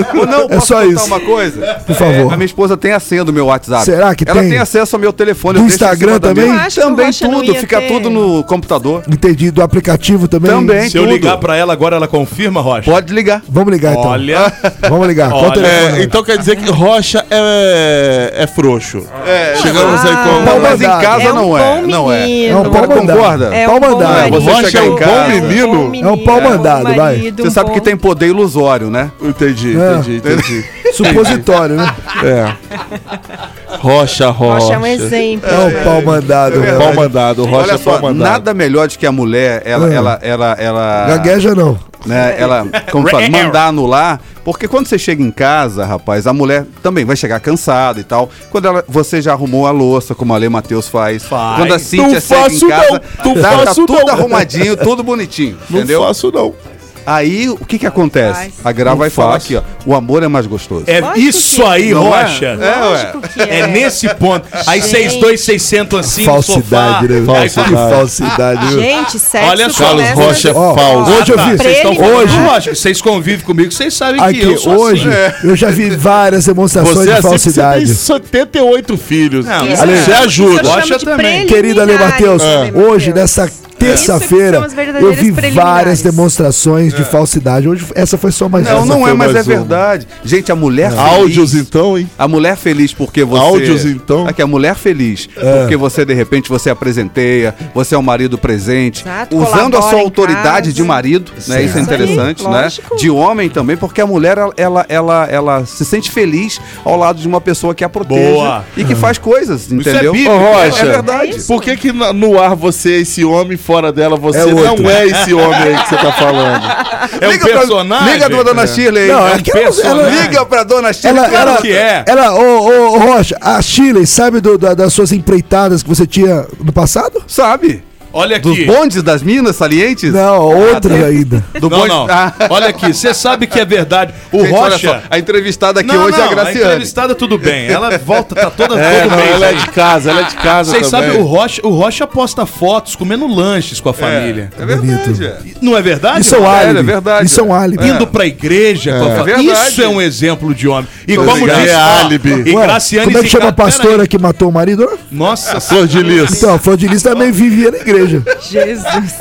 Speaker 12: Ou não, posso
Speaker 3: É só
Speaker 12: contar
Speaker 3: isso.
Speaker 12: uma coisa?
Speaker 3: Por favor.
Speaker 12: É, a minha esposa tem a senha do meu WhatsApp.
Speaker 3: Será que
Speaker 12: Ela
Speaker 3: tem?
Speaker 12: tem acesso ao meu
Speaker 3: Do
Speaker 12: telefone. eu deixo em
Speaker 3: Instagram
Speaker 12: cima da
Speaker 3: também?
Speaker 12: mesa.
Speaker 10: Eu acho que o
Speaker 12: Também
Speaker 10: Rocha não
Speaker 12: tudo,
Speaker 10: ia
Speaker 12: fica
Speaker 10: ter.
Speaker 12: tudo no computador.
Speaker 3: Entendi, do aplicativo também?
Speaker 12: Também.
Speaker 5: Se eu
Speaker 12: tudo.
Speaker 5: ligar pra ela agora, ela confirma, Rocha?
Speaker 12: Pode Ah, ligar.
Speaker 3: Vamos ligar então.
Speaker 5: Olha.
Speaker 3: Vamos ligar. Qual o
Speaker 5: Olha,
Speaker 3: telefone?
Speaker 4: É, então quer dizer que Rocha é, é frouxo. É, Chegamos aí com.
Speaker 12: Não, mas em
Speaker 3: mandado.
Speaker 12: casa
Speaker 10: É um
Speaker 12: não é.
Speaker 10: bom
Speaker 12: Não é.
Speaker 3: É
Speaker 10: menino.
Speaker 3: um pau
Speaker 12: Agora
Speaker 3: mandado.
Speaker 12: concorda?
Speaker 3: pau mandado.
Speaker 10: marido,
Speaker 12: Você
Speaker 10: um
Speaker 12: chegar em
Speaker 10: É bom
Speaker 12: casa-
Speaker 10: um bom
Speaker 4: É
Speaker 3: um pau
Speaker 10: menino,
Speaker 3: mandado,
Speaker 10: bom
Speaker 3: vai.
Speaker 10: marido,
Speaker 12: Você
Speaker 10: um
Speaker 12: sabe
Speaker 10: bom-
Speaker 12: que tem poder ilusório, né?
Speaker 4: Entendi,
Speaker 3: É.
Speaker 4: entendi, entendi.
Speaker 3: Supositório, né?
Speaker 4: É. Rocha, rocha.
Speaker 10: Rocha é um exemplo.
Speaker 3: É o pau mandado, né?
Speaker 4: Pau mandado, rocha
Speaker 12: É. Olha
Speaker 4: é pau
Speaker 12: só,
Speaker 4: mandado.
Speaker 12: nada melhor do que a mulher, ela,
Speaker 3: É.
Speaker 12: ela, ela, ela,
Speaker 3: Gagueja não.
Speaker 12: né, ela,
Speaker 3: É.
Speaker 12: como fala, mandar anular, porque quando você chega em casa, rapaz, a mulher também vai chegar é cansada e tal. Quando ela, você já arrumou a louça, como a Lê Matheus faz,
Speaker 5: Faz.
Speaker 12: quando a Cíntia chega
Speaker 4: faço
Speaker 12: em casa,
Speaker 4: não, tu
Speaker 12: tá, tá
Speaker 4: faço
Speaker 12: tudo
Speaker 4: não.
Speaker 12: arrumadinho, tudo bonitinho,
Speaker 4: Não
Speaker 12: entendeu?
Speaker 4: faço, não.
Speaker 12: Aí, o que que acontece?
Speaker 10: Faz.
Speaker 12: A Gra
Speaker 4: Não
Speaker 12: vai falar
Speaker 4: faço.
Speaker 12: aqui, ó, o amor é mais gostoso.
Speaker 5: É
Speaker 10: Lógico
Speaker 5: isso
Speaker 10: que-
Speaker 5: aí,
Speaker 12: Não é?
Speaker 5: Rocha.
Speaker 12: É, ué.
Speaker 10: Lógico que
Speaker 5: É,
Speaker 10: é.
Speaker 5: nesse ponto. Aí
Speaker 10: Gente.
Speaker 5: vocês dois, vocês sentam assim
Speaker 3: Falsidade, né?
Speaker 5: no sofá. Aí
Speaker 3: Falsidade. Que
Speaker 5: fala,
Speaker 3: falsidade, viu?
Speaker 10: Gente, sexo
Speaker 5: Olha só,
Speaker 4: Carlos
Speaker 10: começa-
Speaker 4: Rocha é
Speaker 3: Ó,
Speaker 4: falso.
Speaker 3: hoje eu vi.
Speaker 5: Vocês estão
Speaker 10: Preliminar.
Speaker 5: hoje, Rocha, vocês convivem comigo, vocês sabem que
Speaker 3: Aqui,
Speaker 5: eu sou
Speaker 3: hoje,
Speaker 5: assim.
Speaker 3: eu já vi várias demonstrações
Speaker 4: Você é
Speaker 3: de
Speaker 4: assim que você tem
Speaker 3: falsidade.
Speaker 4: 78 filhos.
Speaker 5: Não,
Speaker 10: Isso
Speaker 4: Ale,
Speaker 10: eu-
Speaker 4: você ajuda.
Speaker 10: isso eu
Speaker 5: Rocha
Speaker 10: chamo de
Speaker 5: também.
Speaker 3: Querida Lê Matheus,
Speaker 4: É.
Speaker 10: preliminares, Lê Matheus.
Speaker 3: hoje, nessa terça-feira,
Speaker 10: são as verdadeiras
Speaker 3: eu vi várias
Speaker 10: preliminares.
Speaker 3: demonstrações de falsidade. Hoje, essa foi só mais
Speaker 12: Não,
Speaker 3: essa
Speaker 12: não
Speaker 3: foi
Speaker 12: é, mas é
Speaker 4: mais uma.
Speaker 12: verdade. Gente, a mulher feliz-
Speaker 4: Áudios então, hein?
Speaker 12: A mulher feliz porque você.
Speaker 4: Áudios, então?
Speaker 12: Aqui, a mulher feliz
Speaker 5: É.
Speaker 12: porque você, de repente, você a presenteia, você é um marido presente.
Speaker 10: Exato,
Speaker 12: usando a sua
Speaker 10: colabora em
Speaker 12: autoridade
Speaker 10: casa.
Speaker 12: de marido, né? Isso é
Speaker 10: Isso aí,
Speaker 12: interessante, né?
Speaker 10: lógico.
Speaker 12: De homem também, porque a mulher, ela, ela, ela, ela se sente feliz ao lado de uma pessoa que a proteja
Speaker 5: Boa.
Speaker 12: e que faz coisas, entendeu?
Speaker 5: bíblico, né,
Speaker 4: Ô, Rocha.
Speaker 12: É verdade.
Speaker 10: isso.
Speaker 4: Por que, que na- no ar você é esse homem fora dela você
Speaker 3: É outro.
Speaker 4: não é esse homem aí que você tá falando?
Speaker 5: É um
Speaker 12: pra-
Speaker 5: personagem.
Speaker 12: liga pra
Speaker 4: né?
Speaker 12: dona Shirley.
Speaker 3: Não,
Speaker 12: aí.
Speaker 3: é que ela- ela-
Speaker 12: liga pra dona Shirley.
Speaker 3: Ela,
Speaker 5: Claro
Speaker 3: ela,
Speaker 5: que é.
Speaker 3: ela, ô, ô, ô, Rocha, a Chile, sabe do- da- das suas empreitadas que você tinha no passado?
Speaker 12: Sabe?
Speaker 5: Olha
Speaker 12: Dos
Speaker 5: aqui.
Speaker 12: bondes das minas salientes?
Speaker 3: Não, outra ainda.
Speaker 12: Do
Speaker 5: Não,
Speaker 12: bonde-
Speaker 5: não.
Speaker 12: Ah.
Speaker 5: Olha aqui, você sabe que é verdade. O
Speaker 12: Gente, olha só,
Speaker 5: Rocha.
Speaker 12: a entrevistada aqui
Speaker 5: Não,
Speaker 12: hoje é a
Speaker 5: não,
Speaker 12: Graciane.
Speaker 5: entrevistada tudo bem. Ela volta, tá toda
Speaker 4: É,
Speaker 5: todo
Speaker 4: não,
Speaker 5: mês
Speaker 4: ela é
Speaker 5: aí.
Speaker 4: de casa, ela é de casa
Speaker 5: Vocês
Speaker 4: também.
Speaker 5: sabem, o Rocha, o Rocha posta fotos comendo lanches com a família.
Speaker 12: É verdade. é.
Speaker 5: Não é verdade?
Speaker 3: Isso é um
Speaker 12: é
Speaker 3: álibi.
Speaker 12: verdade.
Speaker 3: Isso é um álibi.
Speaker 5: Indo pra igreja com a família.
Speaker 12: verdade.
Speaker 5: Isso é um exemplo de homem. E como
Speaker 4: Obrigado.
Speaker 5: diz.
Speaker 4: É
Speaker 5: ó,
Speaker 4: álibi.
Speaker 5: E
Speaker 3: Ué,
Speaker 5: Graciane
Speaker 3: como é que chama a
Speaker 5: Zicato-
Speaker 3: pastora
Speaker 5: Peraí.
Speaker 3: que matou o marido? né?
Speaker 5: Nossa,
Speaker 4: Flor de lis.
Speaker 3: Então, a Flor de Lis também vivia na igreja.
Speaker 10: Jesus.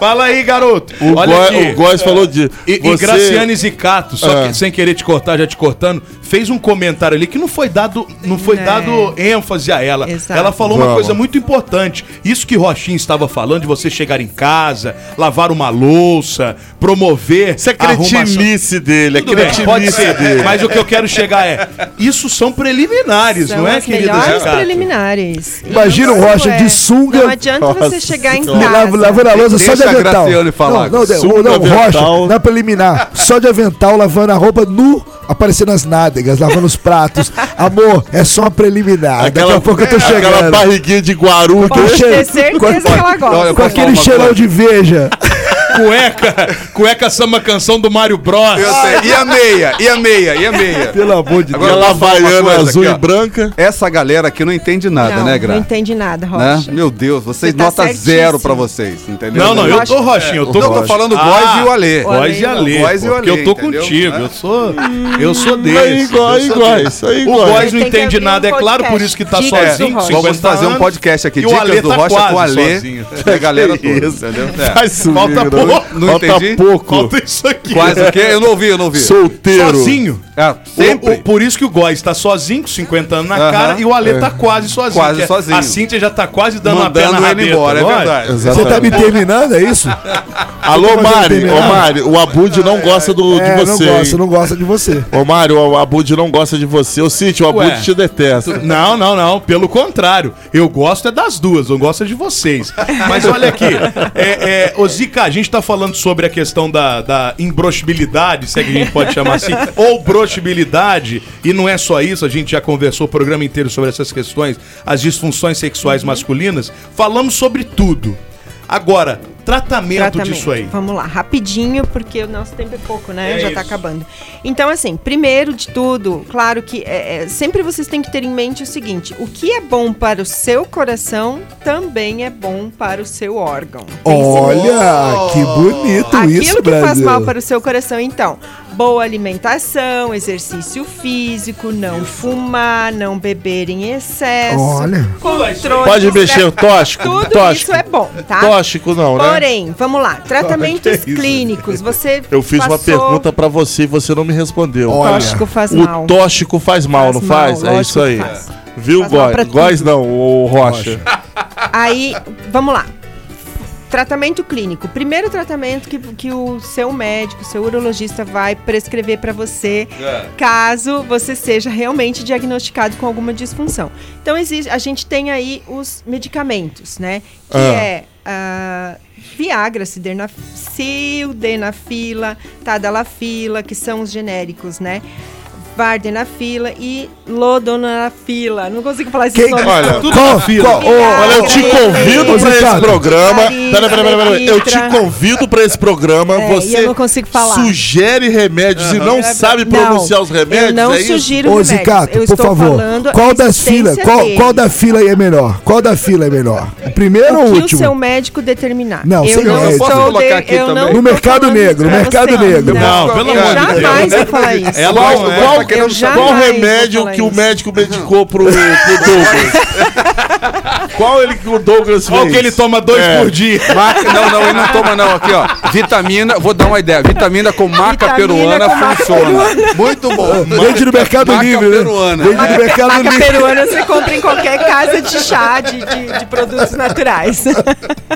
Speaker 5: fala aí, garoto.
Speaker 4: O,
Speaker 5: Olha
Speaker 4: Goi-
Speaker 5: aqui.
Speaker 4: o Góes falou de.
Speaker 5: E, e
Speaker 4: você-
Speaker 5: Graciane Zicato, só que
Speaker 4: É.
Speaker 5: sem querer te cortar, já te cortando, fez um comentário ali que não foi dado, não foi
Speaker 10: É.
Speaker 5: dado ênfase a ela.
Speaker 10: Exato.
Speaker 5: Ela falou uma
Speaker 4: Vamos.
Speaker 5: coisa muito importante. Isso que Roxinho estava falando de você chegar em casa, lavar uma louça, promover
Speaker 4: Isso é
Speaker 5: a arrumação.
Speaker 4: cretinice dele, é
Speaker 5: Tudo bem, pode
Speaker 4: cretinice
Speaker 5: ser,
Speaker 4: dele.
Speaker 5: mas o que eu quero chegar é, isso são preliminares,
Speaker 10: São
Speaker 5: não é,
Speaker 10: as
Speaker 5: querida
Speaker 10: melhores
Speaker 5: Zicato?
Speaker 10: preliminares.
Speaker 3: Imagina o
Speaker 10: Isso
Speaker 3: Rocha de
Speaker 10: é.
Speaker 3: sunga.
Speaker 10: Não adianta
Speaker 4: Nossa
Speaker 10: você chegar em
Speaker 4: Senhora.
Speaker 10: casa.
Speaker 3: Lava, lavando a louça só de
Speaker 12: Deixa a
Speaker 3: avental.
Speaker 12: Graciane falar.
Speaker 3: Não, não, de-
Speaker 4: Sunga,
Speaker 3: não, é Rocha,
Speaker 4: avental.
Speaker 3: na preliminar, só de avental, lavando a roupa nu aparecendo as nádegas, lavando os pratos. Amor, é só a preliminar. Daqui a pouco eu tô chegando.
Speaker 4: é, Aquela barriguinha de
Speaker 3: Com
Speaker 4: guaru que
Speaker 3: cheiro- com- Com aquele cheirão de veja.
Speaker 5: Cueca, cueca samba canção do Mário Bros.
Speaker 12: Eu sei. E a meia, e a meia, e a meia.
Speaker 5: Pelo
Speaker 12: amor
Speaker 5: de
Speaker 4: Deus. Aquela havaiana azul e
Speaker 12: branca. Essa galera aqui não entende nada,
Speaker 10: não,
Speaker 12: né, Gra?
Speaker 10: não entendi nada,
Speaker 12: Né?
Speaker 10: Rocha.
Speaker 12: Meu Deus, vocês
Speaker 10: Você tá
Speaker 12: nota
Speaker 10: certíssimo.
Speaker 12: zero pra vocês, entendeu?
Speaker 5: Não, não, eu tô, Rochinha, eu tô
Speaker 12: Não, eu tô
Speaker 5: Rocha.
Speaker 12: falando
Speaker 5: Ah,
Speaker 12: Góis e o Alê.
Speaker 4: É.
Speaker 5: Góis e Alê,
Speaker 12: Góis e o
Speaker 5: pô,
Speaker 12: Alê,
Speaker 5: porque eu tô
Speaker 12: entendeu?
Speaker 5: contigo,
Speaker 12: Né?
Speaker 5: eu sou- eu sou
Speaker 4: Aí,
Speaker 5: deles.
Speaker 4: igual,
Speaker 5: eu sou
Speaker 4: igual,
Speaker 5: deles.
Speaker 4: isso aí,
Speaker 5: O
Speaker 4: igual.
Speaker 5: Góis não
Speaker 4: Tem que
Speaker 5: entende
Speaker 4: abrir
Speaker 5: nada,
Speaker 4: um
Speaker 5: é claro,
Speaker 4: podcast.
Speaker 5: por isso que tá
Speaker 4: Dicas do
Speaker 5: sozinho,
Speaker 4: Rocha.
Speaker 5: 50
Speaker 12: Vamos fazer um
Speaker 5: anos.
Speaker 12: podcast aqui,
Speaker 5: E o Alê
Speaker 12: Dicas do
Speaker 5: tá
Speaker 12: Rocha com o
Speaker 5: quase
Speaker 12: Alê.
Speaker 5: sozinho.
Speaker 12: Da galera
Speaker 5: Que
Speaker 12: toda,
Speaker 5: isso.
Speaker 12: entendeu? É.
Speaker 4: é
Speaker 5: Vai subindo,
Speaker 12: Falta
Speaker 5: né?
Speaker 12: pouco. Não
Speaker 5: Falta
Speaker 12: entendi.
Speaker 5: pouco. Falta isso aqui.
Speaker 12: Quase o quê? Eu não ouvi, eu não ouvi.
Speaker 4: Solteiro.
Speaker 5: Sozinho.
Speaker 12: Ah, sempre.
Speaker 5: O- o- por isso que o Góis tá sozinho, com 50 anos na
Speaker 12: Aham.
Speaker 5: cara, e o Alê
Speaker 12: É.
Speaker 5: tá quase sozinho.
Speaker 12: Quase
Speaker 5: que é-
Speaker 12: sozinho.
Speaker 5: A Cíntia já tá quase dando
Speaker 12: Mandando
Speaker 5: a perna
Speaker 12: ele embora, é verdade.
Speaker 3: Você tá me terminando, é isso?
Speaker 4: Alô,
Speaker 3: Eu tô fazendo
Speaker 4: Mari. Ô,
Speaker 3: terminar.
Speaker 4: Mari, o Abud não gosta do,
Speaker 3: É,
Speaker 4: de
Speaker 3: não
Speaker 4: você.
Speaker 3: gosta,
Speaker 4: hein?
Speaker 3: não gosta de você.
Speaker 4: Ô, Mário, o Abud não gosta de você. Ô, Cítio, o Abud te detesta.
Speaker 5: Não, não, não. Pelo contrário. Eu gosto é das duas, eu gosto é de vocês. Mas olha aqui. É, é, ô, Zica, a gente tá falando sobre a questão da, da embroxibilidade, se é que a gente pode chamar assim, ou broxibilidade. E não é só isso, a gente já conversou o programa inteiro sobre essas questões, as disfunções sexuais masculinas. Falamos sobre tudo. Agora, tratamento, disso aí.
Speaker 10: Vamos lá, rapidinho, porque o nosso tempo é pouco, né?
Speaker 5: É
Speaker 10: Já
Speaker 5: isso.
Speaker 10: tá acabando. Então, assim, primeiro de tudo, claro que é, é, sempre vocês têm que ter em mente o seguinte: o que é bom para o seu coração também é bom para o seu órgão.
Speaker 3: Olha, que bonito
Speaker 10: Aquilo
Speaker 3: isso,
Speaker 10: que
Speaker 3: Brasil.
Speaker 10: faz mal para o seu coração, então. Boa alimentação, exercício físico, não fumar, não beber em excesso.
Speaker 4: Olha.
Speaker 10: controle
Speaker 4: Pode
Speaker 10: de
Speaker 4: mexer
Speaker 10: estresse.
Speaker 4: o tóxico?
Speaker 10: Tudo
Speaker 4: tóxico.
Speaker 10: isso é bom, tá?
Speaker 4: Tóxico não, né?
Speaker 10: Porém, vamos lá. Tratamentos
Speaker 4: que é isso?
Speaker 10: clínicos. Você
Speaker 4: Eu fiz uma
Speaker 10: passou-
Speaker 4: pergunta pra você e você não me respondeu.
Speaker 10: O tóxico faz
Speaker 4: o
Speaker 10: mal.
Speaker 4: tóxico faz mal,
Speaker 10: Faz
Speaker 4: não
Speaker 10: mal,
Speaker 4: faz? é
Speaker 10: lógico
Speaker 4: isso aí.
Speaker 10: que faz.
Speaker 4: Viu,
Speaker 10: Faz mal pra
Speaker 4: Góis? Góis
Speaker 10: tudo.
Speaker 4: não, o Rocha.
Speaker 10: Aí, vamos lá. Tratamento clínico. Primeiro tratamento que, que o seu médico, seu urologista vai prescrever pra você,
Speaker 2: É.
Speaker 10: caso você seja realmente diagnosticado com alguma disfunção. Então existe, a gente tem aí os medicamentos, né? Que
Speaker 2: Ah.
Speaker 10: é ah, Viagra, Siderna- Sildenafila, Tadalafila, que são os genéricos, né? Vardenafila e Lodonafila. Não consigo falar esses
Speaker 4: Quem-
Speaker 10: nomes.
Speaker 4: olha,
Speaker 10: Tudo
Speaker 4: qual-
Speaker 10: fila.
Speaker 4: qual- ô, olha, eu te convido pra esse programa.
Speaker 10: Marisa,
Speaker 4: Pera, pera, pera, pera. Eu te convido pra esse programa.
Speaker 10: É, e
Speaker 4: você
Speaker 10: eu não consigo falar.
Speaker 4: sugere remédios e não sabe pronunciar os remédios?
Speaker 10: eu não
Speaker 4: é isso?
Speaker 10: sugiro
Speaker 3: Ô,
Speaker 10: remédios.
Speaker 3: Zicato,
Speaker 10: eu
Speaker 3: por
Speaker 10: estou
Speaker 3: favor,
Speaker 10: falando a
Speaker 3: qual das filas,
Speaker 10: existência
Speaker 3: qual,
Speaker 10: dele.
Speaker 3: qual da fila aí é melhor? Qual da fila é melhor? O primeiro ou
Speaker 10: o
Speaker 3: o
Speaker 10: que
Speaker 3: último?
Speaker 10: o seu médico determinar.
Speaker 3: Não,
Speaker 10: eu
Speaker 3: sem
Speaker 10: não
Speaker 3: médico.
Speaker 10: sou
Speaker 3: Posso colocar
Speaker 10: de-
Speaker 3: aqui
Speaker 10: eu
Speaker 3: também?
Speaker 10: não
Speaker 3: No
Speaker 10: tô
Speaker 3: mercado
Speaker 10: falando
Speaker 3: negro,
Speaker 10: isso pra
Speaker 3: mercado
Speaker 10: você.
Speaker 3: negro.
Speaker 10: Não,
Speaker 4: Não, pelo
Speaker 10: eu
Speaker 4: amor de Deus.
Speaker 10: jamais vou falar isso.
Speaker 4: Ela
Speaker 10: Qual-
Speaker 4: não é, tá
Speaker 10: qual-
Speaker 4: querendo
Speaker 10: eu
Speaker 4: saber.
Speaker 10: jamais
Speaker 4: Qual
Speaker 10: vou
Speaker 4: remédio
Speaker 10: falar
Speaker 4: que o
Speaker 10: isso.
Speaker 4: médico medicou pro, pro Douglas? Qual ele que o Douglas fez? É.
Speaker 5: Qual que ele toma dois
Speaker 3: É.
Speaker 5: por dia?
Speaker 12: Maca- não, não, ele não toma não. Aqui, ó. Vitamina, vou dar uma ideia. Vitamina com maca
Speaker 3: Vitamina
Speaker 12: peruana
Speaker 3: com maca
Speaker 12: funciona.
Speaker 3: peruana.
Speaker 12: Muito bom.
Speaker 3: Vende no Mercado
Speaker 12: Maca
Speaker 3: Livre, né?
Speaker 12: peruana.
Speaker 3: Vende no Mercado
Speaker 10: Maca
Speaker 3: Livre.
Speaker 10: peruana você compra em qualquer casa de chá, de, de- de produtos naturais.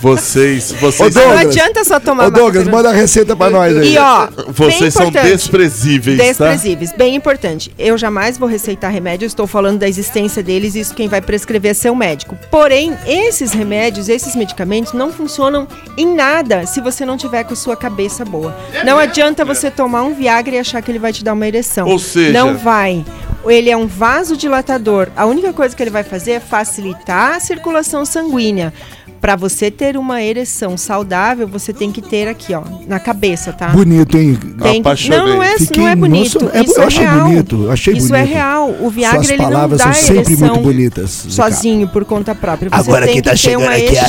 Speaker 4: Vocês, vocês
Speaker 10: Não adianta só tomar
Speaker 3: Ô,
Speaker 10: maca
Speaker 3: Douglas,
Speaker 10: peruana.
Speaker 3: manda a receita pra nós aí.
Speaker 10: E, ó, bem
Speaker 4: Vocês são
Speaker 10: importante.
Speaker 4: desprezíveis, tá?
Speaker 10: Desprezíveis, bem importante. Eu jamais vou receitar remédio, eu estou falando da existência deles, isso quem vai prescrever é seu médico. Porém, esses remédios, esses medicamentos não funcionam em nada se você não tiver com a sua cabeça boa.
Speaker 2: É
Speaker 10: Não adianta você tomar um Viagra e achar que ele vai te dar uma ereção.
Speaker 2: Ou seja-
Speaker 10: não vai. Ele é um vasodilatador. A única coisa que ele vai fazer é facilitar a circulação sanguínea. Para você ter uma ereção saudável, você tem que ter aqui, ó, na cabeça, tá?
Speaker 3: Bonito, hein?
Speaker 10: Tem que... Não, não é, não é bonito.
Speaker 3: emocionado. É,
Speaker 10: isso
Speaker 3: eu
Speaker 10: é
Speaker 3: achei
Speaker 10: real.
Speaker 3: bonito. Achei
Speaker 10: isso é
Speaker 3: bonito.
Speaker 10: real. O Viagra
Speaker 3: Suas
Speaker 10: ele não
Speaker 3: palavras
Speaker 10: dá
Speaker 3: são sempre
Speaker 10: ereção
Speaker 3: muito bonitas, Zicato.
Speaker 10: Sozinho, por conta própria. Você
Speaker 3: Agora
Speaker 10: tem
Speaker 3: quem tá
Speaker 10: ter
Speaker 3: chegando
Speaker 10: uma
Speaker 3: aqui é a Leda, é a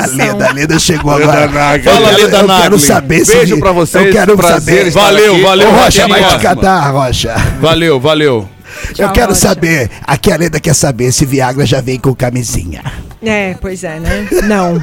Speaker 10: estimulação.
Speaker 3: Leda, a Leda chegou
Speaker 4: Leda
Speaker 3: agora.
Speaker 4: Nagli.
Speaker 3: Eu
Speaker 4: Fala,
Speaker 3: quero-
Speaker 4: Leda
Speaker 3: eu quero
Speaker 4: Nagli.
Speaker 3: saber se
Speaker 4: Beijo pra vocês,
Speaker 3: Eu quero
Speaker 4: prazer
Speaker 3: saber.
Speaker 4: estar Valeu, aqui. valeu,
Speaker 3: Ô,
Speaker 4: até
Speaker 3: Rocha,
Speaker 4: a
Speaker 3: vai te
Speaker 4: próxima.
Speaker 3: catar, Rocha.
Speaker 5: Valeu, valeu.
Speaker 3: eu quero
Speaker 10: Rocha.
Speaker 3: saber, aqui a Leda quer saber se Viagra já vem com camisinha.
Speaker 10: É, pois é, né? Não.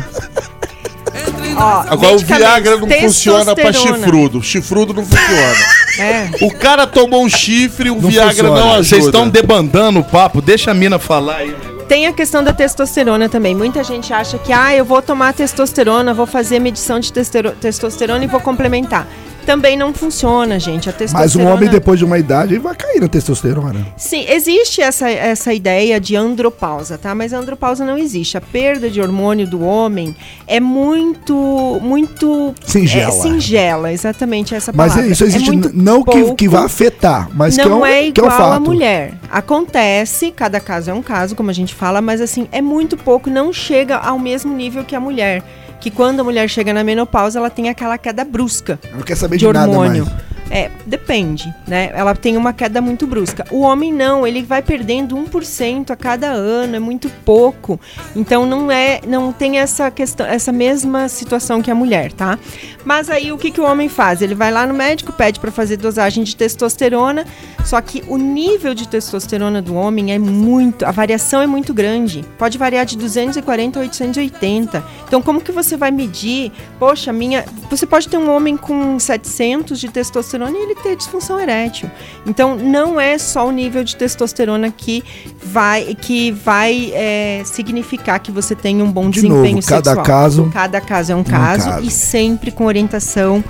Speaker 10: Ó,
Speaker 4: Agora o
Speaker 10: medicamentos.
Speaker 4: Viagra não funciona pra
Speaker 10: Testosterona.
Speaker 4: chifrudo. Chifrudo não funciona.
Speaker 10: É.
Speaker 4: O cara tomou um chifre, o
Speaker 5: Não
Speaker 4: Viagra
Speaker 5: funciona.
Speaker 4: não ajuda.
Speaker 5: Vocês estão debandando o papo, deixa a mina falar aí.
Speaker 10: Tem a questão da testosterona também. Muita gente acha que, ah, eu vou tomar testosterona, vou fazer medição de testero- testosterona e vou complementar. também não funciona, gente. A testosterona...
Speaker 3: Mas um homem, depois de uma idade, vai cair na testosterona.
Speaker 10: Sim, existe essa, essa ideia de andropausa, tá? Mas a andropausa não existe. A perda de hormônio do homem é muito, muito...
Speaker 3: Singela.
Speaker 10: É, singela, exatamente essa
Speaker 3: Mas
Speaker 10: palavra.
Speaker 3: isso existe,
Speaker 10: É muito
Speaker 3: n- não que,
Speaker 10: pouco.
Speaker 3: que vá afetar, mas que é
Speaker 10: não
Speaker 3: um,
Speaker 10: é,
Speaker 3: que é um
Speaker 10: igual
Speaker 3: fato.
Speaker 10: à mulher. Acontece, cada caso é um caso, como a gente fala, mas assim, é muito pouco, não chega ao mesmo nível que a mulher. Que quando a mulher chega na menopausa, ela tem aquela queda brusca
Speaker 3: Não quer saber de nada mais.
Speaker 10: É, depende, né? Ela tem uma queda muito brusca. O homem não, ele vai perdendo 1% a cada ano, é muito pouco. Então não é, não tem essa questão, essa mesma situação que a mulher, tá? Mas aí o que, que o homem faz? Ele vai lá no médico, pede para fazer dosagem de testosterona, só que o nível de testosterona do homem é muito, a variação é muito grande. Pode variar de 240 a 880. Então como que você vai medir? Poxa, minha, você pode ter um homem com 700 de testosterona e ele ter disfunção erétil. Então não é só o nível de testosterona que vai que vai é, significar que você tem um bom
Speaker 3: De
Speaker 10: desempenho
Speaker 3: novo, cada
Speaker 10: sexual.
Speaker 3: caso-
Speaker 10: cada caso é um
Speaker 3: um
Speaker 10: caso,
Speaker 3: caso.
Speaker 10: e sempre com orientação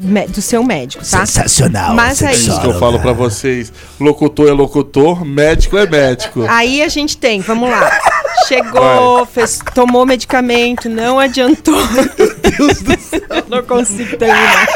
Speaker 10: me- do seu médico, tá?
Speaker 4: Sensacional,
Speaker 10: Mas
Speaker 4: É
Speaker 10: aí,
Speaker 4: isso que eu falo pra vocês. Locutor é locutor, médico é médico.
Speaker 10: Aí a gente tem, vamos lá. Chegou, fez- tomou medicamento, não adiantou. Meu Deus do céu. não consigo terminar.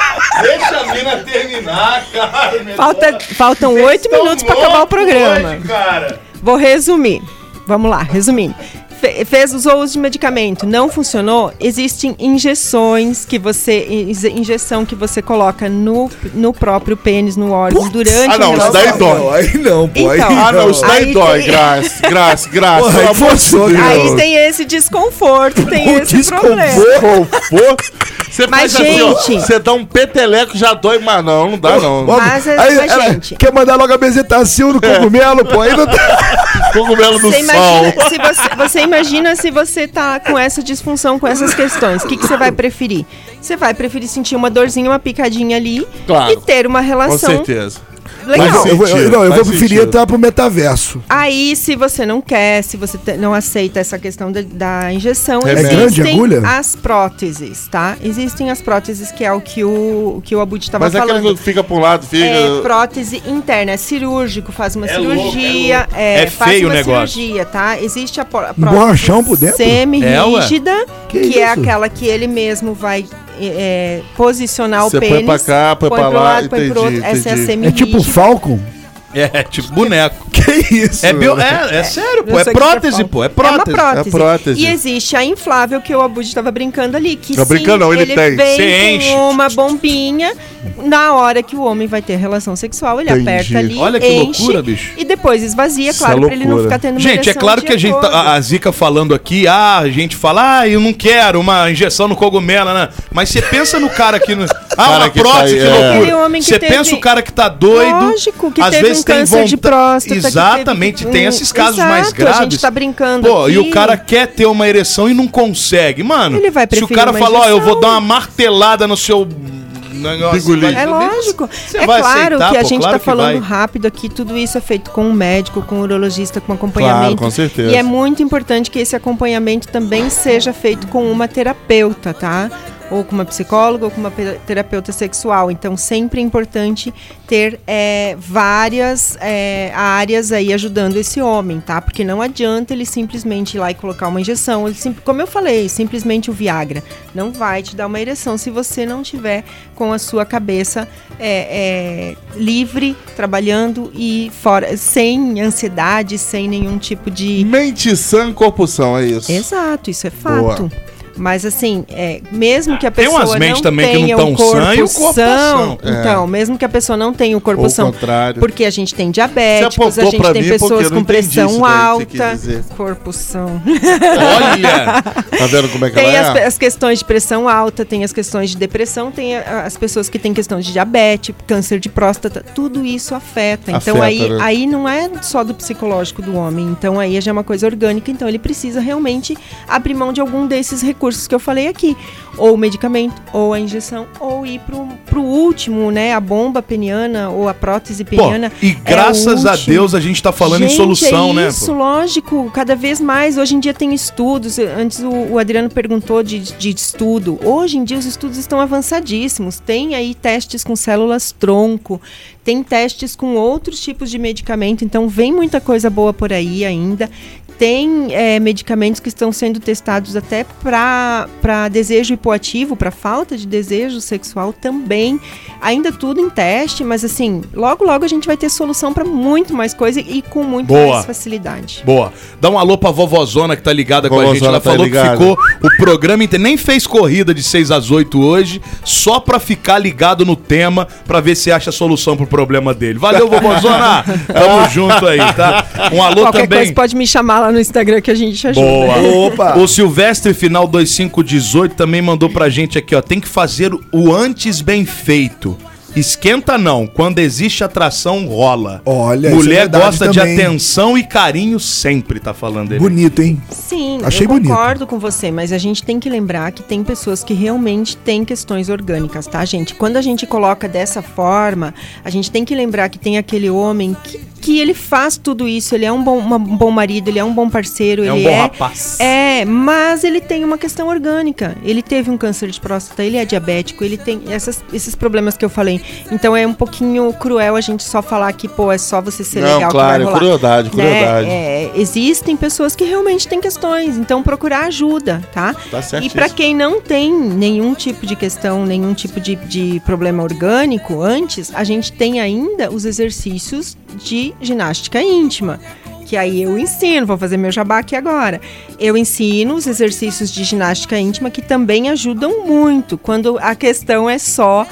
Speaker 4: Deixa a mina terminar, cara.
Speaker 10: Falta- faltam oito minutos pra acabar o programa.
Speaker 4: cara.
Speaker 10: Vou resumir. Vamos lá, resumindo. Fe- Fez, usou uso de medicamento, não funcionou? Existem injeções que você. inje- Injeção que você coloca no, no próprio pênis, no órgão, durante
Speaker 4: Ah, não,
Speaker 10: o
Speaker 4: isso daí dói.
Speaker 3: Aí não,
Speaker 10: pô, Então, aí Então,
Speaker 4: ah, não,
Speaker 10: não.
Speaker 4: isso daí
Speaker 10: aí
Speaker 4: dói,
Speaker 10: tem-
Speaker 4: graça, graça, graça.
Speaker 3: Porra,
Speaker 4: pelo
Speaker 3: aí
Speaker 4: amor de
Speaker 3: forçou,
Speaker 4: Deus.
Speaker 10: Aí tem esse desconforto, tem
Speaker 4: O
Speaker 10: esse
Speaker 4: desconforto.
Speaker 10: problema.
Speaker 4: Você
Speaker 10: Mas,
Speaker 4: faz assim, ó,
Speaker 10: gente-
Speaker 4: você dá um peteleco, já dói, mas não, não dá Ah, não. É.
Speaker 10: Mas,
Speaker 3: Aí,
Speaker 10: mas,
Speaker 3: ela
Speaker 10: gente,
Speaker 3: é, quer mandar logo a bezetacil no cogumelo, pô. Aí não tá...
Speaker 4: Um Cogumelo do
Speaker 10: Você
Speaker 4: sol.
Speaker 10: imagina, se você, você imagina se você tá com essa disfunção, com essas questões. O que, que você vai preferir? Você vai preferir sentir uma dorzinha, uma picadinha ali
Speaker 4: Claro.
Speaker 10: e ter uma
Speaker 4: Com
Speaker 10: relação
Speaker 4: certeza.
Speaker 10: legal.
Speaker 3: Não, eu, vou- eu- não, eu
Speaker 4: faz
Speaker 3: vou preferir
Speaker 4: sentido.
Speaker 3: entrar pro metaverso.
Speaker 10: Aí, se você não quer, se você te- não aceita essa questão da, da injeção,
Speaker 3: É grande a agulha?
Speaker 10: as próteses, tá? Existem as próteses, que é o que o, que o Abud estava
Speaker 4: Mas é aquela
Speaker 10: falando.
Speaker 4: que fica pra um lado, fica...
Speaker 10: É prótese interna, é cirúrgico, faz uma
Speaker 4: É
Speaker 10: cirurgia,
Speaker 4: louco,
Speaker 10: é,
Speaker 4: é louco. É
Speaker 10: faz
Speaker 4: feio
Speaker 10: uma
Speaker 4: o negócio.
Speaker 10: cirurgia, tá? Existe a pró- a
Speaker 3: Um borrachão por
Speaker 10: prótese
Speaker 3: dentro?
Speaker 10: semi-rígida,
Speaker 3: É, ué.
Speaker 10: que,
Speaker 3: Que
Speaker 10: é
Speaker 3: isso?
Speaker 10: aquela que ele mesmo vai é, é, posicionar
Speaker 4: Você
Speaker 10: o
Speaker 4: põe
Speaker 10: pênis.
Speaker 4: pra cá, põe pra
Speaker 10: pro
Speaker 4: lá,
Speaker 10: lado, põe pro
Speaker 4: entendi,
Speaker 10: outro. Essa é a
Speaker 4: entendi.
Speaker 10: semi
Speaker 3: É tipo Falcon?
Speaker 5: É, tipo boneco.
Speaker 3: Que isso?
Speaker 5: É, bio- é, é sério, pô.
Speaker 10: Não
Speaker 5: É
Speaker 10: sei o que você
Speaker 5: prótese,
Speaker 10: fala.
Speaker 5: pô. É prótese.
Speaker 10: É uma prótese.
Speaker 4: É prótese.
Speaker 10: E existe a inflável que o Abud tava brincando ali. Que
Speaker 4: Tá
Speaker 10: sim,
Speaker 4: brincando? Não, ele tem.
Speaker 10: Vem
Speaker 5: Você
Speaker 10: com
Speaker 5: enche.
Speaker 10: uma bombinha. Na hora que o homem vai ter relação sexual, ele
Speaker 4: Entendi.
Speaker 10: aperta ali.
Speaker 5: Olha que
Speaker 10: enche,
Speaker 5: loucura, bicho.
Speaker 10: E depois esvazia,
Speaker 4: Isso é
Speaker 10: claro, pra ele não
Speaker 4: loucura.
Speaker 10: ficar tendo uma
Speaker 5: Gente, é
Speaker 10: ereção
Speaker 5: claro
Speaker 10: o
Speaker 5: que a
Speaker 10: dia
Speaker 5: gente tá-
Speaker 10: todo.
Speaker 5: a, a Zica falando aqui, ah, a gente fala, ah, eu não quero uma injeção no cogumelo, né? Mas você pensa no cara que. No, ah,
Speaker 4: Cara
Speaker 5: uma
Speaker 4: que
Speaker 5: prótese,
Speaker 4: tá-
Speaker 5: que
Speaker 4: é.
Speaker 10: Aquele
Speaker 5: loucura.
Speaker 10: homem que
Speaker 5: Você
Speaker 10: teve-
Speaker 5: pensa o cara que tá doido.
Speaker 10: Lógico, que
Speaker 5: às
Speaker 10: teve
Speaker 5: vezes
Speaker 10: um
Speaker 5: tem
Speaker 10: câncer de
Speaker 5: vonta-
Speaker 10: próstata. que teve-
Speaker 5: Exatamente, tem
Speaker 10: um-
Speaker 5: esses casos mais
Speaker 10: Exato,
Speaker 5: graves.
Speaker 10: A gente tá brincando
Speaker 5: Pô, e o
Speaker 10: aqui.
Speaker 5: cara quer ter uma ereção e não consegue. Mano,
Speaker 10: Ele vai
Speaker 5: se o
Speaker 10: preferir
Speaker 5: cara
Speaker 10: uma
Speaker 5: falar, ó, eu
Speaker 10: injeção.
Speaker 5: vou dar uma martelada no seu. negócio,
Speaker 4: Bigolinho.
Speaker 5: vai-
Speaker 10: É lógico.
Speaker 5: Você
Speaker 10: é
Speaker 5: vai
Speaker 10: claro
Speaker 5: aceitar,
Speaker 10: que a
Speaker 5: pô,
Speaker 10: gente
Speaker 5: claro
Speaker 10: tá
Speaker 5: que
Speaker 10: falando
Speaker 5: vai.
Speaker 10: rápido aqui, tudo isso é feito com um médico, com um urologista, com acompanhamento.
Speaker 4: Claro, com certeza.
Speaker 10: E é muito importante que esse acompanhamento também seja feito com uma terapeuta, tá? Ou com uma psicóloga, ou com uma pe- terapeuta sexual. Então, sempre é importante ter é, várias é, áreas aí ajudando esse homem, tá? Porque não adianta ele simplesmente ir lá e colocar uma injeção. Ele sim- como eu falei, simplesmente o Viagra não vai te dar uma ereção se você não tiver com a sua cabeça é, é, livre, trabalhando e fora, sem ansiedade, sem nenhum tipo de.
Speaker 4: Mente sã, corpo são, é isso.
Speaker 10: Exato, isso é
Speaker 4: Boa.
Speaker 10: fato. Mas assim, é, mesmo que a
Speaker 5: Tem
Speaker 10: pessoa
Speaker 5: umas mentes
Speaker 10: não
Speaker 5: também que não
Speaker 10: tenha
Speaker 5: tão
Speaker 10: um corpo
Speaker 5: sã e o corpo tá
Speaker 10: são,
Speaker 5: são. É.
Speaker 10: então, mesmo que a pessoa não tenha o corpo
Speaker 4: Ou o
Speaker 10: são,
Speaker 4: contrário.
Speaker 10: porque a gente tem
Speaker 4: Você
Speaker 10: diabéticos, a
Speaker 4: apontou pra
Speaker 10: gente tem
Speaker 4: mim porque eu não
Speaker 10: pessoas com
Speaker 4: entendi isso
Speaker 10: pressão
Speaker 4: daí que você quis
Speaker 10: alta,
Speaker 4: dizer.
Speaker 10: corpo são.
Speaker 5: Olha!
Speaker 4: Tá vendo como é que
Speaker 10: Tem as,
Speaker 4: ela é?
Speaker 10: as questões de pressão alta, tem as questões de depressão, tem a- as pessoas que têm questão de diabetes, câncer de próstata, tudo isso afeta. Então
Speaker 4: Afeta,
Speaker 10: aí,
Speaker 4: né?
Speaker 10: aí não é só do psicológico do homem, então aí já é uma coisa orgânica, então ele precisa realmente abrir mão de algum desses recursos que eu falei aqui. Ou o medicamento, ou a injeção, ou ir pro, pro último, né? A bomba peniana ou a prótese
Speaker 5: Pô,
Speaker 10: peniana.
Speaker 5: e
Speaker 10: é o
Speaker 5: graças a
Speaker 10: último.
Speaker 5: Deus a gente tá falando
Speaker 10: Gente,
Speaker 5: em solução,
Speaker 10: é
Speaker 5: né?
Speaker 10: Isso,
Speaker 5: pô?
Speaker 10: lógico, cada vez mais. Hoje em dia tem estudos. Antes o, o Adriano perguntou de, de estudo. Hoje em dia os estudos estão avançadíssimos. Tem aí testes com células tronco, tem testes com outros tipos de medicamento. Então vem muita coisa boa por aí ainda. Tem é, medicamentos que estão sendo testados até para desejo hipoativo, para falta de desejo sexual também. Ainda tudo em teste, mas assim, logo logo a gente vai ter solução para muito mais coisa e com muito
Speaker 5: Boa.
Speaker 10: mais facilidade.
Speaker 5: Boa. Dá um alô pra vovozona que tá ligada com a gente.
Speaker 4: Vovozona
Speaker 5: Ela
Speaker 4: tá
Speaker 5: falou
Speaker 4: ligada.
Speaker 5: que ficou o programa inteiro. Nem fez corrida de 6 às 8 hoje, só pra ficar ligado no tema, pra ver se acha a solução pro problema dele. Valeu, vovozona! Tamo junto aí, tá? Um alô
Speaker 10: Qualquer
Speaker 5: também.
Speaker 10: coisa pode me chamar lá no Instagram que a gente ajuda.
Speaker 5: Boa. O Silvestre Final 2518 também mandou pra gente aqui, ó. Tem que fazer o antes bem feito. Esquenta não, quando existe atração rola.
Speaker 3: Olha, isso é
Speaker 5: Mulher
Speaker 3: verdade
Speaker 5: gosta
Speaker 3: também.
Speaker 5: de atenção e carinho sempre, tá falando ele.
Speaker 3: Bonito, hein?
Speaker 10: Sim,
Speaker 3: Achei
Speaker 10: eu
Speaker 3: bonito.
Speaker 10: concordo com você, mas a gente tem que lembrar que tem pessoas que realmente têm questões orgânicas, tá, gente? Quando a gente coloca dessa forma, a gente tem que lembrar que tem aquele homem que, que ele faz tudo isso, ele é um bom, uma- um bom marido, ele é um bom parceiro,
Speaker 5: É um
Speaker 10: ele
Speaker 5: bom
Speaker 10: é,
Speaker 5: rapaz.
Speaker 10: É, mas ele tem uma questão orgânica. Ele teve um câncer de próstata, ele é diabético, ele tem essas- esses problemas que eu falei. Então é um pouquinho cruel a gente só falar que, pô, é só você ser
Speaker 4: Não,
Speaker 10: legal
Speaker 4: claro,
Speaker 10: que vai
Speaker 4: é
Speaker 10: rolar.
Speaker 4: crueldade,
Speaker 10: Né?
Speaker 4: crueldade.
Speaker 10: É, existem pessoas que realmente têm questões, então procurar ajuda, tá?
Speaker 4: Tá certo
Speaker 10: E pra
Speaker 4: isso.
Speaker 10: quem não tem nenhum tipo de questão, nenhum tipo de, de problema orgânico antes, a gente tem ainda os exercícios de ginástica íntima. Que aí eu ensino, vou fazer meu jabá aqui agora. Eu ensino os exercícios de ginástica íntima que também ajudam muito quando a questão é só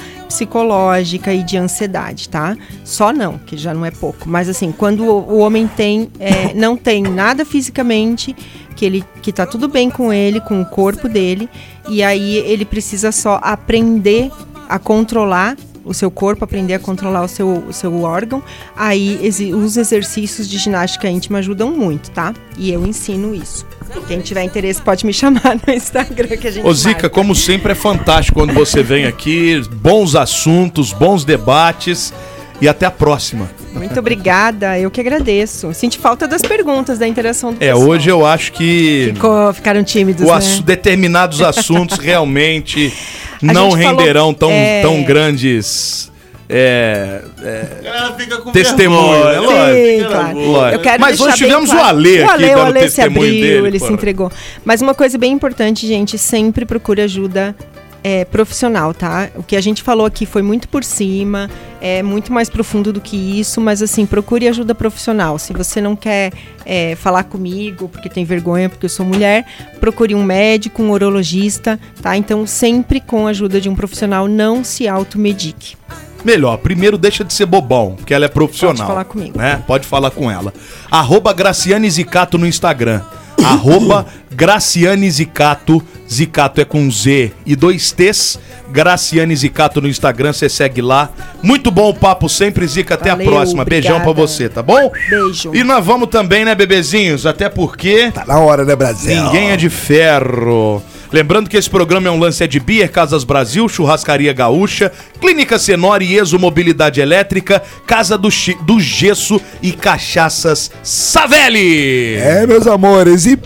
Speaker 10: psicológica e de ansiedade, tá? Só não, que já não é pouco. Mas assim, quando o o homem tem, é, não tem nada fisicamente, que ele que tá tudo bem com ele, com o corpo dele, e aí ele precisa só aprender a controlar o seu corpo, aprender a controlar o seu, o seu órgão. Aí exi- os exercícios de ginástica íntima ajudam muito, tá? E eu ensino isso. Quem tiver interesse pode me chamar no Instagram que a gente
Speaker 5: Ô Zica,
Speaker 10: marca.
Speaker 5: como sempre é fantástico quando você vem aqui, bons assuntos, bons debates e até a próxima.
Speaker 10: Muito obrigada, eu que agradeço. Senti falta das perguntas, da interação do
Speaker 5: É,
Speaker 10: pessoal.
Speaker 5: hoje eu acho que
Speaker 10: Ficou- ficaram tímidos,
Speaker 5: o
Speaker 10: né?
Speaker 5: assu- determinados assuntos realmente
Speaker 10: A
Speaker 5: não
Speaker 10: gente falou-
Speaker 5: renderão tão,
Speaker 10: é.
Speaker 5: tão grandes é, é,
Speaker 4: Ela fica com
Speaker 5: testemunho, né?
Speaker 4: vergonha.
Speaker 5: Lógico.
Speaker 10: Sim, claro.
Speaker 5: Lógico.
Speaker 10: Eu quero
Speaker 5: Mas
Speaker 10: deixar
Speaker 5: hoje
Speaker 10: bem
Speaker 5: tivemos
Speaker 10: claro.
Speaker 5: o Ale aqui
Speaker 10: o
Speaker 5: dando
Speaker 10: Ale se
Speaker 5: testemunho
Speaker 10: abriu,
Speaker 5: dele,
Speaker 10: ele
Speaker 5: pô.
Speaker 10: se entregou. Mas uma coisa bem importante, gente, sempre procure ajuda é, profissional, tá? O que a gente falou aqui foi muito por cima, é muito mais profundo do que isso, mas assim, procure ajuda profissional. Se você não quer é, falar comigo, porque tem vergonha, porque eu sou mulher, procure um médico, um urologista, tá? Então, sempre com a ajuda de um profissional, não se automedique.
Speaker 5: melhor. Primeiro deixa de ser bobão, porque ela é profissional.
Speaker 10: Pode falar comigo.
Speaker 5: Né? Pode falar com ela. Arroba Graciane Zicato no Instagram. Arroba Graciane Zicato. Zicato é com Z e dois T's. Graciane Zicato no Instagram, você segue lá. Muito bom o papo sempre, Zica. Até
Speaker 10: Valeu,
Speaker 5: a próxima. Beijão pra
Speaker 10: obrigada.
Speaker 5: você, tá bom?
Speaker 10: Beijo.
Speaker 5: E nós vamos também, né, bebezinhos? Até porque.
Speaker 3: Tá na hora, né, Brasil?
Speaker 5: Ninguém é de ferro. Lembrando que esse programa é um lance é de Beer, Casas Brasil, Churrascaria Gaúcha, Clínica Senora e Exo Mobilidade Elétrica, Casa do, Chi- do Gesso e Cachaças Savelli.
Speaker 3: É, meus amores, e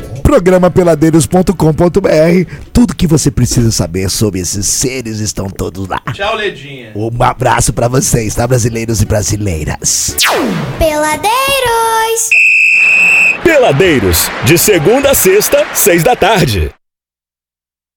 Speaker 3: programapeladeiros.com.br, tudo que você precisa saber sobre esses seres estão todos lá.
Speaker 5: Tchau, Ledinha.
Speaker 3: Um abraço pra vocês, tá, brasileiros e brasileiras?
Speaker 2: Peladeiros.
Speaker 1: Peladeiros, de segunda a sexta, seis da tarde.